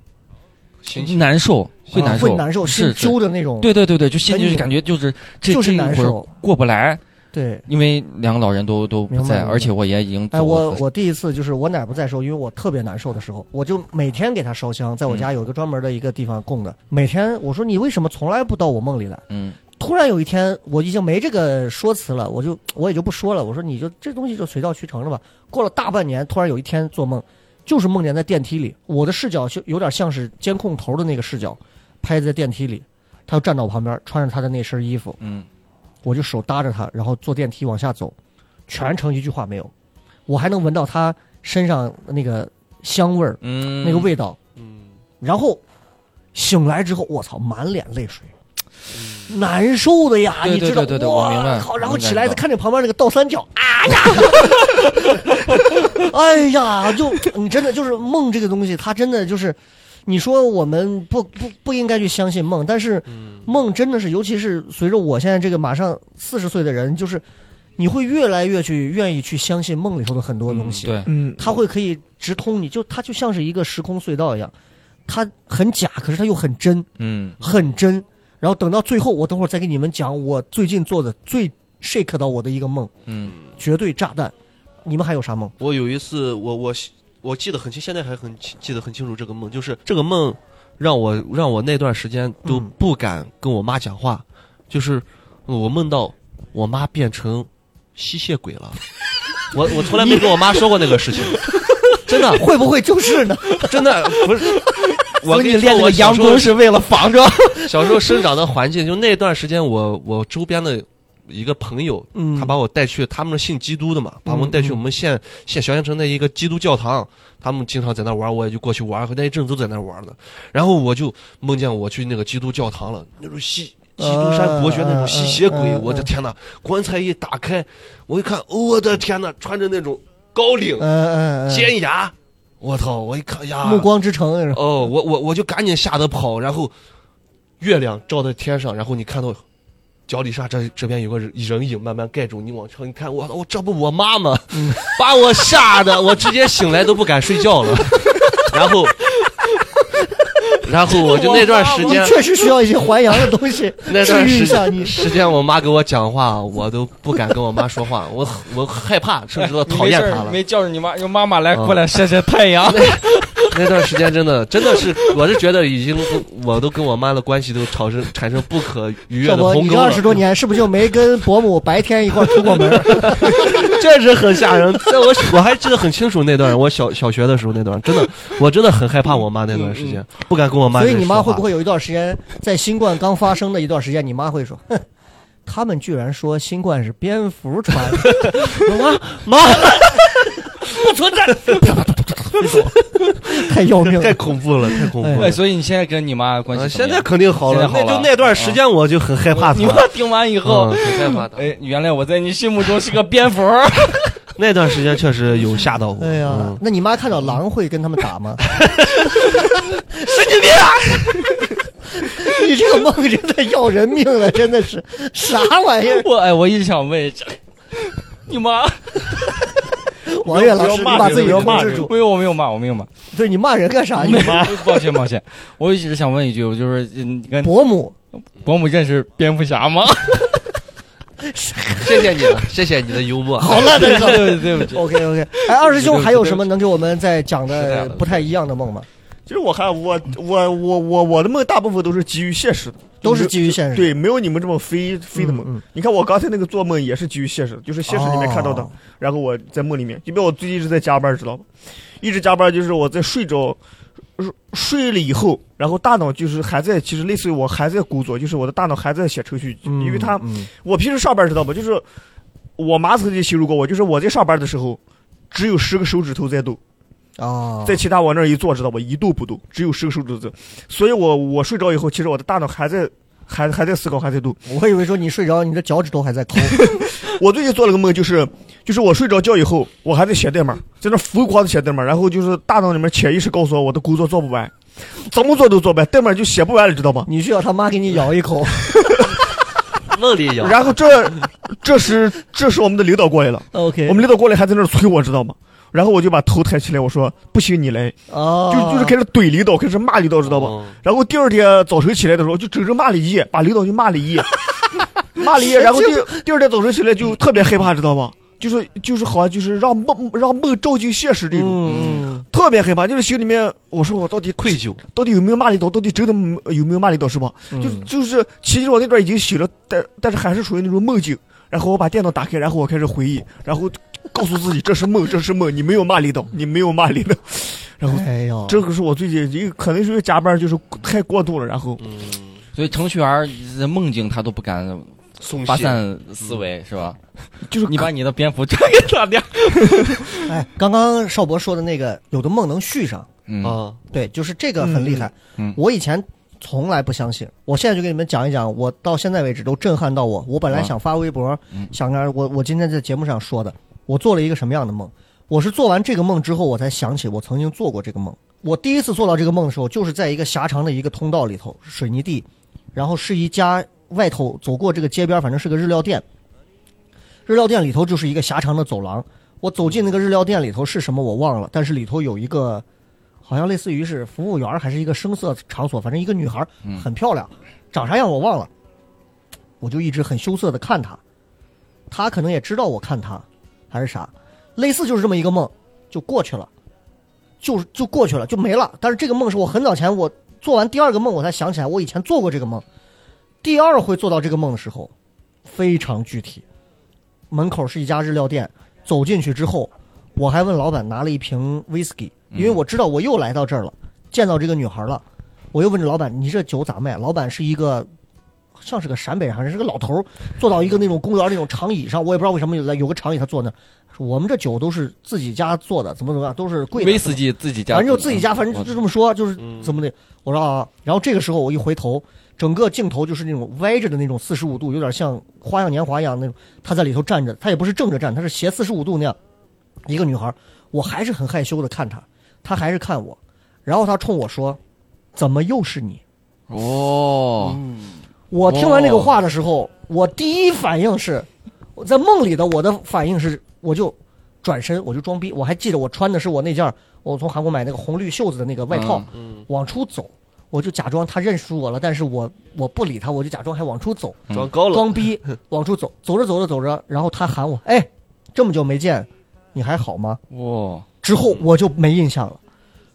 Speaker 6: 心难受，会
Speaker 4: 啊
Speaker 6: 难受，
Speaker 4: 会难受，
Speaker 6: 是
Speaker 4: 心
Speaker 6: 是，
Speaker 4: 揪的那种，
Speaker 6: 对对对对，就心
Speaker 4: 哎
Speaker 6: 里
Speaker 4: 你
Speaker 6: 就是感觉就是这
Speaker 4: 就是
Speaker 6: 这一
Speaker 4: 难
Speaker 6: 会儿
Speaker 4: 受
Speaker 6: 过不来，
Speaker 4: 对。
Speaker 6: 因为两个老人都都不
Speaker 4: 明白
Speaker 6: 在，
Speaker 4: 明白
Speaker 6: 而且我爷已经
Speaker 4: 哎，
Speaker 6: 走
Speaker 4: 我
Speaker 6: 了。
Speaker 4: 我第一次就是我奶不在的时候，因为我特别难受的时候，我就每天给她烧香，在
Speaker 6: 嗯
Speaker 4: 我家有一个专门的一个地方供的。每天我说你为什么从来不到我梦里来？
Speaker 6: 嗯，
Speaker 4: 突然有一天我已经没这个说辞了，我就我也就不说了。我说你就这东西就水到渠成了吧。过了大半年，突然有一天做梦，就是梦见在电梯里，我的视角就有点像是监控头的那个视角，拍在电梯里，他就站到我旁边，穿着他的那身衣服，
Speaker 6: 嗯，
Speaker 4: 我就手搭着他，然后坐电梯往下走，全程一句话没有，我还能闻到他身上那个香味儿，
Speaker 6: 嗯，
Speaker 4: 那个味道，
Speaker 5: 嗯，
Speaker 4: 然后醒来之后，我操，满脸泪水，难受的呀，
Speaker 6: 嗯对
Speaker 4: 你
Speaker 6: 对
Speaker 4: 知道？
Speaker 6: 对对对
Speaker 4: 哇
Speaker 6: 我明白
Speaker 4: 靠，然
Speaker 6: 我
Speaker 4: 后
Speaker 6: 能
Speaker 4: 起来
Speaker 6: 感觉到
Speaker 4: 看着旁边那个倒三角，啊 呀，哎呀，就你真的就是梦这个东西，它真的就是。你说我们不不不应该去相信梦，但是
Speaker 6: 嗯
Speaker 4: 梦真的是，尤其是随着我现在这个马上四十岁的人，就是你会越来越去愿意去相信梦里头的很多东西。
Speaker 6: 对，
Speaker 7: 嗯，
Speaker 4: 它会可以直通你，就它就像是一个时空隧道一样，它很假，可是它又很真，
Speaker 6: 嗯，
Speaker 4: 很真。然后等到最后，我等会儿再给你们讲我最近做的最 shake 到我的一个梦，
Speaker 6: 嗯，
Speaker 4: 绝对炸弹。你们还有啥梦？
Speaker 5: 我有一次，我我我记得很清，现在还很清记得很清楚这个梦，就是这个梦让我让我那段时间都
Speaker 4: 嗯
Speaker 5: 不敢跟我妈讲话，就是我梦到我妈变成吸血鬼 了，我我从来没跟我妈说过那个事情，真的
Speaker 4: 会不会就是呢？
Speaker 5: 真的 不是。 我
Speaker 6: 所以
Speaker 5: 跟
Speaker 6: 你练那
Speaker 5: 我
Speaker 6: 个
Speaker 5: 小
Speaker 6: 阳
Speaker 5: 时候
Speaker 6: 功是为了 防着。
Speaker 5: 小时候生长的环境，就那段时间我我周边的一个朋友，
Speaker 4: 嗯
Speaker 5: 他把我带去，他们是信基督的嘛，把我们带去我们县县小县城的一个基督教堂，他们经常在那玩，我也就过去玩，那一阵子都在那玩的。然后我就梦见我去那个基督教堂了，那种吸。基督山伯爵那种吸血鬼，
Speaker 4: 嗯嗯嗯嗯
Speaker 5: 我的天呐！棺材一打开，我一看，我的天呐，穿着那种高领、
Speaker 4: 嗯嗯嗯，
Speaker 5: 尖牙，我操！我一看呀，
Speaker 4: 暮光之城。呃
Speaker 5: 哦，我我我就赶紧吓得跑，然后月亮照在天上，然后你看到脚底下这这边有个人人影慢慢盖住，你往上一看，我我这不我妈吗？
Speaker 4: 嗯
Speaker 5: 把我吓得我直接醒来都不敢睡觉了， 然后。然后我就那段时
Speaker 4: 你
Speaker 5: 间，
Speaker 4: 确实需要一些还阳的东西
Speaker 5: 那
Speaker 4: 治
Speaker 5: 段
Speaker 4: 愈一
Speaker 5: 时
Speaker 4: 下你
Speaker 5: 间，。时间我妈给我讲话，我都不敢跟我妈说话，我我害怕，甚至都讨厌她了。
Speaker 6: 没叫着你妈，让妈妈来
Speaker 5: 过来
Speaker 6: 晒晒太 阳。
Speaker 5: 那段时间真的真的是，我是觉得已经我都跟我妈的关系都产生产生不可逾 越
Speaker 4: 小
Speaker 5: 的
Speaker 4: 博，
Speaker 5: 鸿
Speaker 4: 你
Speaker 5: 沟
Speaker 4: 这
Speaker 5: 了
Speaker 4: 二十。多年是不是就没跟伯母白天一块儿出过门？
Speaker 5: 确实很吓人， 在我我还记得很清楚那段，我小小学的时候那段，真的，我真的很害怕我妈那段时间，不敢跟我妈。
Speaker 4: 所以你妈会不？会有一段时间，在新冠刚发生的一段时间，你妈会说：“哼，他们居然说新冠是蝙蝠传的。
Speaker 5: 妈，
Speaker 4: 不存在，太要命
Speaker 5: 太
Speaker 4: 了。
Speaker 5: 恐怖了，太恐怖了
Speaker 6: 哎，。所以你现在跟你妈关
Speaker 5: 啊
Speaker 6: 系怎
Speaker 5: 现
Speaker 6: 么
Speaker 5: 在
Speaker 6: 样？
Speaker 5: 肯定好了，
Speaker 6: 现在好了
Speaker 5: 那就那段时间我就很害怕她
Speaker 6: 你。妈听完以后
Speaker 5: 嗯，很害怕她。
Speaker 6: 哎，原来我在你心目中是个蝙蝠。
Speaker 5: 那段时间确实有吓到我。
Speaker 4: 哎呀
Speaker 7: 啊
Speaker 5: 嗯，
Speaker 4: 那你妈看到狼会跟他们打吗？梦真的要人命了，真的是啥玩意儿？
Speaker 6: 我哎，我一直想问，这你妈？
Speaker 4: 王悦老
Speaker 7: 不
Speaker 4: 师，
Speaker 7: 要
Speaker 4: 你
Speaker 7: 骂
Speaker 4: 把
Speaker 7: 人
Speaker 4: 自己
Speaker 7: 不要
Speaker 4: 控
Speaker 7: 骂
Speaker 4: 制
Speaker 7: 人
Speaker 4: 住。
Speaker 6: 没有，我没有骂，我没有骂。
Speaker 4: 对你骂人干啥？你
Speaker 6: 抱歉抱歉，我一直想问一句，我就是嗯你跟
Speaker 4: 伯母
Speaker 6: 伯母认识蝙蝠侠吗？
Speaker 2: 谢谢你了，谢谢你的幽默。
Speaker 4: 好烂的
Speaker 6: 对对对，
Speaker 4: OK OK，哎，二师兄还有什么能给我们再讲的不太一样的梦吗？
Speaker 7: 其实我还我我我我我的梦大部分都是基于现实的，
Speaker 4: 都是基于现实。
Speaker 7: 对，没有你们这么飞飞的梦。
Speaker 4: 嗯嗯
Speaker 7: 你看我刚才那个做梦也是基于现实的，就是现实里面看到的，
Speaker 4: 哦
Speaker 7: 然后我在梦里面，就比如我最近一直在加班，知道吧？一直加班就是我在睡着。睡睡了以后，然后大脑就是还在，其实类似于我还在工作，就是我的大脑还在写程序，
Speaker 4: 嗯，
Speaker 7: 因为它
Speaker 4: 嗯
Speaker 7: 我平时上班知道吧？就是我妈曾经形容过我，就是我在上班的时候，只有十个手指头在动，
Speaker 4: 哦，
Speaker 7: 在其他往那儿一坐，知道吧？一动不动，只有十个手指头在。所以我我睡着以后，其实我的大脑还在还还在思考，还在动。
Speaker 4: 我以为说你睡着，你的脚趾头还 在抠。
Speaker 7: 我最近做了个梦，就是就是我睡着觉以后，我还在写代码，在那疯狂的写代码，然后就是大脑里面潜意识告诉我，我的工作做不完，怎么做都做不完，代码就写不完了，知道吗？
Speaker 4: 你需要他妈给你咬 一口。
Speaker 2: 梦里有，
Speaker 7: 然后这这时这时我们的领导过来了。
Speaker 4: OK，
Speaker 7: 我们领导过来还在那儿催我，知道吗？然后我就把头抬起来，我说不行，你来，
Speaker 4: 哦，
Speaker 7: 就就是开始怼领导，开始骂领导，知道吧？
Speaker 2: 嗯？
Speaker 7: 然后第二天早晨起来的时候，就整整骂了一夜，把领导就骂了一夜，骂了一夜。然后第第二天早晨起来就特别害怕，知道吧？就是就是好像就是让梦让梦照进现实这种，
Speaker 4: 嗯，
Speaker 7: 特别害怕。就是心里面我说我到底
Speaker 2: 愧疚，
Speaker 7: 到底有没有骂领导，到底真的有没有骂领导是吧？就就是其实我那段已经醒了，但但是还是属于那种梦境。然后我把电脑打开，然后我开始回忆，然后告诉自己这是梦，这是梦，你没有骂领导，你没有骂领导。 然后
Speaker 4: 哎呦，
Speaker 7: 这个是我最近一个可能是因为加班就是太过度了，然后
Speaker 2: 嗯，
Speaker 6: 所以程序员在梦境他都不敢
Speaker 2: 松
Speaker 6: 发
Speaker 2: 懈，
Speaker 6: 散思维，是吧？
Speaker 7: 就是
Speaker 6: 嗯你把你的蝙蝠转给他俩，
Speaker 4: 哎，刚刚邵博说的那个，有的梦能续上，
Speaker 6: 嗯，
Speaker 2: 啊，
Speaker 4: 对，就是这个很厉害。
Speaker 6: 嗯嗯
Speaker 4: 我以前从来不相信，我现在就给你们讲一讲，我到现在为止都震撼到我。我本来
Speaker 6: 啊
Speaker 4: 想发微博，
Speaker 6: 嗯
Speaker 4: 想着我我今天在节目上说的，我做了一个什么样的梦。我是做完这个梦之后，我才想起我曾经做过这个梦。我第一次做到这个梦的时候，就是在一个狭长的一个通道里头，水泥地，然后是一家外头走过这个街边，反正是个日料店。日料店里头就是一个狭长的走廊，我走进那个日料店里头是什么我忘了，但是里头有一个好像类似于是服务员儿还是一个声色场所，反正一个女孩儿
Speaker 6: 嗯
Speaker 4: 很漂亮，长啥样我忘了，我就一直很羞涩的看她，她可能也知道我看她还是啥，类似就是这么一个梦就过去了，就就过去了就没了。但是这个梦是我很早前我做完第二个梦我才想起来我以前做过这个梦，第二回做到这个梦的时候非常具体，门口是一家日料店，走进去之后我还问老板拿了一瓶 whisky，因为我知道我又来到这儿了，见到这个女孩了，我又问这老板：“你这酒咋卖？”老板是一个像是个陕北人，好像是个老头儿，坐到一个那种公园那种长椅上，我也不知道为什么有有个长椅他坐那儿，说我们这酒都是自己家做的，怎么怎么样，都是贵的。
Speaker 6: 威士忌自己家，
Speaker 4: 反正就自己家，反正就就这么说，就是怎么的。我说啊，然后这个时候我一回头，整个镜头就是那种歪着的那种四十五度，有点像《花样年华》一样那种。他在里头站着，他也不是正着站，他是斜四十五度那样。一个女孩，我还是很害羞的看她，她还是看我，然后她冲我说：“怎么又是你
Speaker 6: 哦，？”
Speaker 4: 嗯我听完这个
Speaker 6: 哦
Speaker 4: 话的时候，我第一反应是，我在梦里的我的反应是，我就转身，我就装逼。我还记得我穿的是我那件儿我从韩国买那个红绿袖子的那个外套，
Speaker 2: 嗯，
Speaker 4: 往出走，我就假装他认识我了，但是我我不理他，我就假装还往出走，
Speaker 5: 嗯
Speaker 6: 嗯
Speaker 2: 装高 了，
Speaker 4: 装逼往出走，走着走着走着，然后他喊我，哎，这么久没见，你还好吗？
Speaker 6: 哇，
Speaker 4: 之后我就没印象了。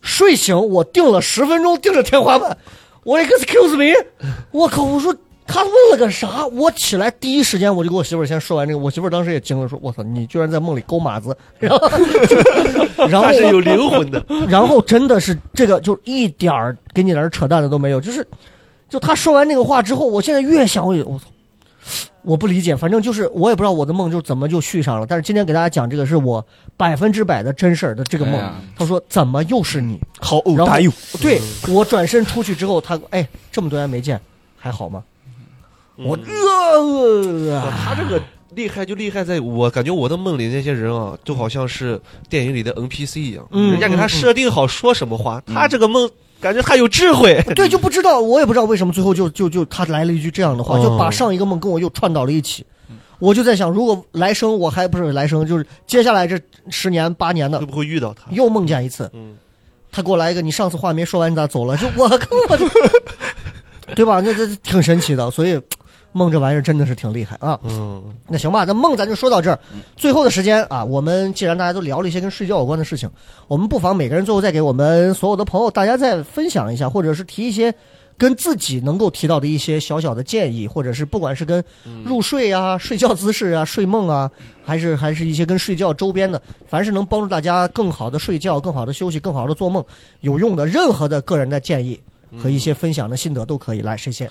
Speaker 4: 睡醒我定了十分钟，盯着天花板，我 excuse me，我靠，我说他问了个啥？我起来第一时间我就给我媳妇儿先说完这个，我媳妇儿当时也惊了，说我操，你居然在梦里勾马子，然后 然后
Speaker 2: 他是
Speaker 4: 我
Speaker 2: 有灵魂的，
Speaker 4: 然后真的是这个，就一点儿跟你在这儿扯淡的都没有。就是，就他说完那个话之后，我现在越想，我也我操，我不理解。反正就是我也不知道我的梦就怎么就续上了。但是今天给大家讲这个是我百分之百的真事儿的这个梦。
Speaker 6: 哎呀
Speaker 4: 他说怎么又是你？
Speaker 7: 好偶
Speaker 4: 然后
Speaker 7: 大有，
Speaker 4: 对我转身出去之后，他哎这么多年没见，还好吗？
Speaker 5: 嗯
Speaker 4: 我、呃
Speaker 2: 他这个厉害就厉害在，我感觉我的梦里那些人啊，就好像是电影里的 NPC 一样，
Speaker 4: 嗯
Speaker 2: 人家给他设定好说什么话，
Speaker 6: 嗯
Speaker 2: 他这个梦
Speaker 5: 感觉他有智慧。
Speaker 4: 对，就不知道，我也不知道为什么最后就就就他来了一句这样的话，
Speaker 5: 哦
Speaker 4: 就把上一个梦跟我又串到了一起。我就在想，如果来生我还不是来生，就是接下来这十年八年的
Speaker 5: 会不会遇到他？
Speaker 4: 又梦见一次，
Speaker 5: 嗯，
Speaker 4: 他给我来一个你上次话没说完，你咋走了？就 我靠，我的对吧？那这挺神奇的，所以梦这玩意儿真的是挺厉害啊。
Speaker 5: 嗯，
Speaker 4: 那行吧，那梦咱就说到这儿。最后的时间啊，我们既然大家都聊了一些跟睡觉有关的事情，我们不妨每个人最后再给我们所有的朋友，大家再分享一下，或者是提一些跟自己能够提到的一些小小的建议，或者是不管是跟入睡啊、睡觉姿势啊、睡梦啊，还是还是一些跟睡觉周边的，凡是能帮助大家更好的睡觉、更好的休息、更好的做梦有用的任何的个人的建议和一些分享的心得都可以。来，谁先？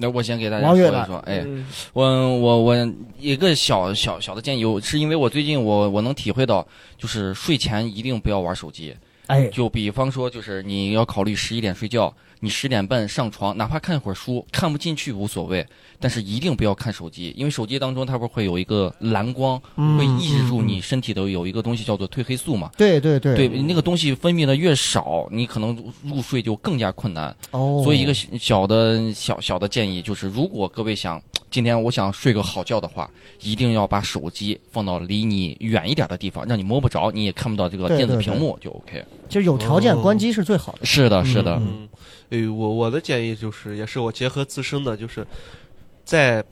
Speaker 6: 那我先给大家
Speaker 4: 王
Speaker 6: 说
Speaker 4: 悦
Speaker 6: 一
Speaker 4: 吧
Speaker 6: 说，哎，
Speaker 5: 嗯
Speaker 4: 嗯
Speaker 6: 我我我一个小小小的建议，我是因为我最近我我能体会到，就是睡前一定不要玩手机。
Speaker 4: 哎，
Speaker 6: 就比方说，就是你要考虑十一点睡觉，你十点半上床，哪怕看会儿书，看不进去无所谓，但是一定不要看手机，因为手机当中它不是会有一个蓝光，
Speaker 4: 嗯
Speaker 6: 会抑制住你身体的有一个东西叫做褪黑素嘛。
Speaker 4: 对对对，
Speaker 6: 对，那个东西分泌的越少，你可能入睡就更加困难。
Speaker 4: 哦，
Speaker 6: 所以一个小的小小的建议就是，如果各位想今天我想睡个好觉的话，一定要把手机放到离你远一点的地方，让你摸不着，你也看不到这个
Speaker 4: 对
Speaker 6: 电子
Speaker 4: 对
Speaker 6: 屏
Speaker 4: 对
Speaker 6: 幕就 OK。
Speaker 4: 就是有条件关机是最好的。
Speaker 6: 是的，是的。
Speaker 5: 嗯，哎，我我的建议就是，也是我结合自身的，就是在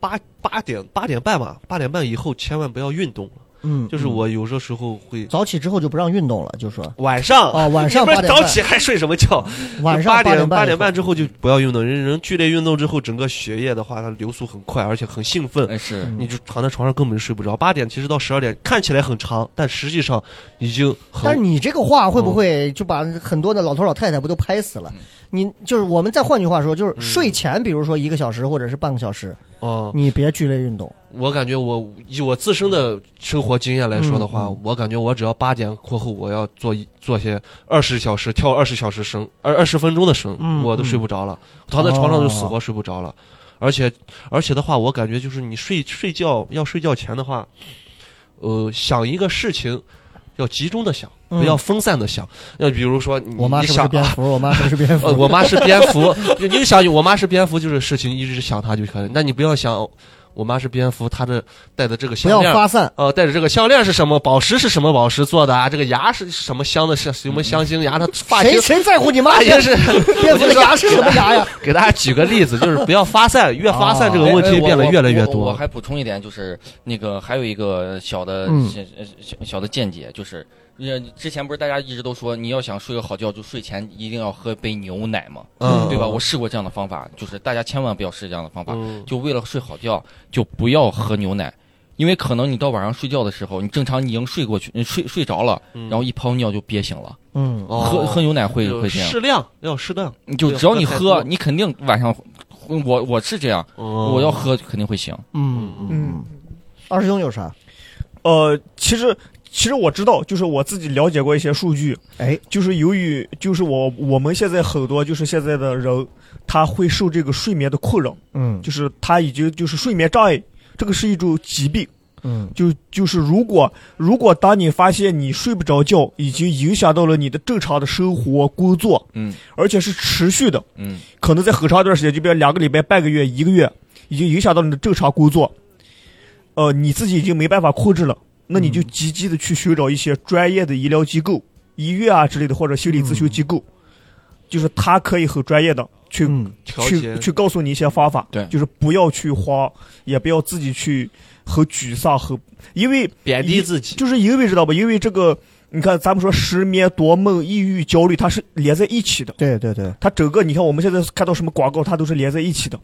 Speaker 5: 八八点八点半吧，八点半以后千万不要运动了。
Speaker 4: 嗯，
Speaker 5: 就是我有的时候会
Speaker 4: 早起之后就不让运动了，就说
Speaker 5: 晚上
Speaker 4: 哦，晚上
Speaker 5: 你
Speaker 4: 八
Speaker 5: 们
Speaker 4: 点
Speaker 5: 早
Speaker 4: 半，
Speaker 5: 起还睡什么觉？
Speaker 4: 晚上
Speaker 5: 八
Speaker 4: 点
Speaker 5: 点
Speaker 4: 半以后，
Speaker 5: 点半之后就不要运动，人人剧烈运动之后，整个血液的话，它流速很快，而且很兴奋。
Speaker 6: 哎，是
Speaker 4: 嗯
Speaker 5: 你就躺在床上根本就睡不着，八点其实到十二点看起来很长，但实际上已经
Speaker 4: 但是
Speaker 5: 很
Speaker 4: 你这个话会不
Speaker 5: 嗯
Speaker 4: 会就把很多的老头老太太不都拍死了？你就是我们再换句话说，
Speaker 5: 嗯
Speaker 4: 就是睡前，比如说一个小时或者是半个小时，
Speaker 5: 哦、
Speaker 4: 你别剧烈运动。
Speaker 5: 我感觉我以我自身的生活经验来说的话，
Speaker 4: 嗯嗯
Speaker 5: 我感觉我只要八点过后，我要做一做些二十小时跳二十小时绳，二二十分钟的绳，
Speaker 4: 嗯哦
Speaker 5: 我都睡不着了，躺在床上就死活睡不着了。而且而且的话，我感觉就是你睡睡觉要睡觉前的话，呃，想一个事情要集中的想，
Speaker 4: 嗯
Speaker 5: 不要分散的想。要比如说你
Speaker 4: 我妈
Speaker 5: 你
Speaker 4: 是不是
Speaker 5: 想
Speaker 4: 蝙蝠？我妈是不是蝙蝠
Speaker 5: 呃，？ 我妈是蝙蝠，你就想我妈是蝙蝠，就是事情一直想她就可以。那你不要想我妈是蝙蝠，她的戴的这个
Speaker 4: 不
Speaker 5: 项
Speaker 4: 要
Speaker 5: 链，
Speaker 4: 发散。
Speaker 5: 呃，戴着这个项链是什么宝石是什么宝石做的啊？这个牙是什么镶的？是什么镶金牙？她发
Speaker 4: 谁
Speaker 5: 型
Speaker 4: 谁在乎你妈
Speaker 5: 发
Speaker 4: 呀
Speaker 5: 型？是。
Speaker 4: 蝙蝠的牙是什 么牙呀？啊
Speaker 5: 给大家举个例子，就是不要发散，越发散这个
Speaker 6: 哎
Speaker 5: 问
Speaker 6: 哎
Speaker 5: 题
Speaker 6: 我
Speaker 5: 变得
Speaker 6: 我
Speaker 5: 越来越
Speaker 6: 我我
Speaker 5: 多。
Speaker 6: 还补充一点，就是那个还有一个小的、
Speaker 4: 嗯
Speaker 6: 小小小的见解，就是呃，之前不是大家一直都说，你要想睡个好觉，就睡前一定要喝杯牛奶嘛，
Speaker 5: 嗯，
Speaker 6: 对吧？我试过这样的方法，就是大家千万不要试这样的方法，
Speaker 5: 嗯
Speaker 6: 就为了睡好觉，就不要喝牛奶。因为可能你到晚上睡觉的时候，你正常你已经睡过去，你睡睡着了，然后一泡尿就憋醒了。
Speaker 4: 嗯，
Speaker 5: 嗯哦
Speaker 6: 喝喝牛奶会
Speaker 5: 就
Speaker 6: 会这样，
Speaker 5: 适量要适当。
Speaker 6: 就
Speaker 5: 对
Speaker 6: 只要你
Speaker 5: 喝太
Speaker 6: 喝
Speaker 5: 多，
Speaker 6: 你肯定晚上，我我是这样，我
Speaker 5: 我
Speaker 6: 要喝肯定会醒。
Speaker 4: 嗯
Speaker 7: 嗯，
Speaker 4: 二师兄有啥？
Speaker 7: 呃，其实其实我知道，就是我自己了解过一些数据，
Speaker 4: 哎，
Speaker 7: 就是由于就是我我们现在很多就是现在的人，他会受这个睡眠的困扰，
Speaker 4: 嗯
Speaker 7: 就是他已经就是睡眠障碍，这个是一种疾病。
Speaker 4: 嗯
Speaker 7: 就就是如果如果当你发现你睡不着觉，已经影响到了你的正常的生活工作，
Speaker 6: 嗯
Speaker 7: 而且是持续的，
Speaker 6: 嗯，
Speaker 7: 可能在很长一段时间，就比如两个礼拜、半个月、一个月，已经影响到你的正常工作，呃，你自己已经没办法控制了，那你就积极的去寻找一些专业的医疗机构、医院啊之类的，或者心理咨询机构，就是他可以很专业的去、
Speaker 4: 嗯，
Speaker 5: 调节
Speaker 7: 去去告诉你一些方法，
Speaker 6: 对
Speaker 7: 就是不要去慌，也不要自己去很沮丧，很因为
Speaker 5: 贬低自己。
Speaker 7: 就是因为知道吧，因为这个，你看咱们说失眠、夺梦、抑郁、焦虑，它是连在一起的。
Speaker 4: 对对对，
Speaker 7: 它整个你看我们现在看到什么广告，它都是连在一起的。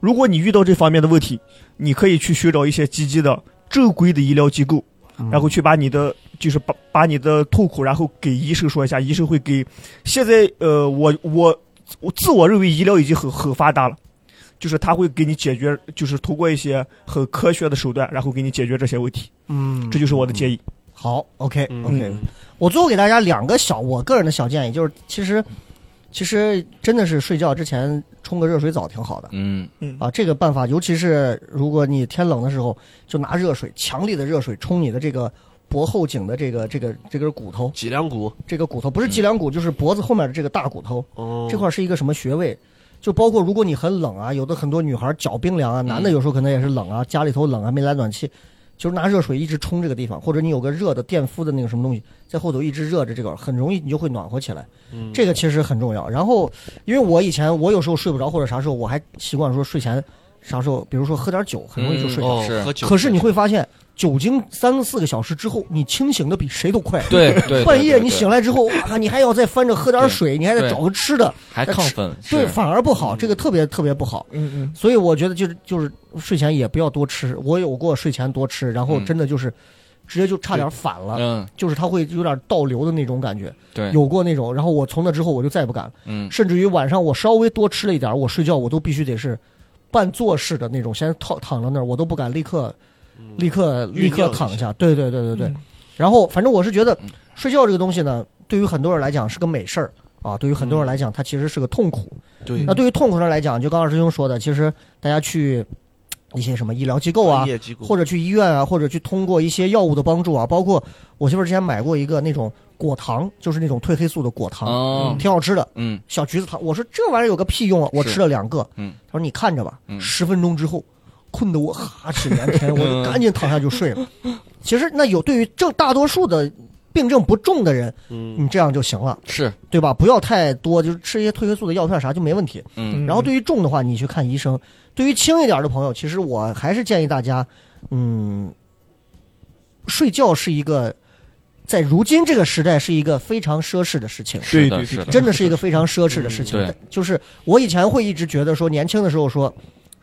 Speaker 7: 如果你遇到这方面的问题，你可以去寻找一些积极的、正规的医疗机构，然后去把你的就是把把你的痛苦，然后给医生说一下，医生会给。现在呃，我我我自我认为医疗已经很很发达了。就是他会给你解决，就是通过一些很科学的手段，然后给你解决这些问题，
Speaker 4: 嗯
Speaker 7: 这就是我的建议。
Speaker 4: 好，OK
Speaker 5: 嗯
Speaker 4: OK，、我最后给大家两个小我个人的小建议，就是其实其实真的是睡觉之前冲个热水澡挺好的
Speaker 6: 嗯，
Speaker 4: 啊，这个办法，尤其是如果你天冷的时候，就拿热水强力的热水冲你的这个脖后颈的这个这个这根骨头，
Speaker 2: 脊梁骨，
Speaker 4: 这个骨头不是脊梁骨，就是脖子后面的这个大骨头，
Speaker 2: 哦，
Speaker 4: 这块是一个什么穴位？就包括如果你很冷啊，有的很多女孩脚冰凉啊，
Speaker 6: 嗯
Speaker 4: 男的有时候可能也是冷啊，家里头冷啊，没来暖气，就是拿热水一直冲这个地方，或者你有个热的电敷的那个什么东西在后头一直热着，这个很容易你就会暖和起来。
Speaker 5: 嗯
Speaker 6: 嗯
Speaker 4: 这个其实很重要。然后，因为我以前我有时候睡不着或者啥时候，我还习惯说睡前啥时候，比如说喝点酒，很容易就睡着。
Speaker 2: 哦
Speaker 6: 是
Speaker 2: 喝酒
Speaker 4: 可是你会发现，酒精三四个小时之后，你清醒的比谁都快。
Speaker 6: 对对对
Speaker 4: 半夜
Speaker 6: 对
Speaker 4: 你
Speaker 6: 对
Speaker 4: 醒来之后，哇，你还要再翻着喝点水，你还得
Speaker 6: 对
Speaker 4: 找个吃的，
Speaker 6: 还
Speaker 4: 那
Speaker 6: 亢
Speaker 4: 吃
Speaker 6: 奋，
Speaker 4: 对，
Speaker 6: 是
Speaker 4: 反而不好，这个特别特别不好。
Speaker 7: 嗯嗯，
Speaker 4: 所以我觉得就是就是睡前也不要多吃，我有过睡前多吃，然后
Speaker 6: 嗯
Speaker 4: 真的就是直接就差点反了，
Speaker 6: 嗯，
Speaker 4: 就是它会有点倒流的那种感觉，
Speaker 6: 对，
Speaker 4: 有过那种。然后我从那之后我就再也不敢了，
Speaker 6: 嗯
Speaker 4: 甚至于晚上我稍微多吃了一点，我睡觉我都必须得是半坐式的那种，先躺躺到那儿，我都不敢立刻
Speaker 2: 嗯
Speaker 5: 嗯
Speaker 4: 立刻立
Speaker 2: 酝酿
Speaker 4: 刻
Speaker 2: 一下
Speaker 4: 躺下。对对对对对。
Speaker 7: 嗯
Speaker 4: 然后反正我是觉得睡觉这个东西呢，对于很多人来讲是个美事儿啊，对于很多人来讲它其实是个痛苦。
Speaker 2: 对
Speaker 4: 那对于痛苦上来讲，就刚刚师兄说的，其实大家去一些什么医疗机构啊
Speaker 2: 专，业机构
Speaker 4: 或者去医院啊，或者去通过一些药物的帮助啊，包括我媳妇儿之前买过一个那种果糖，就是那种褪黑素的果糖，
Speaker 6: 哦，
Speaker 4: 挺好吃的。
Speaker 6: 嗯
Speaker 4: 小橘子糖，我说这玩意儿有个屁用啊！我
Speaker 6: 是
Speaker 4: 吃了两个，
Speaker 6: 嗯，
Speaker 4: 他说你看着吧，
Speaker 6: 嗯
Speaker 4: 十分钟之后，困得我哈哧连天，我就赶紧躺下就睡了。其实那有对于正大多数的病症不重的人，
Speaker 2: 嗯
Speaker 4: 你这样就行了，
Speaker 6: 是，
Speaker 4: 对吧？不要太多，就是吃一些褪黑素的药片啥就没问题。
Speaker 6: 嗯
Speaker 4: 然后对于重的话，你去看医生。对于轻一点的朋友，其实我还是建议大家，嗯，睡觉是一个在如今这个时代是一个非常奢侈的事情。
Speaker 7: 对
Speaker 6: 是
Speaker 7: 对
Speaker 6: 的，
Speaker 7: 对
Speaker 6: 嗯是的，
Speaker 4: 真的是一个非常奢侈的事情。
Speaker 6: 嗯对
Speaker 4: 就是我以前会一直觉得说，年轻的时候说，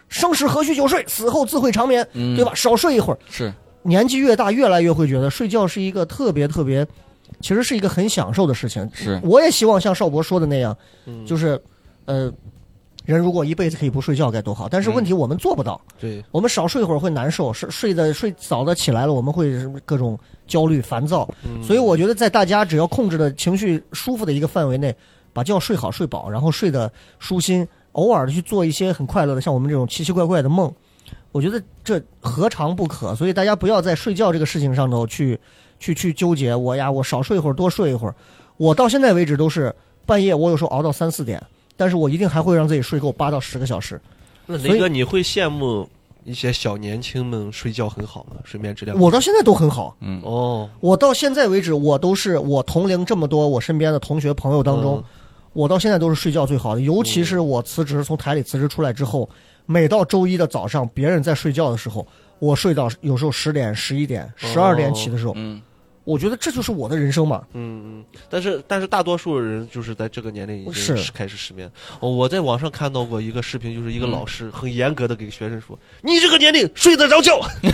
Speaker 4: 生时何须久睡，死后自会长眠，
Speaker 6: 嗯
Speaker 4: 对吧？少睡一会儿。
Speaker 6: 是，
Speaker 4: 年纪越大，越来越会觉得睡觉是一个特别特别，其实是一个很享受的事情。
Speaker 6: 是
Speaker 4: 我也希望像邵博说的那样，
Speaker 2: 嗯
Speaker 5: 嗯
Speaker 4: 就是，呃，人如果一辈子可以不睡觉该多好。但是问题我们做不到，
Speaker 2: 对，
Speaker 4: 我们少睡一会儿会难受，睡睡的睡早的起来了，我们会各种焦虑烦躁。
Speaker 2: 嗯
Speaker 5: 嗯
Speaker 4: 所以我觉得在大家只要控制的情绪舒服的一个范围内，把觉睡好睡饱，然后睡得呃舒心，偶尔的去做一些很快乐的，像我们这种奇奇怪怪的梦，我觉得这何尝不可？所以大家不要在睡觉这个事情上头去去去纠结我呀，我少睡一会儿，多睡一会儿。我到现在为止都是半夜，我有时候熬到三四点，但是我一定还会让自己睡够八到十个小时。
Speaker 2: 那
Speaker 4: 所
Speaker 2: 雷
Speaker 4: 以
Speaker 2: 哥，你会羡慕一些小年轻们睡觉很好吗？睡眠质
Speaker 5: 嗯
Speaker 2: 量？
Speaker 4: 我到现在都很好。
Speaker 6: 嗯
Speaker 2: 哦，
Speaker 4: 我到现在为止，我都是我同龄这么多我身边的同学朋友当中，
Speaker 2: 嗯
Speaker 4: 我到现在都是睡觉最好的。尤其是我辞职从台里辞职出来之后，每到周一的早上，别人在睡觉的时候，我睡到有时候十点、十一点、十二点起的时
Speaker 2: 哦
Speaker 4: 候，
Speaker 6: 嗯
Speaker 4: 我觉得这就是我的人生嘛。
Speaker 2: 嗯，嗯，但是但是大多数人就是在这个年龄已经
Speaker 4: 是
Speaker 2: 是开始失眠、哦。我在网上看到过一个视频，就是
Speaker 4: 嗯
Speaker 2: 一个老师很严格的给学生说：“你这个年龄睡得着觉。”
Speaker 4: 嗯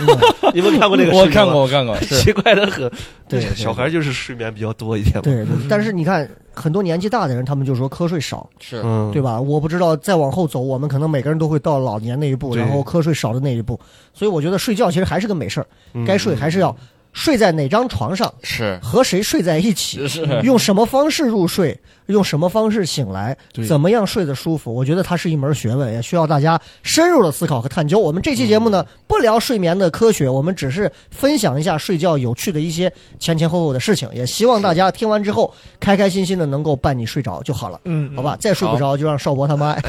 Speaker 2: 你们看过那个？
Speaker 6: 我看过，，我看过，是
Speaker 2: 奇怪的很。
Speaker 4: 对
Speaker 2: 这
Speaker 4: 对
Speaker 2: 小孩就是睡眠比较多一点嘛。
Speaker 4: 对，对但是你看，很多年纪大的人，他们就说瞌睡少，
Speaker 6: 是，
Speaker 2: 嗯，
Speaker 4: 对吧？我不知道再往后走，我们可能每个人都会到老年那一步，
Speaker 2: 对
Speaker 4: 然后瞌睡少的那一步。所以我觉得睡觉其实还是个美事儿，
Speaker 2: 嗯
Speaker 4: 该睡还是要睡在哪张床上。
Speaker 6: 是
Speaker 4: 和谁睡在一起，
Speaker 6: 是
Speaker 4: 用什么方式入睡，用什么方式醒来，
Speaker 2: 对
Speaker 4: 怎么样睡得舒服，我觉得它是一门学问，也需要大家深入的思考和探究。我们这期节目呢，
Speaker 5: 嗯
Speaker 4: 不聊睡眠的科学，我们只是分享一下睡觉有趣的一些前前后后的事情，也希望大家听完之后开开心心的能够伴你睡着就好了，
Speaker 7: 嗯，
Speaker 4: 好吧？再睡不着就让邵博他妈。
Speaker 5: 哎，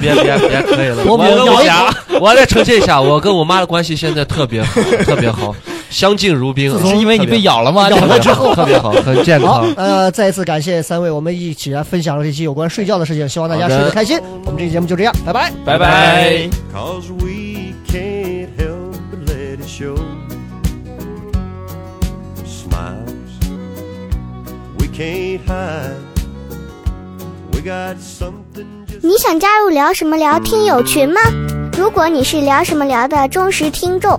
Speaker 5: 别别别别，可以了。
Speaker 4: 我
Speaker 5: 我
Speaker 4: 们
Speaker 5: 跟
Speaker 4: 咬
Speaker 5: 我
Speaker 4: 一
Speaker 5: 家，我来澄清一下，我跟我妈的关系现在特别好，特别好，相敬如宾啊。
Speaker 6: 是因为你被咬了吗？
Speaker 4: 咬了之后
Speaker 5: 特别好，很健
Speaker 4: 好
Speaker 5: 康，。
Speaker 4: 呃，再一次感谢三位，我们一起来分享了这期有关睡觉的事情，希望大家
Speaker 5: 好
Speaker 4: 睡
Speaker 5: 的
Speaker 4: 得开心。我们这期节目就这样，拜拜。
Speaker 6: 拜拜。
Speaker 3: Cause we can't help but let it show. Smiles we can't hide. We got something just.
Speaker 1: 你想加入聊什么聊听友群吗？如果你是聊什么聊的忠实听众，